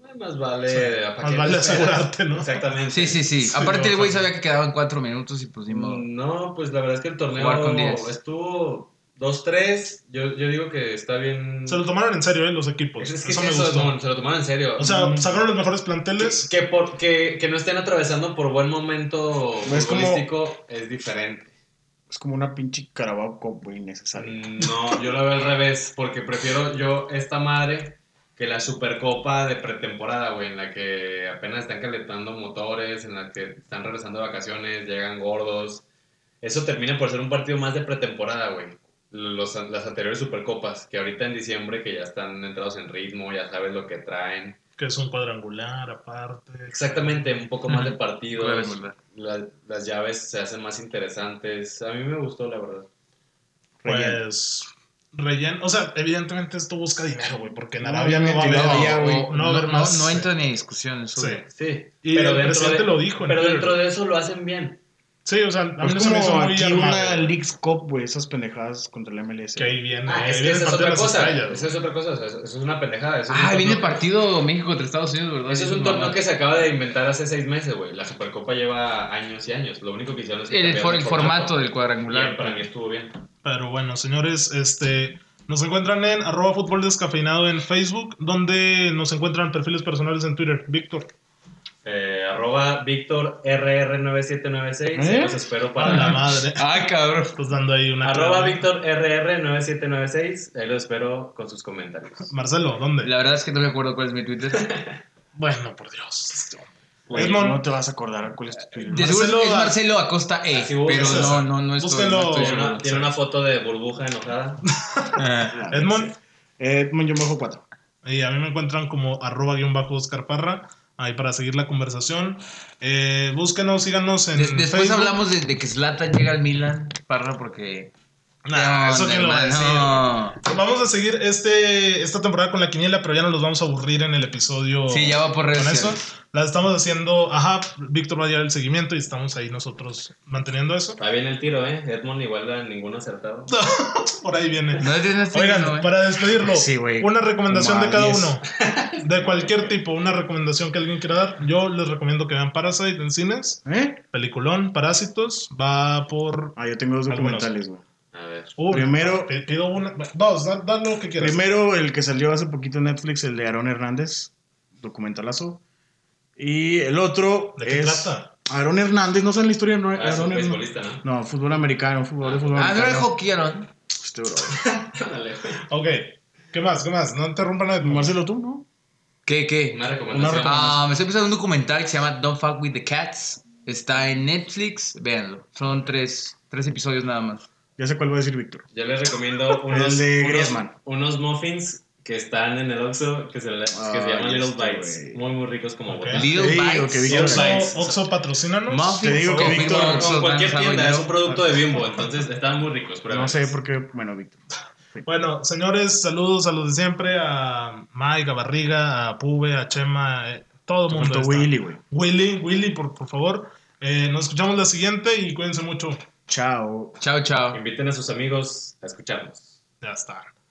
Speaker 4: Eh, Más vale.
Speaker 1: Sí.
Speaker 4: ¿a pa'
Speaker 1: Más
Speaker 4: qué
Speaker 1: vale
Speaker 4: te esperas?
Speaker 1: asegurarte, ¿no?
Speaker 4: Exactamente.
Speaker 2: Sí, sí, Mm, sí.
Speaker 1: Sí,
Speaker 2: Aparte el
Speaker 1: ojalá.
Speaker 2: güey sabía que quedaban cuatro minutos y
Speaker 4: Mm,
Speaker 2: pusimos...
Speaker 4: No, pues la verdad es que el
Speaker 2: Jugar con
Speaker 4: torneo
Speaker 2: 10.
Speaker 4: estuvo 2-3. Yo, yo digo que está bien.
Speaker 1: Se lo tomaron en serio, ¿eh? Los equipos.
Speaker 4: Es que
Speaker 1: eso
Speaker 4: es
Speaker 1: me
Speaker 4: eso,
Speaker 1: gustó.
Speaker 4: Edmond, se lo tomaron en serio.
Speaker 1: O sea, sacaron los mejores planteles.
Speaker 4: que, por, que, que no estén atravesando por buen momento
Speaker 3: No es como-
Speaker 4: futbolístico es diferente.
Speaker 3: Es como una pinche Carabao Cup, güey, innecesaria.
Speaker 4: Mm, No, yo la veo al revés, porque prefiero yo esta madre que la Supercopa de pretemporada, güey, en la que apenas están calentando motores, en la que están regresando de vacaciones, llegan gordos, Eso termina por ser un partido más de pretemporada, güey. Los, las anteriores Supercopas, que ahorita en diciembre, que ya están entrados en ritmo, ya sabes lo que traen.
Speaker 1: Que es un cuadrangular aparte.
Speaker 4: Exactamente, un poco más de partido.
Speaker 2: Cuadrangular.
Speaker 4: La- las llaves se hacen más interesantes. A mí me gustó, la verdad.
Speaker 1: Pues. Relleno. O sea, evidentemente esto busca dinero, güey, porque en
Speaker 3: No,
Speaker 1: Arabia no va a
Speaker 3: obviamente,
Speaker 1: haber.
Speaker 3: no, ya, güey.
Speaker 1: no va a haber más.
Speaker 2: No, entra ni a discusión eso.
Speaker 1: Sí.
Speaker 2: de-
Speaker 4: Sí,
Speaker 1: Y
Speaker 4: pero,
Speaker 1: el
Speaker 4: dentro de,
Speaker 1: presidente lo dijo en
Speaker 4: pero
Speaker 1: Twitter.
Speaker 4: dentro de eso lo hacen bien.
Speaker 1: Sí, o sea, a mí no
Speaker 3: Pues es
Speaker 1: se me hizo
Speaker 3: como
Speaker 1: muy
Speaker 3: aquí
Speaker 1: armado,
Speaker 3: una
Speaker 1: güey,
Speaker 3: Leagues Cup, güey, esas pendejadas contra el MLS.
Speaker 1: Que ahí viene.
Speaker 4: Ah,
Speaker 1: ahí
Speaker 4: es que
Speaker 1: viene el
Speaker 4: esa es
Speaker 1: partido de
Speaker 4: otra
Speaker 1: las
Speaker 4: cosa.
Speaker 1: estrellas,
Speaker 4: Esa es otra cosa. o sea, Eso eso es una pendejada. eso es un
Speaker 2: Ah, viene el
Speaker 4: torneo-
Speaker 2: partido México contra Estados Unidos, ¿verdad?
Speaker 4: Eso es un
Speaker 2: Mamá.
Speaker 4: torneo que se acaba de inventar hace seis meses, güey. La Supercopa lleva años y años. Lo único que hicieron es que
Speaker 2: El, for-
Speaker 4: cambiaron
Speaker 2: el formato del
Speaker 4: Bien, para
Speaker 2: cuadrangular.
Speaker 4: mí estuvo bien.
Speaker 1: Pero bueno, señores, este, nos encuentran en arroba fútbol descafeinado en Facebook, donde nos encuentran perfiles personales en Twitter. Víctor,
Speaker 4: Eh, arroba Víctor RR9796.
Speaker 3: ¿Eh?
Speaker 4: Los espero
Speaker 1: para
Speaker 4: para
Speaker 1: la
Speaker 4: la.
Speaker 1: madre.
Speaker 2: Ah, cabrón.
Speaker 1: Estás dando ahí una...
Speaker 4: Arroba
Speaker 1: clave.
Speaker 4: Víctor RR9796. Ahí los espero con sus comentarios.
Speaker 1: Marcelo, ¿dónde?
Speaker 2: La verdad es que no me acuerdo cuál es mi Twitter.
Speaker 1: Bueno, por Dios. este hombre.
Speaker 3: Güey,
Speaker 1: Edmond.
Speaker 3: no te vas a acordar cuál es tu Twitter.
Speaker 2: De seguro
Speaker 1: Marcelo
Speaker 2: es
Speaker 1: a-
Speaker 2: Marcelo Acosta E,
Speaker 4: Así vos,
Speaker 2: pero
Speaker 1: es esa.
Speaker 2: no, no, no estoy,
Speaker 1: Búsquenlo.
Speaker 2: no estoy
Speaker 4: Tiene una,
Speaker 2: seguro.
Speaker 4: tiene una foto de burbuja enojada.
Speaker 2: Ah.
Speaker 3: Ah,
Speaker 1: Edmond,
Speaker 3: Edmond, yo me bajo cuatro.
Speaker 1: y a mí me encuentran como arroba guión bajo Oscar Parra, ahí para seguir la conversación. Eh, búsquenos, síganos en
Speaker 2: Des- después
Speaker 1: Facebook.
Speaker 2: hablamos de, de que Zlatan llega al Milan, Parra, porque...
Speaker 1: Nah,
Speaker 2: No,
Speaker 1: eso
Speaker 2: mi
Speaker 1: que lo va a
Speaker 2: hermano.
Speaker 1: decir. Vamos a seguir este, esta temporada con la quiniela, pero ya no los vamos a aburrir en el episodio.
Speaker 2: Sí, ya va por redes
Speaker 1: Con eso.
Speaker 2: sociales.
Speaker 1: La estamos haciendo, ajá, Víctor va a llevar el seguimiento y estamos ahí nosotros manteniendo eso.
Speaker 4: Está bien el tiro, ¿eh? Edmond igual a ninguno acertado.
Speaker 1: Por ahí viene.
Speaker 2: No tienes Twitter,
Speaker 1: Oigan,
Speaker 2: ¿no, eh?
Speaker 1: para despedirlo,
Speaker 2: Sí, güey.
Speaker 1: una recomendación de cada
Speaker 3: Madres.
Speaker 1: uno. De cualquier tipo, una recomendación que alguien quiera dar. Yo les recomiendo que vean Parasite en cines.
Speaker 3: ¿Eh?
Speaker 1: Peliculón, Parásitos, va por...
Speaker 3: Ah, yo tengo dos
Speaker 1: Algunos.
Speaker 3: documentales, güey.
Speaker 4: A ver.
Speaker 1: Uh,
Speaker 3: Primero-
Speaker 1: p- Pido una... Dos, da, da lo que quieras.
Speaker 3: Primero, el que salió hace poquito en Netflix, el de Aaron Hernández, documentalazo. Y el otro
Speaker 1: ¿De qué
Speaker 3: es
Speaker 1: trata?
Speaker 3: Aaron Hernández, no sé la historia de
Speaker 4: Ah, es un
Speaker 3: Aaron Hernández.
Speaker 4: beisbolista, ¿no?
Speaker 3: No, fútbol americano, fútbol de fútbol
Speaker 2: Ah, no
Speaker 3: americano.
Speaker 2: era el hockeyaron.
Speaker 3: Este, bro.
Speaker 4: Dale.
Speaker 1: Ok. ¿Qué más? ¿Qué más? No interrumpan a Edmund.
Speaker 3: Marcelo, tú, ¿no?
Speaker 2: ¿Qué, qué?
Speaker 4: Una recomendación.
Speaker 2: Ah, me estoy pensando en un documental que se llama Don't Fuck With The Cats. Está en Netflix, véanlo. Son tres, tres episodios nada más.
Speaker 3: Ya sé cuál va a decir Víctor.
Speaker 4: Yo les recomiendo unos,
Speaker 3: El de
Speaker 4: unos-
Speaker 3: Griezmann.
Speaker 4: unos muffins que están en el Oxxo que se, le- que se
Speaker 3: Ah,
Speaker 4: llaman
Speaker 3: ya
Speaker 4: Little
Speaker 3: está,
Speaker 4: Bites.
Speaker 3: güey.
Speaker 4: Muy, muy ricos como
Speaker 1: Ok.
Speaker 4: botanas.
Speaker 2: Little
Speaker 3: Te digo
Speaker 2: Bites.
Speaker 3: que Víctor-
Speaker 1: Oxo,
Speaker 4: Bites.
Speaker 1: Oxo, patrocínanos.
Speaker 2: Muffins.
Speaker 3: Te digo que
Speaker 2: con
Speaker 3: Víctor-
Speaker 2: Bimbo
Speaker 4: Con
Speaker 2: Oxxo,
Speaker 4: cualquier
Speaker 2: Danza,
Speaker 4: tienda, es
Speaker 2: Baileo.
Speaker 4: un producto de Bimbo, entonces están muy ricos. pruébenlos.
Speaker 3: No sé por qué, bueno, Víctor.
Speaker 1: Bueno, señores, saludos a los de siempre, a Mike, a Barriga, a Pube, a Chema, eh, todo el
Speaker 3: Te
Speaker 1: mundo.
Speaker 3: faltó
Speaker 1: está.
Speaker 3: Willy, güey.
Speaker 1: Willy, Willy, por, por favor. Eh, nos escuchamos la siguiente y cuídense mucho.
Speaker 3: Chao.
Speaker 2: Chao, chao.
Speaker 4: Inviten a sus amigos a escucharnos.
Speaker 1: Ya está.